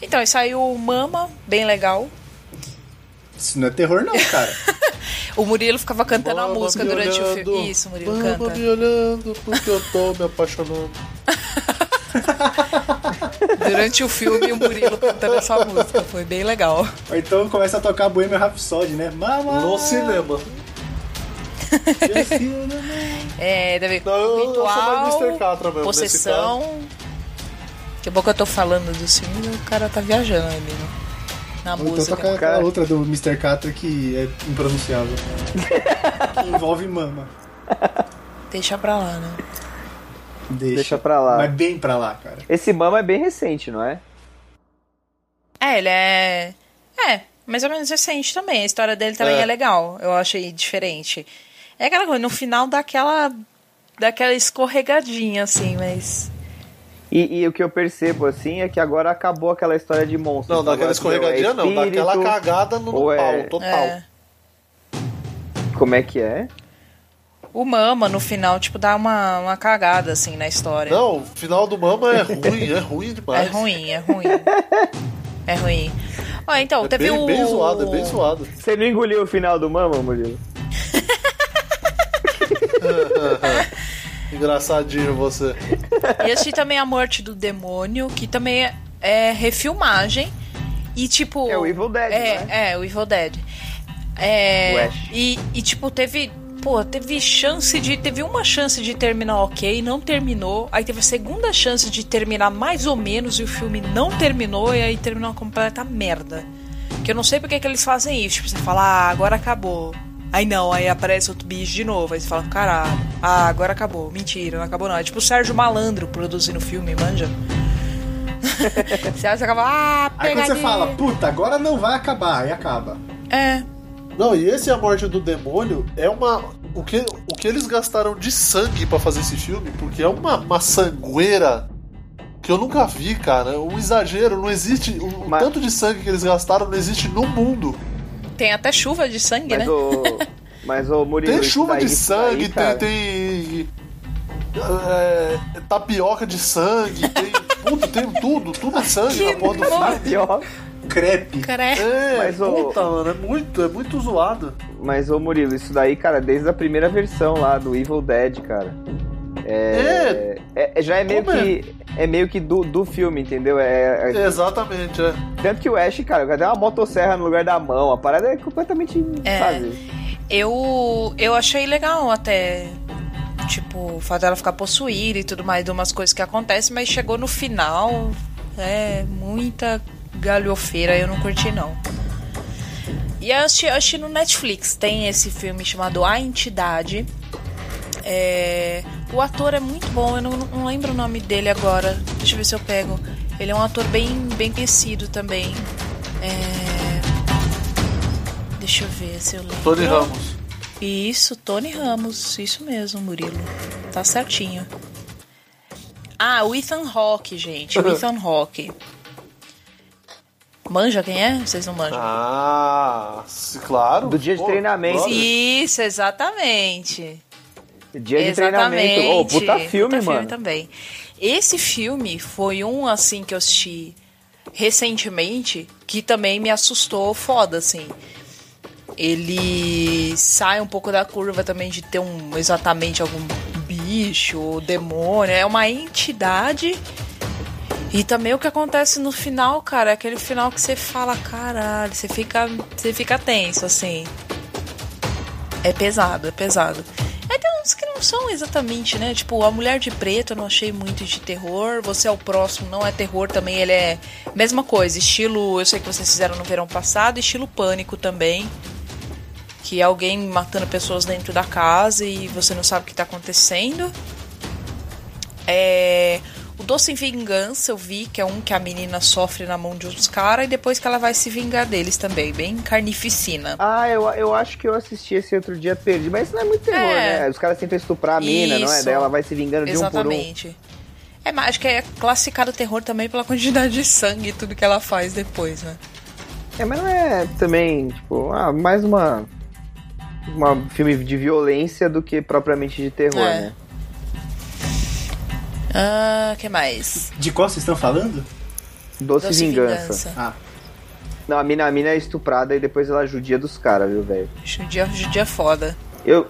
[SPEAKER 3] Então, e saiu o Mama, bem legal.
[SPEAKER 2] Isso não é terror, não, cara.
[SPEAKER 3] O Murilo ficava cantando
[SPEAKER 1] Mama
[SPEAKER 3] a música
[SPEAKER 1] me
[SPEAKER 3] durante o
[SPEAKER 1] olhando,
[SPEAKER 3] filme. Isso, Murilo,
[SPEAKER 1] mama
[SPEAKER 3] canta.
[SPEAKER 1] me olhando porque eu tô me apaixonando.
[SPEAKER 3] Durante o filme, o Murilo cantando essa música. Foi bem legal.
[SPEAKER 2] Ou então começa a tocar Bohemian Rhapsody, né? Mama!
[SPEAKER 1] No cinema.
[SPEAKER 2] eu sei, né?
[SPEAKER 3] É, deve
[SPEAKER 1] Não, eu- eu sou
[SPEAKER 3] ritual,
[SPEAKER 1] mais Mr. Catra mesmo,
[SPEAKER 3] possessão. Que bom que eu tô falando dos filmes, o cara tá viajando ali, né? Na
[SPEAKER 2] Ou então
[SPEAKER 3] música.
[SPEAKER 2] toca aquela
[SPEAKER 4] Cara.
[SPEAKER 2] outra do Mr. Catra que é impronunciável. que envolve mama.
[SPEAKER 3] Deixa pra lá, né?
[SPEAKER 2] Deixa,
[SPEAKER 4] Deixa pra lá.
[SPEAKER 2] Mas bem pra lá, cara.
[SPEAKER 4] Esse Mama é bem recente, não é?
[SPEAKER 3] É, ele é. É, mais ou menos recente também. A história dele também é,
[SPEAKER 1] É.
[SPEAKER 3] legal. Eu achei diferente. É aquela coisa, no final dá aquela. dá aquela escorregadinha, assim, mas.
[SPEAKER 4] E, e o que eu percebo, assim, é que agora acabou aquela história de monstro.
[SPEAKER 1] Não, daquela escorregadinha não, daquela cagada no, no
[SPEAKER 4] é ou é-
[SPEAKER 1] pau, total.
[SPEAKER 3] É.
[SPEAKER 4] Como é que é?
[SPEAKER 3] O Mama, no final, tipo, dá uma, uma cagada, assim, na história.
[SPEAKER 1] Não, o final do Mama é ruim, é ruim demais.
[SPEAKER 3] É ruim, é ruim. é ruim. Ó, então,
[SPEAKER 1] É
[SPEAKER 3] teve
[SPEAKER 1] bem,
[SPEAKER 3] o...
[SPEAKER 1] bem zoado, é bem zoado.
[SPEAKER 4] Você não engoliu o final do Mama, Murilo?
[SPEAKER 1] Engraçadinho você.
[SPEAKER 3] E assisti também é A Morte do Demônio, que também é, é refilmagem. E, tipo...
[SPEAKER 4] É o Evil Dead,
[SPEAKER 3] É,
[SPEAKER 4] não
[SPEAKER 3] é, o Evil Dead. É...
[SPEAKER 4] West.
[SPEAKER 3] E, e, tipo, teve... Pô, teve chance de. Teve uma chance de terminar ok, não terminou. Aí teve a segunda chance de terminar mais ou menos e o filme não terminou. E aí terminou uma completa merda. Que eu não sei porque que eles fazem isso. Tipo, você fala, ah, agora acabou. Aí não, aí aparece outro bicho de novo. Aí você fala, caralho, ah, agora acabou. Mentira, não acabou não. É tipo o Sérgio Malandro produzindo o filme, manja. você acha que acaba, ah,
[SPEAKER 2] Aí
[SPEAKER 3] pegadinha.
[SPEAKER 2] quando você fala, puta, agora não vai acabar, aí acaba.
[SPEAKER 3] É,
[SPEAKER 1] Não, e esse A Morte do Demônio é uma. O que, o que eles gastaram de sangue pra fazer esse filme, porque é uma, uma sangueira que eu nunca vi, cara. Um exagero, não existe. O, o
[SPEAKER 4] Mas-
[SPEAKER 1] tanto de sangue que eles gastaram não existe no mundo.
[SPEAKER 3] tem até chuva de sangue,
[SPEAKER 4] Mas
[SPEAKER 3] né?
[SPEAKER 4] o. Mas o Murilo.
[SPEAKER 1] Tem
[SPEAKER 4] isso
[SPEAKER 1] chuva
[SPEAKER 4] daí-
[SPEAKER 1] de
[SPEAKER 4] isso daí,
[SPEAKER 1] sangue,
[SPEAKER 4] cara,
[SPEAKER 1] tem. tem é, tapioca de sangue, tem. Puta, tem tudo, tudo é sangue na porra do filme.
[SPEAKER 3] nojo.
[SPEAKER 4] Pior.
[SPEAKER 2] Crepe.
[SPEAKER 3] Cara, é-
[SPEAKER 1] É,
[SPEAKER 4] Mas, ô-
[SPEAKER 1] puta, mano, é muito, é muito zoado.
[SPEAKER 4] Mas, ô Murilo, isso daí, cara, desde a primeira versão lá do Evil Dead, cara. É. é- é- já é meio
[SPEAKER 1] Como é?
[SPEAKER 4] que. É meio que do, do filme, entendeu? É, é-
[SPEAKER 1] Exatamente, é.
[SPEAKER 4] Tanto que o Ash, cara, cadê uma motosserra no lugar da mão? A parada é completamente.
[SPEAKER 3] É.
[SPEAKER 4] Sabe?
[SPEAKER 3] Eu, eu achei legal até. Tipo, o fato dela ficar possuída e tudo mais, de umas coisas que acontecem, mas chegou no final. É muita galhofeira, eu não curti não. E eu assisti, eu assisti no Netflix, tem esse filme chamado A Entidade. É, o ator é muito bom, eu não, não lembro o nome dele agora. Deixa eu ver se eu pego. Ele é um ator bem, bem conhecido também. É, deixa eu ver se eu lembro.
[SPEAKER 1] Tony Ramos.
[SPEAKER 3] Isso, Tony Ramos, isso mesmo, Murilo. Tá certinho. Ah, o Ethan Hawke, gente. O Ethan Hawke. Manja quem é? Vocês não manjam?
[SPEAKER 1] Ah, claro.
[SPEAKER 4] Do dia de treinamento.
[SPEAKER 1] claro.
[SPEAKER 3] Isso, exatamente.
[SPEAKER 4] Dia de
[SPEAKER 3] Exatamente.
[SPEAKER 4] treinamento. Ô, puta filme,
[SPEAKER 3] Puta
[SPEAKER 4] mano.
[SPEAKER 3] também. Esse filme foi um, assim, que eu assisti recentemente, que também me assustou foda, assim. Ele sai um pouco da curva também de ter um exatamente algum bicho ou demônio. É uma entidade. E também o que acontece no final, cara, é aquele final que você fala, caralho, você fica, você fica tenso, assim. É pesado, é pesado. É, tem uns que não são exatamente, né? Tipo, a Mulher de Preto eu não achei muito de terror. Você é o próximo, não é terror também, ele é mesma coisa. Estilo, eu sei que vocês fizeram no verão passado, estilo pânico também. Que é alguém matando pessoas dentro da casa e você não sabe o que tá acontecendo. É. O Doce em Vingança eu vi, que é um que a menina sofre na mão de uns caras e depois que ela vai se vingar deles também, bem carnificina.
[SPEAKER 4] Ah, eu, eu acho que eu assisti esse outro dia, perdi. Mas isso não é muito terror,
[SPEAKER 3] É.
[SPEAKER 4] né? Os caras tentam estuprar a mina, não é?
[SPEAKER 3] Isso.
[SPEAKER 4] Daí ela vai se vingando de um
[SPEAKER 3] Exatamente. É, mas acho que é classificado terror também pela quantidade de sangue e tudo que ela faz depois, né?
[SPEAKER 4] por um. É, mas não é também, tipo, ah, mais uma. Um filme de violência do que propriamente de terror,
[SPEAKER 3] É.
[SPEAKER 4] né?
[SPEAKER 3] Ah, que mais?
[SPEAKER 2] De qual vocês estão falando?
[SPEAKER 4] Doce,
[SPEAKER 3] Doce
[SPEAKER 4] vingança.
[SPEAKER 3] Vingança.
[SPEAKER 2] Ah,
[SPEAKER 4] Não, a mina, a mina é estuprada e depois ela judia dos caras, viu, velho?
[SPEAKER 3] Judia, judia foda.
[SPEAKER 4] Eu,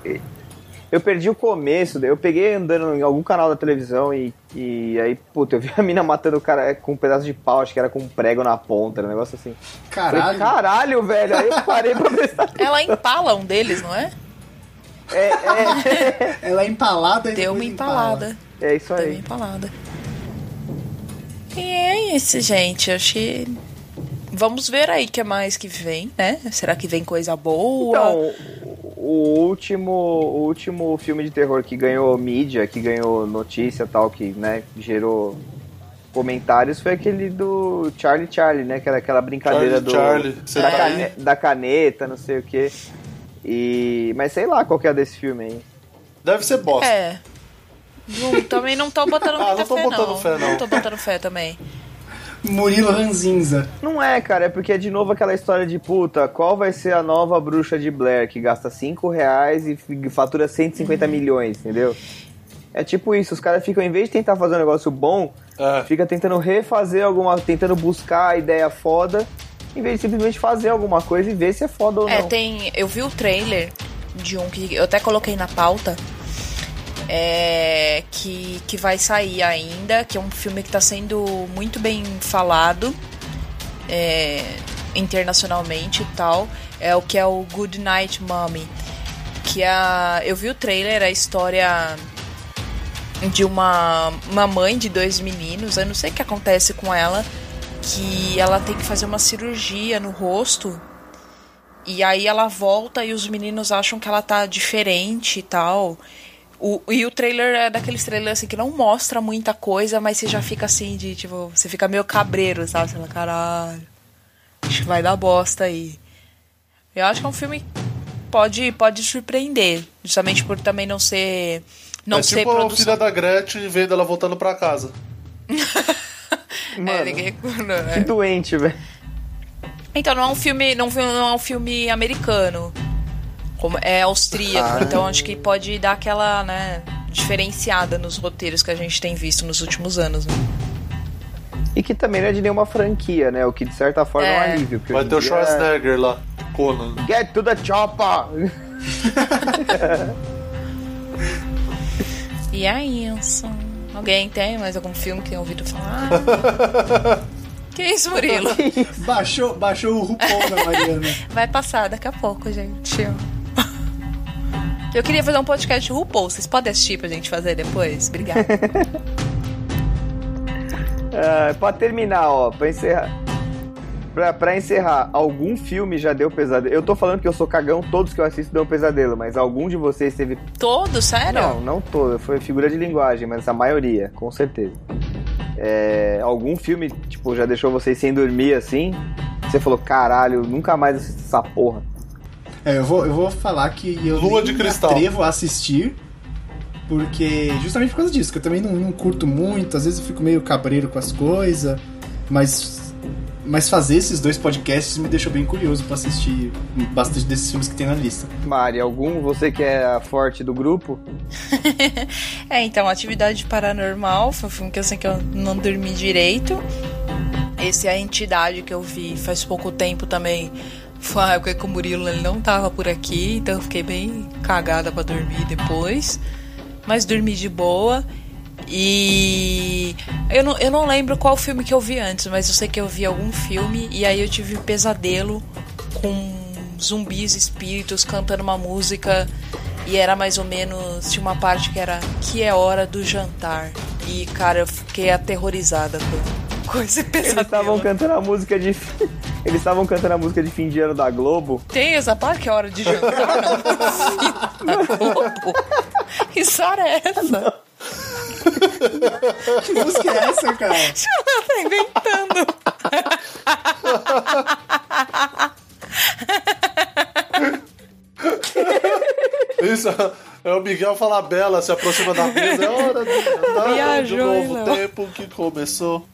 [SPEAKER 4] eu perdi o começo, daí eu peguei andando em algum canal da televisão e, e aí, puta, eu vi a mina matando o cara com um pedaço de pau, acho que era com um prego na ponta, um negócio assim. Falei,
[SPEAKER 2] caralho.
[SPEAKER 4] caralho, velho, aí eu parei pra pensar.
[SPEAKER 3] Ela empala um deles, não é?
[SPEAKER 2] Ela é empalada e
[SPEAKER 3] Deu uma
[SPEAKER 2] depois empala.
[SPEAKER 3] empalada.
[SPEAKER 4] É isso
[SPEAKER 3] Deu uma
[SPEAKER 4] aí.
[SPEAKER 3] empalada. E é isso, gente. Eu achei. Vamos ver aí o que mais que vem, né? Será que vem coisa boa?
[SPEAKER 4] Então, o último, o último filme de terror que ganhou mídia, que ganhou notícia tal, que né, gerou comentários, foi aquele do Charlie Charlie, né? Que era aquela brincadeira
[SPEAKER 1] Charlie
[SPEAKER 4] do.
[SPEAKER 1] Charlie, você
[SPEAKER 4] da,
[SPEAKER 3] tá
[SPEAKER 4] cane-
[SPEAKER 1] aí?
[SPEAKER 4] da caneta, não sei o quê. E. Mas sei lá qual que é desse filme aí.
[SPEAKER 1] Deve ser bosta.
[SPEAKER 3] É. Não, também não tô botando
[SPEAKER 1] Então, Ah,
[SPEAKER 3] muita
[SPEAKER 1] não tô
[SPEAKER 3] fé,
[SPEAKER 1] botando
[SPEAKER 3] não.
[SPEAKER 1] fé, não.
[SPEAKER 3] tô botando fé também.
[SPEAKER 2] Murilo Ranzinza.
[SPEAKER 4] Não é, cara, é porque é de novo aquela história de puta, qual vai ser a nova bruxa de Blair que gasta 5 reais e f- fatura
[SPEAKER 3] Uhum.
[SPEAKER 4] 150 milhões, entendeu? É tipo isso, os caras ficam, em vez de tentar fazer um negócio bom,
[SPEAKER 1] É.
[SPEAKER 4] fica tentando refazer alguma, tentando buscar a ideia foda, em vez de simplesmente fazer alguma coisa e ver se é foda ou
[SPEAKER 3] É,
[SPEAKER 4] não.
[SPEAKER 3] tem. Eu vi o trailer de um que eu até coloquei na pauta. É, que, que vai sair ainda, que é um filme que tá sendo muito bem falado é, internacionalmente e tal. É o que é o Good Night Mommy. Que é a, eu vi o trailer, a história de uma, uma mãe de dois meninos, eu não sei o que acontece com ela, que ela tem que fazer uma cirurgia no rosto e aí ela volta e os meninos acham que ela tá diferente e tal. O, e o trailer é daqueles trailers assim que não mostra muita coisa, mas você já fica assim de tipo, você fica meio cabreiro, sabe? Você fala, caralho, acho que vai dar bosta aí. Eu acho que é um filme que pode, pode surpreender, justamente por também não ser. Não
[SPEAKER 1] é
[SPEAKER 3] ser
[SPEAKER 1] tipo a
[SPEAKER 3] produção.
[SPEAKER 1] filha da Gretchen vendo ela voltando pra casa.
[SPEAKER 3] É,
[SPEAKER 4] Mano,
[SPEAKER 3] ninguém- é.
[SPEAKER 4] que doente, velho.
[SPEAKER 3] Então não é um filme, não, não é um filme americano. Como- É
[SPEAKER 4] Ah.
[SPEAKER 3] austríaco, então acho que pode dar aquela, né, diferenciada nos roteiros que a gente tem visto nos últimos anos. né?
[SPEAKER 4] E que também não é de nenhuma franquia, né? O que de certa forma é, um
[SPEAKER 3] É.
[SPEAKER 4] alívio. porque
[SPEAKER 1] Vai
[SPEAKER 4] hoje
[SPEAKER 1] ter o
[SPEAKER 4] em dia é-
[SPEAKER 1] Schwarzenegger lá. Conan.
[SPEAKER 4] Get to the chopper!
[SPEAKER 3] E é isso. Alguém tem mais algum filme que tem ouvido falar? que isso, Murilo?
[SPEAKER 2] Baixou, baixou o RuPaul da Mariana.
[SPEAKER 3] Vai passar daqui a pouco, gente. Eu queria fazer um podcast de RuPaul. Vocês podem assistir pra gente fazer depois? Obrigada.
[SPEAKER 4] Ah, É, pra terminar, ó, pra encerrar. Pra, pra encerrar, algum filme já deu pesadelo? Eu tô falando que eu sou cagão, todos que eu assisto dão pesadelo, mas algum de vocês teve.
[SPEAKER 3] Todo, sério?
[SPEAKER 4] Não, não todo, foi figura de linguagem, mas a maioria, com certeza. É, algum filme, tipo, já deixou vocês sem dormir assim? Você falou, caralho, nunca mais assisto essa porra.
[SPEAKER 2] É, eu vou, eu vou falar que eu
[SPEAKER 1] Lua
[SPEAKER 2] nem
[SPEAKER 1] de
[SPEAKER 2] me
[SPEAKER 1] Cristal.
[SPEAKER 2] atrevo a assistir, porque justamente por causa disso, que eu também não, não curto muito, às vezes eu fico meio cabreiro com as coisas, mas, mas fazer esses dois podcasts me deixou bem curioso pra assistir bastante desses filmes que tem na lista.
[SPEAKER 4] Mari, algum? Você que é a forte do grupo?
[SPEAKER 3] É, então, Atividade Paranormal foi um filme que eu sei que eu não dormi direito. Esse é a entidade que eu vi faz pouco tempo também. Foi uma época que o Murilo ele não tava por aqui, então eu fiquei bem cagada pra dormir depois. Mas dormi de boa. E eu não, eu não lembro qual filme que eu vi antes, mas eu sei que eu vi algum filme e aí eu tive um pesadelo com zumbis, espíritos cantando uma música e era mais ou menos tinha uma parte que era que é hora do jantar e cara eu fiquei aterrorizada com, com esse
[SPEAKER 4] Eles estavam
[SPEAKER 1] Tá
[SPEAKER 3] pesadelo.
[SPEAKER 4] cantando a música de. Eles estavam cantando a música de fim de ano da Globo.
[SPEAKER 3] Tem essa parte que é hora de jantar? Não, na Globo. Que história é essa?
[SPEAKER 2] Que música é essa, cara?
[SPEAKER 3] Ela tá inventando.
[SPEAKER 1] Isso é o Miguel Falabella se aproxima da mesa. É hora do, da-
[SPEAKER 3] Viajou,
[SPEAKER 1] do novo
[SPEAKER 3] hein, Léo?
[SPEAKER 1] tempo que começou.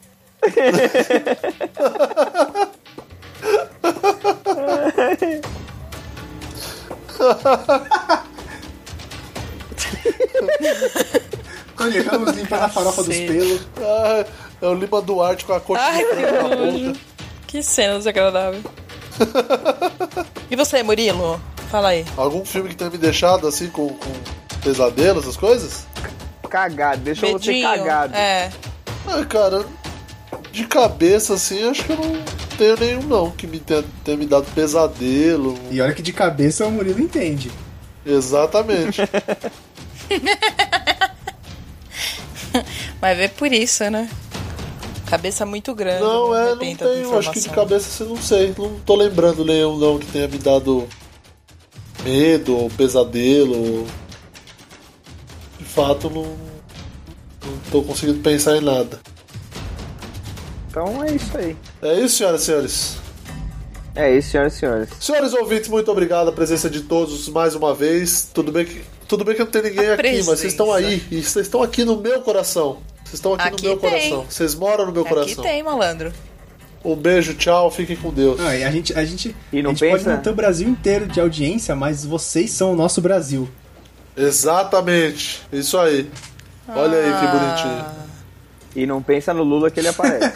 [SPEAKER 2] Olha, vamos limpar a farofa dos
[SPEAKER 3] Cacete.
[SPEAKER 2] pelos.
[SPEAKER 1] Ah, é o Lima Duarte com a coxa
[SPEAKER 3] Ai,
[SPEAKER 1] de frango na
[SPEAKER 3] que
[SPEAKER 1] boca.
[SPEAKER 3] Que cena desagradável. E você, Murilo? Fala aí.
[SPEAKER 1] Algum filme que tenha me deixado assim com, com pesadelo, essas coisas?
[SPEAKER 4] Cagado, deixou você cagado.
[SPEAKER 3] É.
[SPEAKER 1] Ah, cara, de cabeça assim, acho que eu não tenho nenhum não que me tenha, tenha me dado pesadelo.
[SPEAKER 2] E olha que de cabeça o Murilo entende.
[SPEAKER 1] Exatamente.
[SPEAKER 3] Mas é por isso, né? Cabeça muito grande. né?
[SPEAKER 1] Não, é, não
[SPEAKER 3] tem
[SPEAKER 1] tenho.
[SPEAKER 3] tanta
[SPEAKER 1] Acho que de
[SPEAKER 3] informação.
[SPEAKER 1] cabeça assim, não sei. Não tô lembrando nenhum não que tenha me dado medo ou pesadelo. ou- De fato, não, não tô conseguindo pensar em nada.
[SPEAKER 4] Então é isso aí.
[SPEAKER 1] É isso, senhoras e senhores.
[SPEAKER 4] É isso, senhoras e senhores.
[SPEAKER 1] Senhores ouvintes, muito obrigado a presença de todos mais uma vez. Tudo bem que, tudo bem que não tem ninguém
[SPEAKER 3] A
[SPEAKER 1] aqui, mas vocês estão
[SPEAKER 3] presença.
[SPEAKER 1] aí. E vocês estão aqui no meu coração. Vocês estão aqui,
[SPEAKER 3] Aqui
[SPEAKER 1] no meu
[SPEAKER 3] tem.
[SPEAKER 1] coração. Vocês moram no meu
[SPEAKER 3] É, Aqui
[SPEAKER 1] coração.
[SPEAKER 3] tem, malandro.
[SPEAKER 1] Um beijo, tchau, fiquem com Deus.
[SPEAKER 2] Ah, e a gente, a gente,
[SPEAKER 4] E não
[SPEAKER 2] a gente pode
[SPEAKER 4] pensa?
[SPEAKER 2] não ter o Brasil inteiro de audiência, mas vocês são o nosso Brasil.
[SPEAKER 1] Exatamente. Isso aí. Olha aí que bonitinho.
[SPEAKER 3] Ah.
[SPEAKER 4] E não pensa no Lula que ele aparece.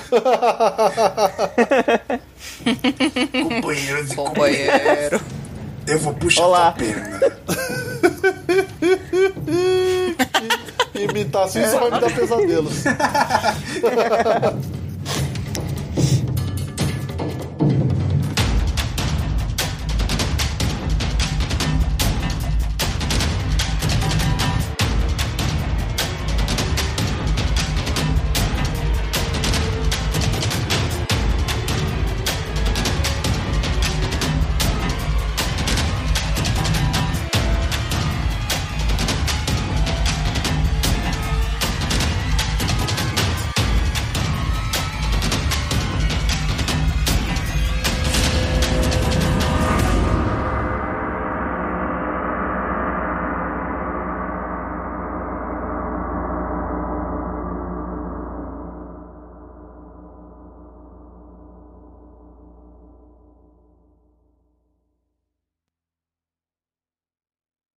[SPEAKER 5] Companheiros e
[SPEAKER 3] Companheiro.
[SPEAKER 5] eu vou puxar
[SPEAKER 4] Olá.
[SPEAKER 5] a perna.
[SPEAKER 1] assim Imitação só vai me dar pesadelos.